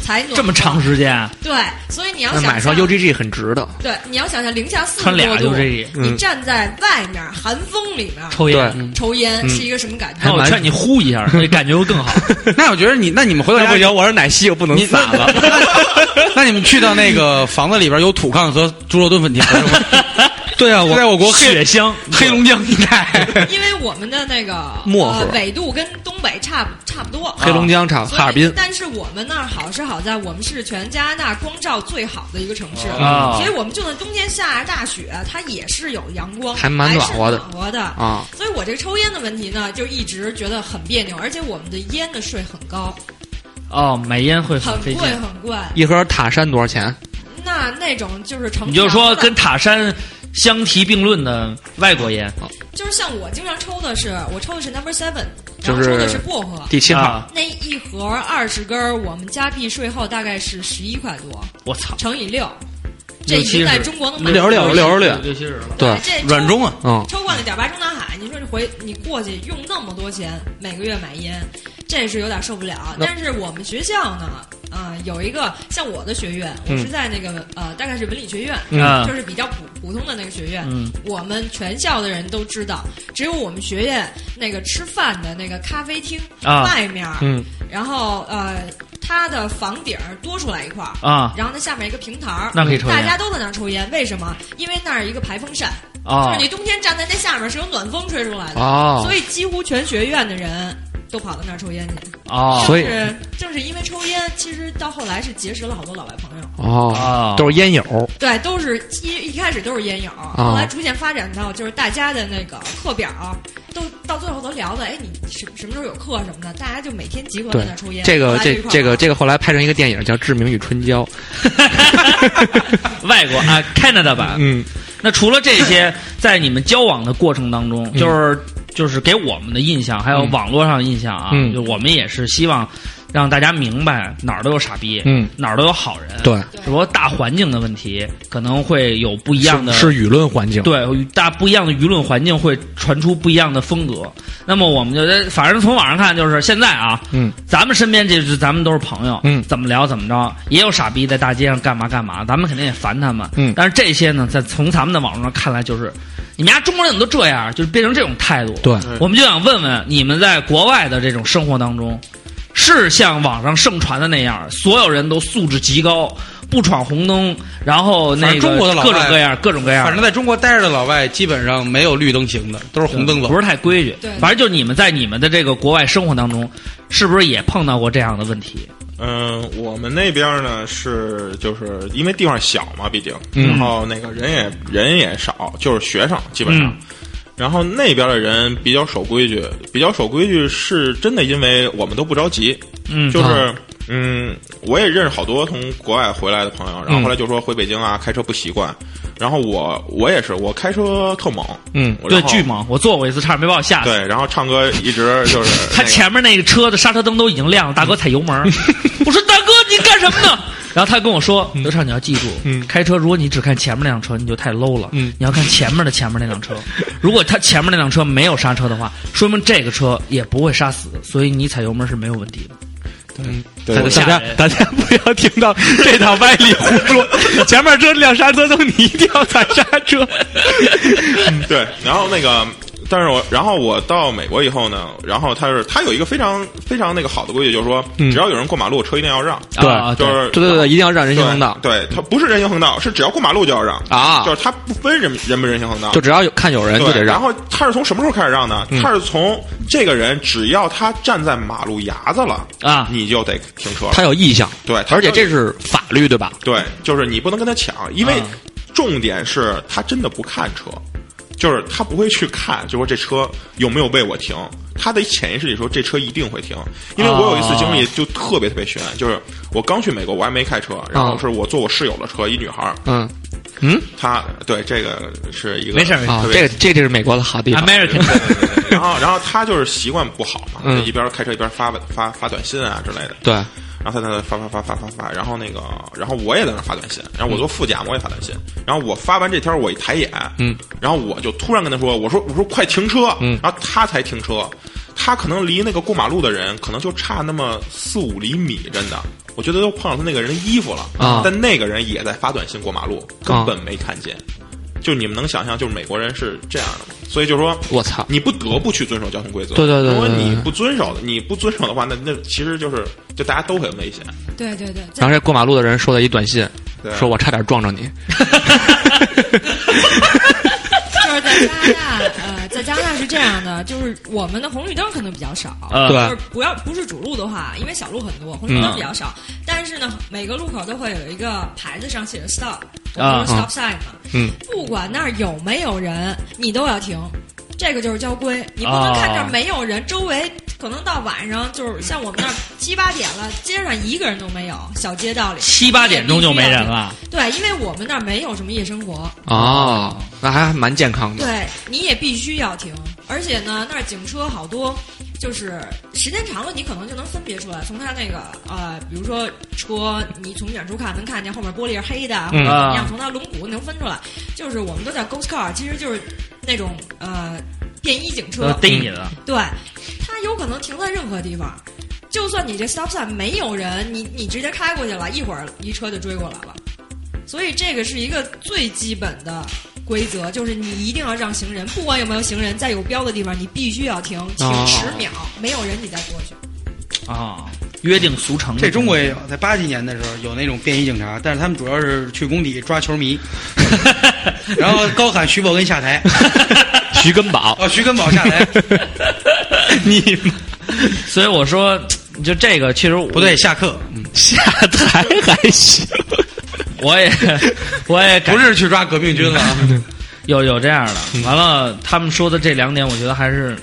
Speaker 6: 才暖和
Speaker 2: 这么长。时间啊，
Speaker 6: 对，所以你要
Speaker 3: 那
Speaker 6: 想
Speaker 3: 买双
Speaker 6: 象
Speaker 3: UGG 很值的。
Speaker 6: 对，你要想想零下四十
Speaker 2: 穿俩
Speaker 6: 多
Speaker 2: 就
Speaker 6: 度，
Speaker 2: 这一
Speaker 6: 你站在外面寒风里面
Speaker 2: 抽嗯烟。
Speaker 3: 对
Speaker 6: 抽烟是一个什么感觉？
Speaker 2: 那我劝你呼一下，那感觉会更好。
Speaker 1: 那我觉得你，那你们回到
Speaker 3: 那
Speaker 1: 家
Speaker 3: 不行，我是奶昔，我不能
Speaker 1: 你
Speaker 3: 撒了。
Speaker 1: 那那你们去到那个房子里边有土炕和猪肉炖粉条是吗？对啊，我在我国
Speaker 2: 血
Speaker 1: 黑
Speaker 2: 香，
Speaker 1: 黑龙江一带，
Speaker 2: 嗯
Speaker 6: 因为我们的那个
Speaker 3: 漠河
Speaker 6: 呃、纬度跟东北差不差不多，
Speaker 3: 黑龙江差
Speaker 6: 所以
Speaker 3: 哈尔滨，
Speaker 6: 但是我们那儿好是好在，我们是全加拿大光照最好的一个城市，
Speaker 3: 啊
Speaker 2: 哦
Speaker 6: 所以我们就算冬天下着大雪，它也是有阳光，
Speaker 3: 还蛮暖和的
Speaker 6: 还是暖和的
Speaker 3: 啊。
Speaker 6: 所以我这个抽烟的问题呢，就一直觉得很别扭，而且我们的烟的税很高，
Speaker 2: 哦，买烟会
Speaker 6: 很
Speaker 2: 费
Speaker 6: 贵
Speaker 2: 劲。
Speaker 6: 很贵。
Speaker 3: 一盒塔山多少钱？
Speaker 6: 那那种就是成
Speaker 2: 你就说
Speaker 6: 条的
Speaker 2: 跟塔山相提并论的外国烟，
Speaker 6: 就是像我经常抽的是，我抽的是 Number Seven，然
Speaker 3: 就
Speaker 6: 后
Speaker 3: 是
Speaker 6: 抽的是薄荷。
Speaker 3: 第七号，
Speaker 2: 啊，
Speaker 6: 那一盒二十根儿，我们加币税后大概是十一块多，
Speaker 2: 我操，
Speaker 6: 乘以六，这已经在中国能买
Speaker 3: 六十六
Speaker 2: 六
Speaker 3: 六十六
Speaker 2: 六七十了。
Speaker 3: 对
Speaker 6: 哎这抽
Speaker 1: 软中啊，
Speaker 3: 嗯，
Speaker 6: 抽惯了点儿八中南海，你说这回你过去用那么多钱，每个月买烟，这是有点受不了。
Speaker 3: 那
Speaker 6: 但是我们学校呢，啊、有一个像我的学院，我是在那个、呃，大概是文理学院，
Speaker 2: 嗯
Speaker 6: 就是比较普普通的那个学院。
Speaker 2: 嗯
Speaker 6: 我们全校的人都知道，只有我们学院那个吃饭的那个咖啡厅、
Speaker 2: 啊
Speaker 6: 外面儿，
Speaker 3: 嗯
Speaker 6: 然后呃，它的房顶儿多出来一块儿，
Speaker 2: 啊
Speaker 6: 然后那下面一个平台儿，
Speaker 2: 那可以抽烟
Speaker 6: 大家都在那儿抽烟，为什么？因为那儿有一个排风扇，就
Speaker 2: 啊
Speaker 6: 是你冬天站在那下面是有暖风吹出来的，
Speaker 3: 哦
Speaker 6: 所以几乎全学院的人都跑到那儿抽烟去。
Speaker 2: 啊
Speaker 3: 所以
Speaker 6: 就是正是因为抽烟，其实到后来是结识了好多老外朋友，
Speaker 3: 哦
Speaker 2: 啊，
Speaker 3: 都是烟友
Speaker 6: 对，都是一一开始都是烟友，
Speaker 3: 啊
Speaker 6: 后来逐渐发展到就是大家的那个课表。都到最后都聊的，哎，你什什么时候有课什么的，大家就每天集合在
Speaker 3: 对
Speaker 6: 那儿抽烟。
Speaker 3: 这个
Speaker 6: 大家
Speaker 3: 这
Speaker 6: 一块儿
Speaker 3: 这个
Speaker 6: 玩
Speaker 3: 这个后来拍成一个电影叫《志明与春娇》，
Speaker 2: 外国啊，Canada 版。
Speaker 3: 嗯，
Speaker 2: 那除了这 些，在你们交往的过程当中，就是就是给我们的印象，还有
Speaker 3: 嗯
Speaker 2: 网络上的印象啊，
Speaker 3: 嗯
Speaker 2: 就我们也是希望让大家明白哪儿都有傻逼，
Speaker 3: 嗯，
Speaker 2: 哪儿都有好人，
Speaker 3: 对，
Speaker 2: 只不过大环境的问题可能会有不一样的，
Speaker 3: 是是舆论环境，
Speaker 2: 对大不一样的舆论环境会传出不一样的风格。那么我们就呃反正从网上看，就是现在啊，
Speaker 3: 嗯，
Speaker 2: 咱们身边这是咱们都是朋友，
Speaker 3: 嗯
Speaker 2: 怎么聊怎么着，也有傻逼在大街上干嘛干嘛，咱们肯定也烦他们，
Speaker 3: 嗯
Speaker 2: 但是这些呢，在从咱们的网络上看来，就是你们家中国人怎么都这样，就是变成这种态度。
Speaker 3: 对，
Speaker 2: 我们就想问问你们在国外的这种生活当中，是像网上盛传的那样，所有人都素质极高，不闯红灯，然后那
Speaker 1: 反
Speaker 2: 个
Speaker 1: 正中国的老
Speaker 2: 各
Speaker 1: 外
Speaker 2: 种各样，各种各样的，
Speaker 1: 反正在中国待着的老外基本上没有绿灯行的，都嗯是红灯走
Speaker 2: 不。是太规矩。
Speaker 6: 对
Speaker 2: 反正就你们在你们的这个国外生活当中，是不是也碰到过这样的问题？
Speaker 5: 嗯，我们那边呢是就是因为地方小嘛，毕竟，
Speaker 3: 嗯
Speaker 5: 然后那个人也人也少，就是学生基本上。
Speaker 2: 嗯
Speaker 5: 然后那边的人比较守规矩，比较守规矩是真的，因为我们都不着急，
Speaker 2: 嗯
Speaker 5: 就是嗯，我也认识好多从国外回来的朋友，然
Speaker 2: 嗯
Speaker 5: 后后来就说回北京啊，开车不习惯。然后我我也是，我开车特猛，
Speaker 3: 嗯
Speaker 5: 我
Speaker 2: 对，
Speaker 5: 然后
Speaker 2: 巨猛！我坐过一次，差点没把我吓死。
Speaker 5: 对，然后唱歌一直就是
Speaker 2: 他
Speaker 5: 那个
Speaker 2: 前面那个车的刹车灯都已经亮了，大哥踩油门
Speaker 1: 嗯
Speaker 2: 儿。我说大哥，你干什 么呢？然后他跟我说：“
Speaker 1: 嗯
Speaker 2: 刘畅，你要记住，开车如果你只看前面那辆车，你就太 low 了。
Speaker 1: 嗯
Speaker 2: 你要看前面的前面那 辆车。如果他前面那辆车没有刹车的话，说明这个车也不会刹死，所以你踩油门是没有问题的。
Speaker 3: 大
Speaker 2: 太吓
Speaker 3: 家
Speaker 2: 人
Speaker 3: 大家不要听到这趟歪理胡 说，前面车亮刹车灯，你一定要踩刹车。
Speaker 5: 对，然后那个，但是我，然后我到美国以后呢，然后他是他有一个非常非常那个好的规矩，就是说，
Speaker 3: 嗯
Speaker 5: 只要有人过马路，车一定要让，
Speaker 3: 对
Speaker 2: 啊
Speaker 5: 就
Speaker 2: 对
Speaker 5: 是
Speaker 3: 对对对，一定要让人行横道
Speaker 5: 对，对他不是人行横道，是只要过马路就要让
Speaker 3: 啊
Speaker 5: 就是他不分人人不人行横道，
Speaker 3: 就只要有看有人就
Speaker 5: 对，
Speaker 3: 得
Speaker 5: 然
Speaker 3: 让。嗯
Speaker 5: 后他是从什么时候开始让呢？他是从这个人只要他站在马路牙子了
Speaker 2: 啊
Speaker 5: 你就得停车了。
Speaker 3: 他有意向，
Speaker 5: 对他
Speaker 3: 而且这是法律对吧？
Speaker 5: 对，就是你不能跟他抢，因为
Speaker 2: 啊
Speaker 5: 重点是他真的不看车，就是他不会去看，就说这车有没有为我停。他的潜意识里说这车一定会停，因为我有一次
Speaker 2: 哦
Speaker 5: 经历就特别特别悬，就是我刚去美国，我还没开车，然后
Speaker 2: 嗯
Speaker 3: 啊
Speaker 5: 是我坐我室友的车，一女孩儿，
Speaker 3: 嗯
Speaker 5: 她对这个是一个
Speaker 2: 没事没事
Speaker 3: 啊
Speaker 5: 特，
Speaker 3: 这
Speaker 5: 别
Speaker 3: 个这就是美国的好地 方。
Speaker 2: American
Speaker 5: 然后然后他就是习惯不好嘛，
Speaker 3: 嗯
Speaker 5: 就一边开车一边发发发短信啊之类的。
Speaker 3: 对，
Speaker 5: 然后他在那发发发发发发，然后那个，然后我也在那发短信，然后我坐副驾嘛我也发短信，然后我发完这条我一抬眼，
Speaker 3: 嗯，
Speaker 5: 然后我就突然跟他说，我说我说快停车，
Speaker 3: 嗯
Speaker 5: 然后他才停车，他可能离那个过马路的人可能就差那么四五厘米，真的，我觉得都碰上他那个人的衣服了，
Speaker 3: 啊
Speaker 5: 但那个人也在发短信过马路，
Speaker 3: 啊
Speaker 5: 根本没看见，就你们能想象，就是美国人是这样的吗，所以就说
Speaker 3: 我操，
Speaker 5: 你不得不去遵守交通规则。
Speaker 3: 对对对对
Speaker 5: 如果
Speaker 3: 对
Speaker 5: 你
Speaker 3: 对
Speaker 5: 不遵守的，你不遵守的话，那那其实就是就大家都很危险。
Speaker 6: 对对对，在
Speaker 3: 然后这过马路的人收到一短信，
Speaker 5: 对啊
Speaker 3: 说我差点撞着你。
Speaker 6: 就是在加拿大，呃，在加拿大是这样的，就是我们的红绿灯可能比较少，
Speaker 2: 呃
Speaker 3: 对
Speaker 6: 就是不要不是主路的话，因为小路很多，红绿
Speaker 2: 嗯
Speaker 6: 灯比较少。但是呢，每个路口都会有一个牌子上写着 stop，我
Speaker 2: 啊
Speaker 6: 们说 stop sign 嘛。
Speaker 3: 嗯，
Speaker 6: 不管那儿有没有人，你都要停。这个就是交规，你不能
Speaker 2: 哦
Speaker 6: 看这儿没有人，周围可能到晚上就是像我们那儿七八点了，街上一个人都没有，小街道里
Speaker 2: 七八点钟就没人。了。
Speaker 6: 对，因为我们那儿没有什么夜生活，
Speaker 3: 哦，那还蛮健康的。
Speaker 6: 对，你也必须要停，而且呢，那儿警车好多，就是时间长了，你可能就能分别出来。从它那个呃，比如说车，你从远处看能看见后面玻璃是黑的，或者怎么样，从它轮毂能分出来。就是我们都叫 ghost car，其实就是那种呃便衣警车
Speaker 2: 都，逮你了，
Speaker 6: 对，它有可能停在任何地方。就算你这 stop sign 没有人，你你直接开过去了，一会儿一车就追过来了。所以这个是一个最基本的规则，就是你一定要让行人，不管有没有行人，在有标的地方你必须要停，停
Speaker 3: 哦
Speaker 6: 十秒，没有人你再过去。
Speaker 2: 啊，约定俗成。
Speaker 1: 嗯这中国也有，在八几年的时候有那种便衣警察，但是他们主要是去工体抓球 迷，然后高喊徐宝根下 台，
Speaker 3: 徐根宝，
Speaker 1: 哦，徐根宝下 台，
Speaker 3: 你妈
Speaker 2: 所以我说，就这个其实我
Speaker 1: 不对，下课，嗯
Speaker 3: 下台还行。
Speaker 2: 我 也我也感
Speaker 1: 不是去抓革命军了啊，
Speaker 2: 有有这样的。
Speaker 3: 嗯
Speaker 2: 完了，他们说的这两点，我觉得还是。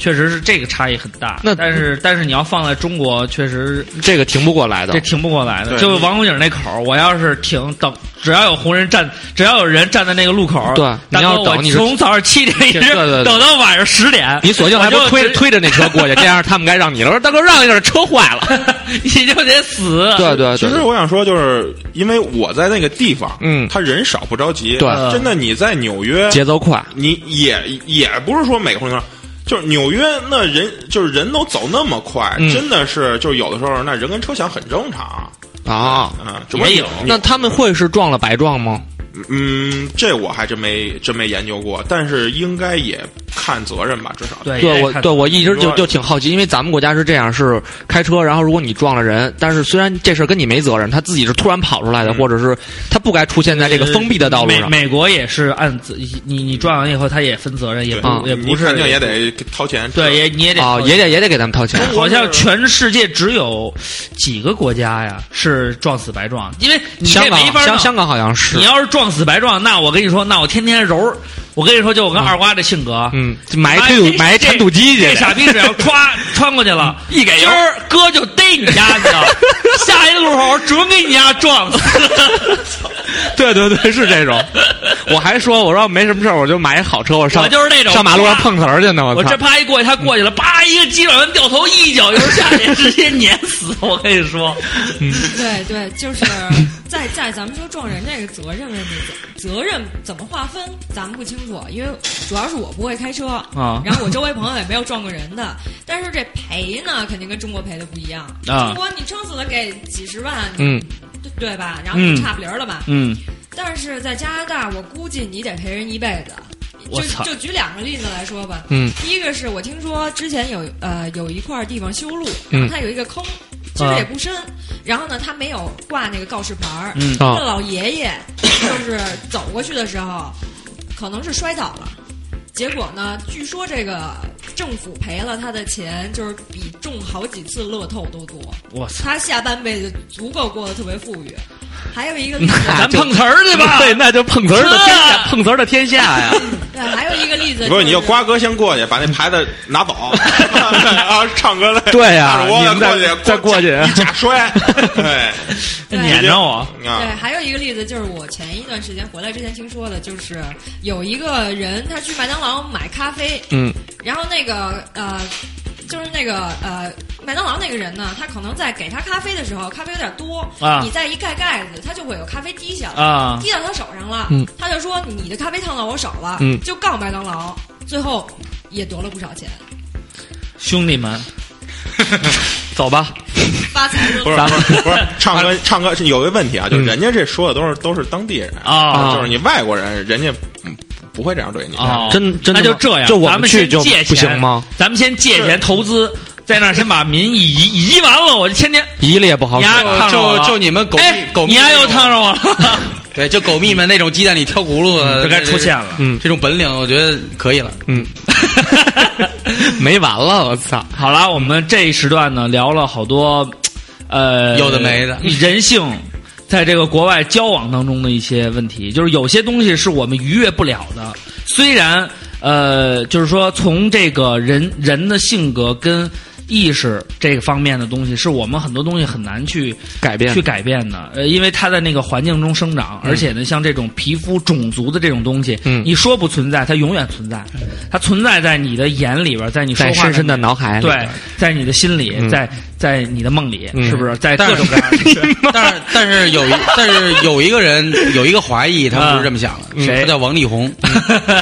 Speaker 2: 确实是这个差异很大，
Speaker 3: 那
Speaker 2: 但是但是你要放在中国，确实
Speaker 3: 这个停不过来
Speaker 2: 这
Speaker 3: 的。
Speaker 2: 停不过来的。
Speaker 5: 对
Speaker 2: 就王府井那口儿，我要是停等，只要有红人站，只要有人站在那个路口儿，
Speaker 3: 对
Speaker 2: 大
Speaker 3: 你
Speaker 2: 哥
Speaker 3: 要等
Speaker 2: 我
Speaker 3: 你是
Speaker 2: 从早上七点一直
Speaker 3: 对对对
Speaker 2: 等到晚上十 点，
Speaker 3: 你索性还不
Speaker 2: 我就
Speaker 3: 推
Speaker 2: 直
Speaker 3: 推着那车过去，这样他们该让你了。我说大哥让一下，车坏 了。
Speaker 2: 你就得死。
Speaker 3: 对对
Speaker 5: 其
Speaker 3: 对
Speaker 5: 实我想说，就是因为我在那个地方，
Speaker 3: 嗯
Speaker 5: 他人少不着急，
Speaker 3: 对嗯
Speaker 5: 真的你在纽约，
Speaker 3: 节奏快，
Speaker 5: 你也也不是说每个红绿灯。就是纽约那人，就是人都走那么快，
Speaker 3: 嗯
Speaker 5: 真的是，就是有的时候那人跟车响很正常
Speaker 3: 啊。
Speaker 5: 啊。只不过
Speaker 2: 也有
Speaker 5: 你
Speaker 3: 那他们会是撞了白撞吗？
Speaker 5: 嗯，这我还真没真没研究过，但是应该也看责任吧，至少
Speaker 2: 对
Speaker 3: 对
Speaker 2: 也
Speaker 3: 我
Speaker 2: 哎看
Speaker 3: 对我一直就
Speaker 5: 如果
Speaker 3: 就挺好奇，因为咱们国家是这样，是开车，然后如果你撞了人，但是虽然这事儿跟你没责任，他自己是突然跑出来的，
Speaker 5: 嗯
Speaker 3: 或者是他不该出现在这个
Speaker 2: 呃
Speaker 3: 封闭的道路上。
Speaker 2: 美美国也是按自你你撞完以后，他也分责任，也
Speaker 5: 对啊
Speaker 2: 不也
Speaker 5: 你
Speaker 2: 不
Speaker 5: 肯
Speaker 2: 是
Speaker 5: 定也得掏钱。
Speaker 2: 对也你也得
Speaker 3: 啊，也得也得给他们掏钱。
Speaker 2: 好像全世界只有几个国家呀是撞死白撞，因为你这
Speaker 3: 香
Speaker 2: 没
Speaker 3: 港
Speaker 2: 法
Speaker 3: 香
Speaker 2: 弄。
Speaker 3: 香港好像是
Speaker 2: 你要是撞死白撞，那我跟你说，那我天天揉，我跟你说，就我跟二瓜这性格，
Speaker 3: 嗯，埋推土埋
Speaker 2: 这
Speaker 3: 铲土机去
Speaker 2: 这，傻逼只要歘 穿过去了，一给油，哥就逮你家 去了，下一路口准给你家撞死。
Speaker 3: 对对对，是 这种。我还说我说没什么事儿，我就买一好车，我上
Speaker 2: 我就是那种
Speaker 3: 上马路上碰瓷儿去呢，我
Speaker 2: 我
Speaker 3: 操
Speaker 2: 这！啪一过去，他过去了，啪一个急转弯掉头，一脚油下去，直接碾死。我跟你说，
Speaker 3: 嗯
Speaker 6: 对对，就是在在咱们说撞人这个责任问题，责任怎么划分咱们不清楚，因为主要是我不会开车
Speaker 2: 啊
Speaker 6: 然后我周围朋友也没有撞过人的，但是这赔呢，肯定跟中国赔的不一样
Speaker 2: 啊
Speaker 6: 中国你撑死了给几十万，
Speaker 3: 嗯，
Speaker 6: 对对吧？然后你
Speaker 2: 嗯
Speaker 6: 就差不离儿了吧？
Speaker 2: 嗯，
Speaker 6: 但是在加拿大，我估计你得陪人一辈子。
Speaker 2: 我
Speaker 6: 就
Speaker 2: 操
Speaker 6: 就举两个例子来说吧，
Speaker 3: 嗯，
Speaker 6: 第一个是我听说之前有呃有一块地方修路，
Speaker 3: 嗯
Speaker 6: 然后它有一个坑，其实也不深，然后呢它没有挂那个告示牌儿，
Speaker 2: 嗯
Speaker 6: 那
Speaker 3: 啊
Speaker 6: 老爷爷就是走过去的时候，可能是摔倒了，结果呢，据说这个政府赔了他的钱，就是比中好几次乐透都多，
Speaker 2: 我操！
Speaker 6: 他下半辈子足够过得特别富裕。还有一个例子，
Speaker 2: 咱碰瓷儿去吧。啊
Speaker 3: 对，那就碰瓷儿的天下，
Speaker 2: 是
Speaker 3: 碰瓷儿的天下 呀！
Speaker 6: 对，呃还有一个例子、
Speaker 5: 不
Speaker 6: 是
Speaker 5: 是，你就瓜哥先过去，把那牌子拿 走，啊，唱歌的，
Speaker 3: 对呀
Speaker 5: 我
Speaker 3: 你们再
Speaker 5: 过去，
Speaker 3: 再过去
Speaker 5: 一 假摔，对，
Speaker 6: 对
Speaker 2: 撵着我，
Speaker 6: 对，
Speaker 5: 啊，
Speaker 6: 还有一个例子就是我前一段时间回来之前听说的，就是有一个人他去麦当劳买咖啡，
Speaker 3: 嗯，
Speaker 6: 然后那个呃，就是那个呃，麦当劳那个人呢，他可能在给他咖啡的时候，咖啡有点多，
Speaker 2: 啊
Speaker 6: 你再一盖盖子，他就会有咖啡滴下来，
Speaker 2: 啊
Speaker 6: 滴到他手上了，
Speaker 3: 嗯
Speaker 6: 他就说你的咖啡烫到我手了，
Speaker 3: 嗯
Speaker 6: 就告麦当劳，最后也得了不少 钱，
Speaker 2: 兄 弟们，
Speaker 3: 走吧，
Speaker 6: 发财了。
Speaker 5: 不是
Speaker 3: 咱们
Speaker 5: 不是不是，唱 歌唱歌是有一个问题啊，就是人家这说的都是都是当地人
Speaker 2: 嗯啊
Speaker 5: 就是你外国人，人家嗯不会这样对你。
Speaker 2: 哦，
Speaker 3: 真真的
Speaker 2: 那就
Speaker 3: 吗
Speaker 2: 这样，
Speaker 3: 就我
Speaker 2: 咱
Speaker 3: 们
Speaker 2: 们
Speaker 3: 去
Speaker 2: 先
Speaker 3: 就
Speaker 2: 借
Speaker 3: 不
Speaker 2: 钱
Speaker 3: 行吗？呃
Speaker 2: 咱们先借钱投资，在那儿先把民意移移完了，我就天天
Speaker 3: 一列不好
Speaker 2: 你
Speaker 3: 使。啊
Speaker 2: 丫啊烫着我
Speaker 1: 就
Speaker 2: 了，
Speaker 1: 就你们狗屁
Speaker 2: 哎
Speaker 1: 狗屁
Speaker 2: 你丫又
Speaker 1: 那种
Speaker 2: 烫着我 了，
Speaker 1: 对，就狗蜜们那种鸡蛋里挑骨碌的，
Speaker 2: 就该出现了。
Speaker 3: 嗯
Speaker 1: 这种本领，我觉得可 以了。
Speaker 3: 嗯， 没完了，我操！
Speaker 2: 好啦，我们这一时段呢聊了好多，呃，
Speaker 1: 有的没的
Speaker 2: 人性。在这个国外交往当中的一些问题，就是有些东西是我们逾越不了的。虽然呃，就是说从这个人人的性格跟意识这个方面的东西，是我们很多东西很难去
Speaker 3: 改变
Speaker 2: 去改变的。呃，因为他在那个环境中生长，而且呢，像这种皮肤、种族的这种东西，
Speaker 3: 嗯
Speaker 2: 你说不存在，它永远存在，它存在在你的眼里边，在你说
Speaker 3: 在
Speaker 2: 话
Speaker 3: 深深
Speaker 2: 的
Speaker 3: 的脑
Speaker 1: 哎
Speaker 3: 海里，
Speaker 2: 对，在你的心里，
Speaker 3: 嗯
Speaker 2: 在在你的梦里，
Speaker 3: 嗯
Speaker 2: 是不是？在
Speaker 1: 但
Speaker 2: 各
Speaker 1: 是
Speaker 2: 种各 样的
Speaker 1: 但是但是有一但是有一个人有一个怀疑，他不是这么想的，
Speaker 2: 嗯谁嗯
Speaker 1: 他叫王力宏，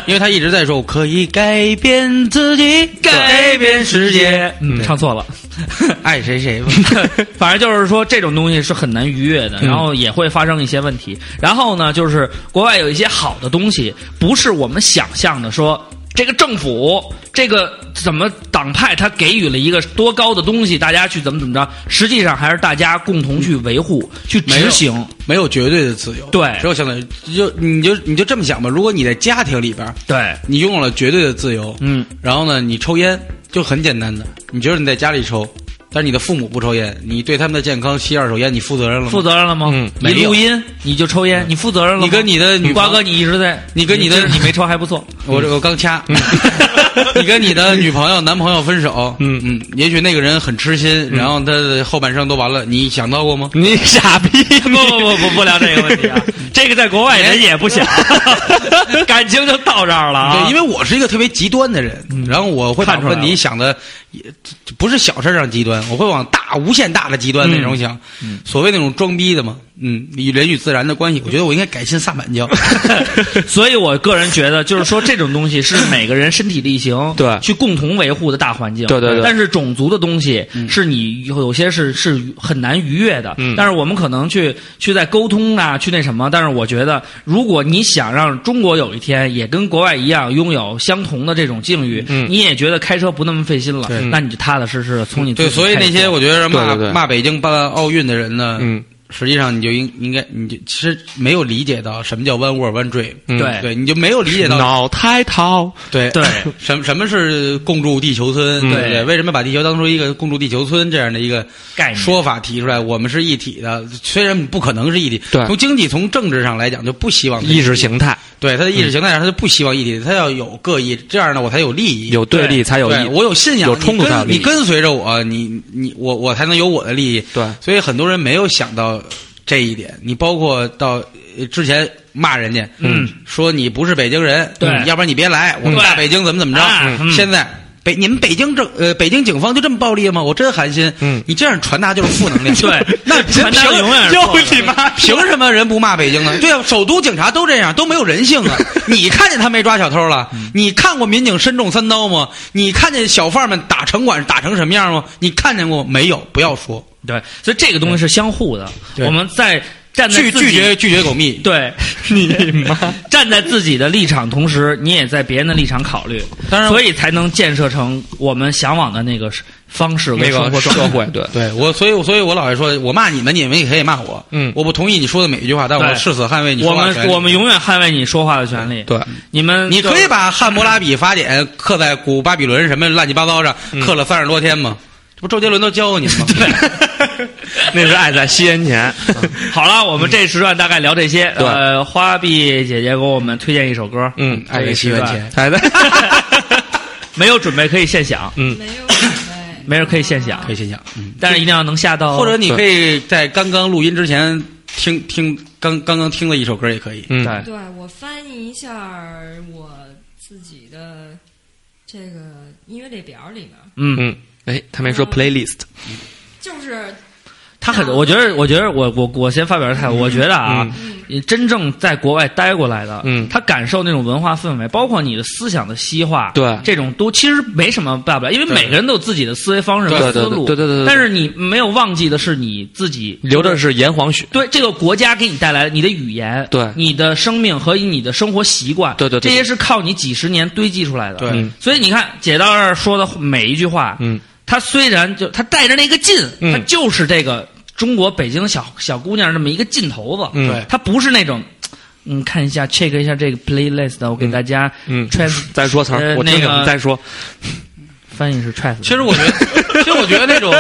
Speaker 1: 因为他一直在说我可以改变自己，改变世界，
Speaker 2: 嗯，唱错了。
Speaker 1: 爱谁谁吧。
Speaker 2: 反正就是说，这种东西是很难逾越的，
Speaker 3: 嗯
Speaker 2: 然后也会发生一些问题。然后呢，就是国外有一些好的东西，不是我们想象的说。这个政府，这个怎么党派，它给予了一个多高的东西，大家去怎么怎么着？实际上还是大家共同去维护、去
Speaker 1: 没有
Speaker 2: 执行。
Speaker 1: 没有绝对的自由，
Speaker 2: 对
Speaker 1: 只有相当于就你就你就这么想吧。如果你在家庭里边，
Speaker 2: 对，
Speaker 1: 你拥有了绝对的自由，
Speaker 2: 嗯，
Speaker 1: 然后呢，你抽烟就很简单的，你觉得你在家里抽，但是你的父母不抽烟，你对他们的健康吸二手烟，你负责任了吗？
Speaker 2: 负责任了吗？
Speaker 3: 嗯
Speaker 2: 你
Speaker 1: 没有
Speaker 2: 录音你就抽烟，你负责任了吗？
Speaker 1: 你跟你的女
Speaker 2: 瓜
Speaker 1: 朋
Speaker 2: 哥，你一直在，
Speaker 1: 你跟你的
Speaker 2: 这你没抽还不错，
Speaker 1: 我这我刚掐，
Speaker 2: 嗯
Speaker 1: 你跟你的女朋友、男朋友分手，
Speaker 3: 嗯
Speaker 1: 嗯，也许那个人很痴心，
Speaker 2: 嗯
Speaker 1: 然后他的后半生都完了，你想到过吗？
Speaker 3: 你傻逼！
Speaker 2: 不不不不不聊这个 问题啊，这个在国外
Speaker 1: 哎
Speaker 2: 人也不想，感情就到这儿了啊。嗯
Speaker 1: 对，因为我是一个特别极端的人，然后我会把
Speaker 2: 看出来
Speaker 1: 问
Speaker 2: 了
Speaker 1: 题想的也不是小事上极端，我会往大无限大的极端那
Speaker 2: 嗯
Speaker 1: 种想，所谓那种装逼的嘛，嗯，与人与自然的关系，我觉得我应该改信萨满 教，
Speaker 2: 所以我个人觉得，就是说这种东西是每个人身体力 行，
Speaker 3: 对
Speaker 2: 去共同维护的大环境，
Speaker 3: 对对对
Speaker 2: 但是种族的东西
Speaker 1: 嗯
Speaker 2: 是你有有些是是很难逾越的，
Speaker 3: 嗯
Speaker 2: 但是我们可能去去在沟通啊，去那什么，但是我觉得，如果你想让中国有一天也跟国外一样拥有相同的这种境遇，
Speaker 3: 嗯
Speaker 2: 你也觉得开车不那么费心了，那你就踏踏实实的从你自
Speaker 1: 对，
Speaker 2: 己
Speaker 1: 所以
Speaker 2: 开始
Speaker 1: 那些
Speaker 2: 做
Speaker 1: 我觉得骂
Speaker 3: 对对对
Speaker 1: 骂北京办奥运的人呢，
Speaker 3: 嗯，
Speaker 1: 实际上你就应应该你就其实没有理解到什么叫 one word one dream，、
Speaker 3: 嗯
Speaker 2: 对
Speaker 1: 对，你就没有理解到
Speaker 3: 脑胎桃，
Speaker 1: 对
Speaker 2: 对
Speaker 1: 什么什么是共筑地球村，对
Speaker 3: 嗯
Speaker 1: 不对？
Speaker 2: 对
Speaker 1: 为什么把地球当成一个共筑地球村这样的一个
Speaker 2: 概念
Speaker 1: 说法提出来？我们是一体的，虽然不可能是一体，
Speaker 3: 对
Speaker 1: 从经济从政治上来讲就不希望
Speaker 3: 意识形态
Speaker 1: 对他的意识形态上，他就不希望一体，他要有各异，这样呢我才有利益，
Speaker 3: 有对立才有
Speaker 1: 对
Speaker 3: 意，
Speaker 1: 我有信仰，
Speaker 3: 有冲突
Speaker 1: 你
Speaker 3: 才有
Speaker 1: 跟
Speaker 3: 利益
Speaker 1: 你跟随着我，你你我我才能有我的利益。
Speaker 3: 对
Speaker 1: 所以很多人没有想到这一点。你包括到呃之前骂人家，
Speaker 2: 嗯，
Speaker 1: 说你不是北京人，
Speaker 2: 对
Speaker 1: 嗯要不然你别来，我们
Speaker 2: 对
Speaker 1: 大北京怎么怎么
Speaker 2: 啊
Speaker 1: 着。
Speaker 2: 嗯
Speaker 1: 现在北你们北京政呃北京警方就这么暴力吗？我真寒心。
Speaker 3: 嗯
Speaker 1: 你这样传达就是负能量。
Speaker 2: 对
Speaker 1: 那
Speaker 2: 传达
Speaker 1: 凭
Speaker 2: 永远是
Speaker 1: 就
Speaker 2: 错的
Speaker 1: 你妈！凭什么人不骂北京 呢？对啊，首都警察都这样，都没有人性啊！你看见他没抓小偷了？
Speaker 2: 嗯
Speaker 1: 你看过民警身中三刀吗？你看见小贩们打城管打成什么样吗？你看见过没有？不要说，
Speaker 2: 对，所以这个东西是相互的。
Speaker 1: 对
Speaker 2: 我们在站在
Speaker 1: 拒
Speaker 2: 自己
Speaker 1: 拒绝拒绝狗蜜。
Speaker 2: 对你妈 站在自己的立场，同时你也在别人的立场考虑，
Speaker 1: 当然
Speaker 2: 所以才能建设成我们向往的那个方式跟
Speaker 3: 那
Speaker 2: 生
Speaker 3: 个
Speaker 2: 活状态
Speaker 3: 社会，对，
Speaker 1: 对我，所以所以我老是说，我骂你们，你们也可以骂我。
Speaker 3: 嗯
Speaker 1: 我不同意你说的每一句话，但我
Speaker 2: 对
Speaker 1: 誓死捍卫你说
Speaker 2: 我
Speaker 1: 话的权
Speaker 2: 们
Speaker 1: 利
Speaker 2: 我们永嗯远捍卫你说话的权利。
Speaker 3: 对，
Speaker 2: 你们
Speaker 1: 你可以
Speaker 2: 把
Speaker 1: 把《汉谟拉比法典》刻在古巴比伦什么乱七八糟上，
Speaker 2: 嗯
Speaker 1: 刻了三十多天吗？这不周杰伦都教过你们吗？
Speaker 3: 那是爱在西元前，
Speaker 2: 嗯好了，
Speaker 1: 嗯
Speaker 2: 我们这时段大概聊这些。呃，花臂姐姐给我们推荐一首歌，
Speaker 3: 嗯，
Speaker 1: 爱给西元前。
Speaker 3: 爱在
Speaker 2: 没有准备可以现想，
Speaker 1: 嗯
Speaker 6: 没有准备，
Speaker 2: 没人可以现想
Speaker 1: 可以先想，嗯，哦
Speaker 2: 但是一定要能下到
Speaker 1: 或者你可以在刚刚录音之前听听刚刚刚听了一首歌也可以，
Speaker 3: 嗯，
Speaker 2: 对
Speaker 6: 对我翻译一下我自己的这个音乐列表里面，
Speaker 2: 嗯。
Speaker 3: 嗯，哎，他没说 playlist，
Speaker 6: 就是
Speaker 2: 他
Speaker 3: 啊
Speaker 2: 很，我觉得，我觉得，我我我先发表态
Speaker 3: 嗯
Speaker 2: 度，我觉得啊，你真正在国外待过来的，
Speaker 3: 嗯
Speaker 2: 他感受那种文化氛围，包括你的思想的西化，
Speaker 3: 对
Speaker 2: 这种都其实没什么大不了，因为每个人都有自己的思维方式
Speaker 3: 对
Speaker 2: 和
Speaker 3: 对
Speaker 2: 思路，
Speaker 3: 对对对对对
Speaker 2: 但是你没有忘记的是你自己
Speaker 3: 留的是炎黄血，
Speaker 2: 对这个国家给你带来的你的语言，
Speaker 3: 对
Speaker 2: 你的生命和你的生活习惯，
Speaker 3: 对对对对
Speaker 2: 这些是靠你几十年堆积出来的。
Speaker 1: 对
Speaker 3: 嗯
Speaker 2: 所以你看姐到这儿说的每一句话，
Speaker 3: 嗯，
Speaker 2: 她虽然就她带着那个劲，
Speaker 3: 嗯
Speaker 2: 她就是这个中国北京小小姑娘这么一个劲头子，
Speaker 3: 嗯
Speaker 1: 对
Speaker 2: 她不是那种。嗯，看一下，check 一下这个 playlist，我给大家
Speaker 3: 嗯
Speaker 2: trans、
Speaker 3: 再说词
Speaker 2: 呃
Speaker 3: 儿，我听
Speaker 2: 那
Speaker 3: 听
Speaker 2: 个
Speaker 3: 你再说，
Speaker 2: 翻译是 trans。
Speaker 1: 其实我觉得， 其实我觉得那种，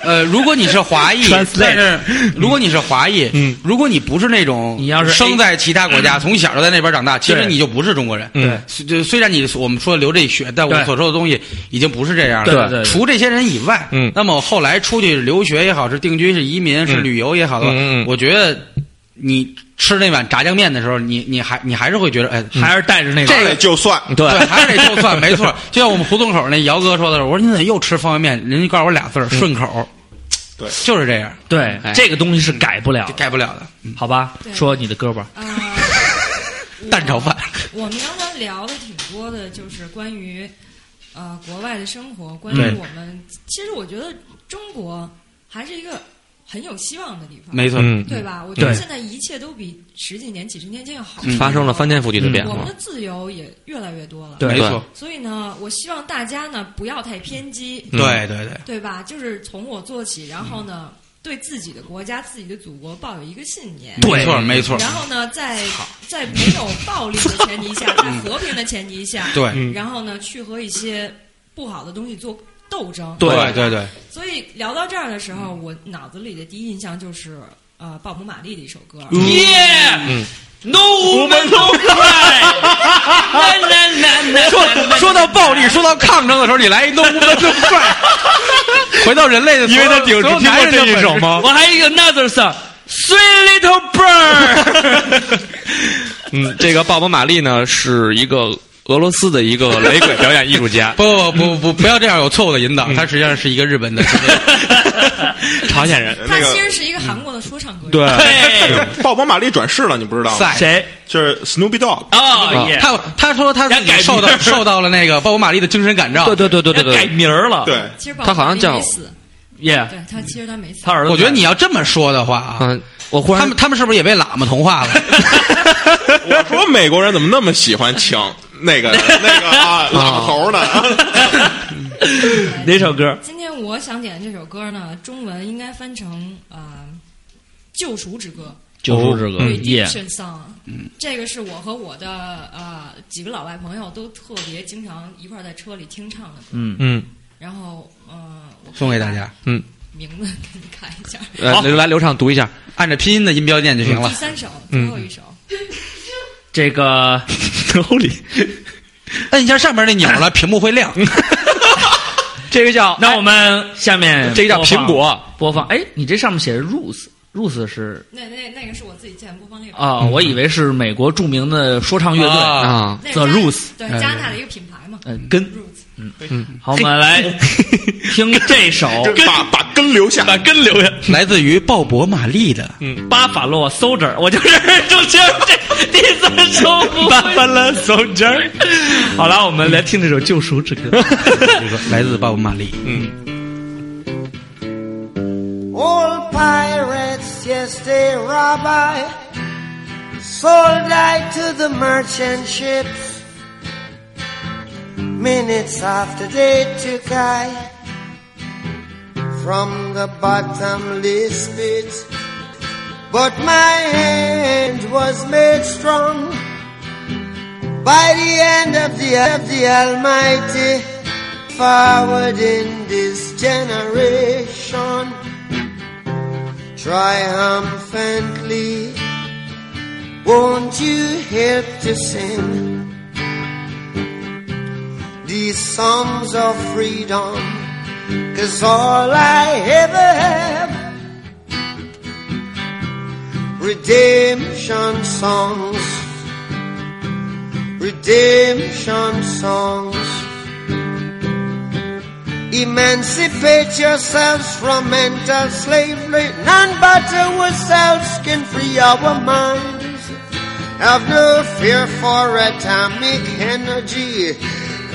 Speaker 1: 呃，如果你是华裔，但是如果你是华裔，
Speaker 3: 嗯，
Speaker 1: 如果你不是那种，
Speaker 2: 嗯你要是 A- 嗯
Speaker 1: 生在其他国家，从小就在那边长大，其实
Speaker 2: 对
Speaker 1: 你就不是中国人。
Speaker 2: 对
Speaker 1: 虽就虽然你我们说流这血，但我们
Speaker 2: 对
Speaker 1: 所说的东西已经不是这样
Speaker 2: 对
Speaker 1: 了。
Speaker 2: 对对
Speaker 1: 除这些人以外，
Speaker 3: 嗯
Speaker 1: 那么后来出去留学也好，是定居是移民是
Speaker 3: 嗯
Speaker 1: 旅游也好的话
Speaker 3: 嗯嗯嗯，
Speaker 1: 我觉得你吃那碗炸酱面的时候，你你还你还是会觉得，哎，
Speaker 2: 还是带着那个
Speaker 1: 这个
Speaker 5: 哎就算
Speaker 3: 嗯对
Speaker 1: 对，还 是得就算，没错。就像我们胡同口那姚哥说的，我说你怎么又吃方便面？人家告诉我俩字
Speaker 3: 嗯
Speaker 1: 儿，顺口。
Speaker 5: 对
Speaker 1: 就是这样，
Speaker 2: 对、
Speaker 3: 哎
Speaker 2: 这个东西是改不了的，
Speaker 1: 改不了的。嗯
Speaker 2: 好吧？
Speaker 6: 对
Speaker 2: 说你的胳膊，
Speaker 6: 呃，
Speaker 3: 嗯
Speaker 6: 我
Speaker 1: 蛋炒饭，
Speaker 6: 我们刚才聊的挺多的，就是关于呃国外的生活，关于
Speaker 1: 对
Speaker 6: 我们。其实我觉得中国还是一个很有希望的地方，
Speaker 1: 没错。
Speaker 3: 嗯，
Speaker 6: 对吧？我觉得
Speaker 2: 对
Speaker 6: 现在一切都比十几年、几十年前要好，
Speaker 1: 嗯
Speaker 3: 发生了啊翻天覆地的
Speaker 2: 嗯
Speaker 3: 变
Speaker 6: 我们
Speaker 3: 化
Speaker 6: 的，自由也越来越多了。
Speaker 2: 对
Speaker 1: 没错，
Speaker 6: 所以呢，我希望大家呢不要太偏激，
Speaker 3: 嗯
Speaker 1: 对对对，
Speaker 6: 对吧？就是从我做起，然后呢，对自己的国家、自己的祖国抱有一个信
Speaker 3: 嗯
Speaker 6: 念。
Speaker 2: 对
Speaker 1: 没错没错，
Speaker 6: 然后呢，在在没有暴力的前提下，在和平的前提下，
Speaker 1: 对
Speaker 3: 嗯
Speaker 6: 然后呢，去和一些不好的东西做斗争。
Speaker 2: 对
Speaker 1: 对对对，
Speaker 6: 所以聊到这儿的时候，
Speaker 3: 嗯
Speaker 6: 我脑子里的第一印象就是呃，鲍勃·马利的一首歌。
Speaker 3: 嗯
Speaker 2: Yeah, no woman no cry. 那那那那
Speaker 1: 说说到暴力，说到抗争的时候，你来一弄不能这么快，回到人 类的所有，所有男人的本质？，
Speaker 3: 吗？
Speaker 2: 我还有一个 another song, Sweet Little Bird 。
Speaker 3: 嗯，这个鲍勃·马利呢是一个俄罗斯的一个雷鬼表演艺术家 嗯
Speaker 1: 不不不不，不要这样有错误的引导。他实际上是一个日本 的，
Speaker 3: 朝鲜人。
Speaker 6: 他
Speaker 5: 那
Speaker 6: 其
Speaker 5: 个
Speaker 6: 实是一个韩国的说唱歌
Speaker 3: 嗯
Speaker 6: 手。
Speaker 3: 对，
Speaker 2: 对，
Speaker 5: 鲍勃·马利转世了，你不知道吗？
Speaker 1: 赛
Speaker 2: 谁？
Speaker 5: 就是 Snoopy Dogg，
Speaker 3: 啊
Speaker 2: 哦，耶，
Speaker 1: 啊他他说他自己
Speaker 2: 人家改
Speaker 1: 受
Speaker 2: 名
Speaker 1: 到受到了那个鲍勃·马利的精神感召，
Speaker 3: 对对对对对
Speaker 2: 改
Speaker 3: 对，
Speaker 2: 名儿了。
Speaker 5: 对，
Speaker 6: 其实鲍勃
Speaker 3: 他好像
Speaker 6: 马利
Speaker 3: 叫
Speaker 6: 没死，
Speaker 2: 耶，
Speaker 6: 对他其实他没死
Speaker 2: 他。儿子。
Speaker 1: 我觉得你要这么说的话啊，
Speaker 3: 嗯，我忽然
Speaker 1: 他们他们是不是也被喇嘛同化 了？
Speaker 5: 我说美国人怎么那么喜欢请那个那个 啊老头儿呢？
Speaker 2: 哪首歌？
Speaker 6: 今天我想点的这首歌呢，中文应该翻成啊、呃救赎之歌
Speaker 2: 救赎之歌，耶
Speaker 6: （Redemption Song）。嗯，这个是我和我的呃几个老外朋友都特别经常一块儿在车里听唱的歌。
Speaker 2: 嗯
Speaker 5: 嗯，
Speaker 6: 然后呃，我
Speaker 1: 送给大家。
Speaker 6: 名字给你看一下。
Speaker 3: 呃，来刘畅读一下，
Speaker 1: 按照拼音的音标念就行了
Speaker 6: 第。三首，最后一首，
Speaker 2: 这个
Speaker 3: 嗯
Speaker 1: 摁一下上面那钮了，屏幕会亮。
Speaker 3: 这个叫
Speaker 2: 那我们下面
Speaker 3: 这个叫
Speaker 2: 播放
Speaker 3: 苹果
Speaker 2: 播放。哎，你这上面写着 Roots，Roots 是
Speaker 6: 那那那个是我自己建播放列表。
Speaker 2: 啊，我以为是美国著名的说唱乐队
Speaker 1: 啊
Speaker 3: 嗯啊，
Speaker 6: 那
Speaker 2: The
Speaker 6: 是加
Speaker 2: Roots
Speaker 6: 对加拿大的一个品牌嘛。
Speaker 2: 嗯，根。
Speaker 6: Roots，
Speaker 2: 好，我 们来听这首
Speaker 5: 把把根留下，把根留下。
Speaker 3: 嗯
Speaker 1: 来自于鲍勃·马利的
Speaker 2: 《巴法洛 Soldier》，我就是就觉得这 第三首《巴法洛 Soldier》。好了，我们来听这首《救赎之歌》。
Speaker 1: 这个， 来自鲍勃·马利。
Speaker 8: Old pirates, yes, they rob I. Sold I to the merchant ships. Minutes after they took I from the bottomless pit. But my hand was made strong by the hand of the, of the Almighty. Forward in this generation triumphantly. Won't you help to sing these songs of freedom? Cause all I ever have, redemption songs, redemption songs. Emancipate yourselves from mental slavery. None but ourselves can free our minds. Have no fear for atomic energy,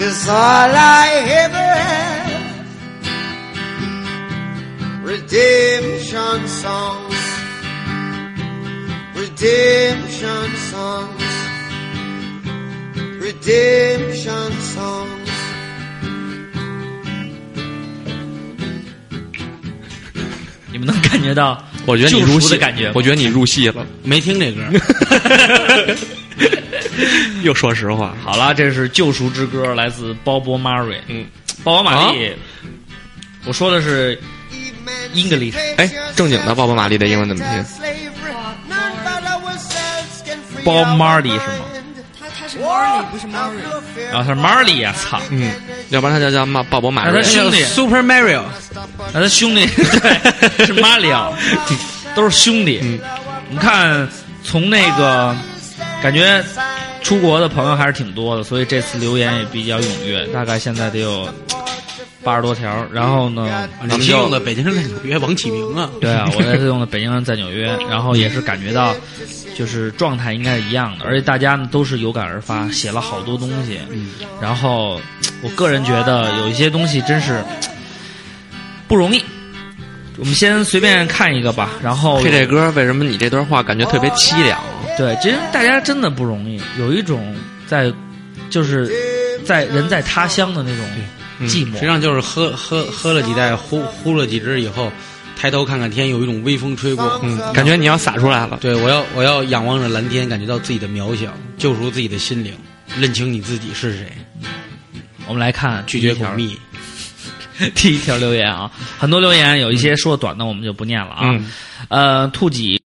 Speaker 8: Cause all I ever have, redemption songs, redemption songs redemption songs.
Speaker 2: 你们能感觉到
Speaker 3: 嗯我觉得你
Speaker 2: 救
Speaker 3: 入
Speaker 2: 赎
Speaker 3: 戏
Speaker 2: 的感觉吗？
Speaker 3: 我觉得你入戏了，
Speaker 1: 没听 这歌，
Speaker 3: 又说实话，
Speaker 2: 好了，这是《救赎之歌》，来自鲍勃·马瑞。
Speaker 5: 嗯，
Speaker 2: 鲍勃·马利。
Speaker 3: 啊
Speaker 2: 我说的是 English。
Speaker 3: 哎正经的鲍勃马利的英文怎么拼
Speaker 2: 鲍马利是吗
Speaker 6: 他他是 Marley 不是 Marley。
Speaker 2: 啊他是 Marley 呀操
Speaker 8: 嗯，
Speaker 3: 要不然他叫叫马鲍勃马
Speaker 2: 那
Speaker 3: 瑞
Speaker 2: 他。兄弟
Speaker 1: Super Mario，
Speaker 2: 那他兄弟 对是马里奥，都是兄弟。你看，从那个感觉出国的朋友还是挺多的，所以这次留言也比较踊跃，大概现在得有八十多条。然后呢，
Speaker 1: 你们用的北京人在纽约，王启明啊，
Speaker 2: 对啊，我在这用的北京人在纽约，然后也是感觉到，就是状态应该是一样的，而且大家呢都是有感而发，写了好多东西。
Speaker 1: 嗯
Speaker 2: 然后我个人觉得有一些东西真是不容易。我们先随便看一个吧，然后
Speaker 3: 配这歌，为什么你这段话感觉特别凄凉？
Speaker 2: 对，其实大家真的不容易，有一种在就是在人在他乡的那种寂
Speaker 1: 嗯
Speaker 2: 寞。
Speaker 1: 实际上就是喝喝喝了几袋，呼呼了几支以后，抬头看看天，有一种微风吹过。嗯，
Speaker 3: 感觉你要洒出来了。
Speaker 1: 对我要我要仰望着蓝天，感觉到自己的渺小，救赎自己的心灵，认清你自己是谁，
Speaker 2: 我们来看
Speaker 1: 拒绝
Speaker 2: 第一
Speaker 1: 苦
Speaker 2: 条
Speaker 1: 蜜。
Speaker 2: 第一条留言啊，很多留言有一些说短的我们就不念了啊。呃，兔几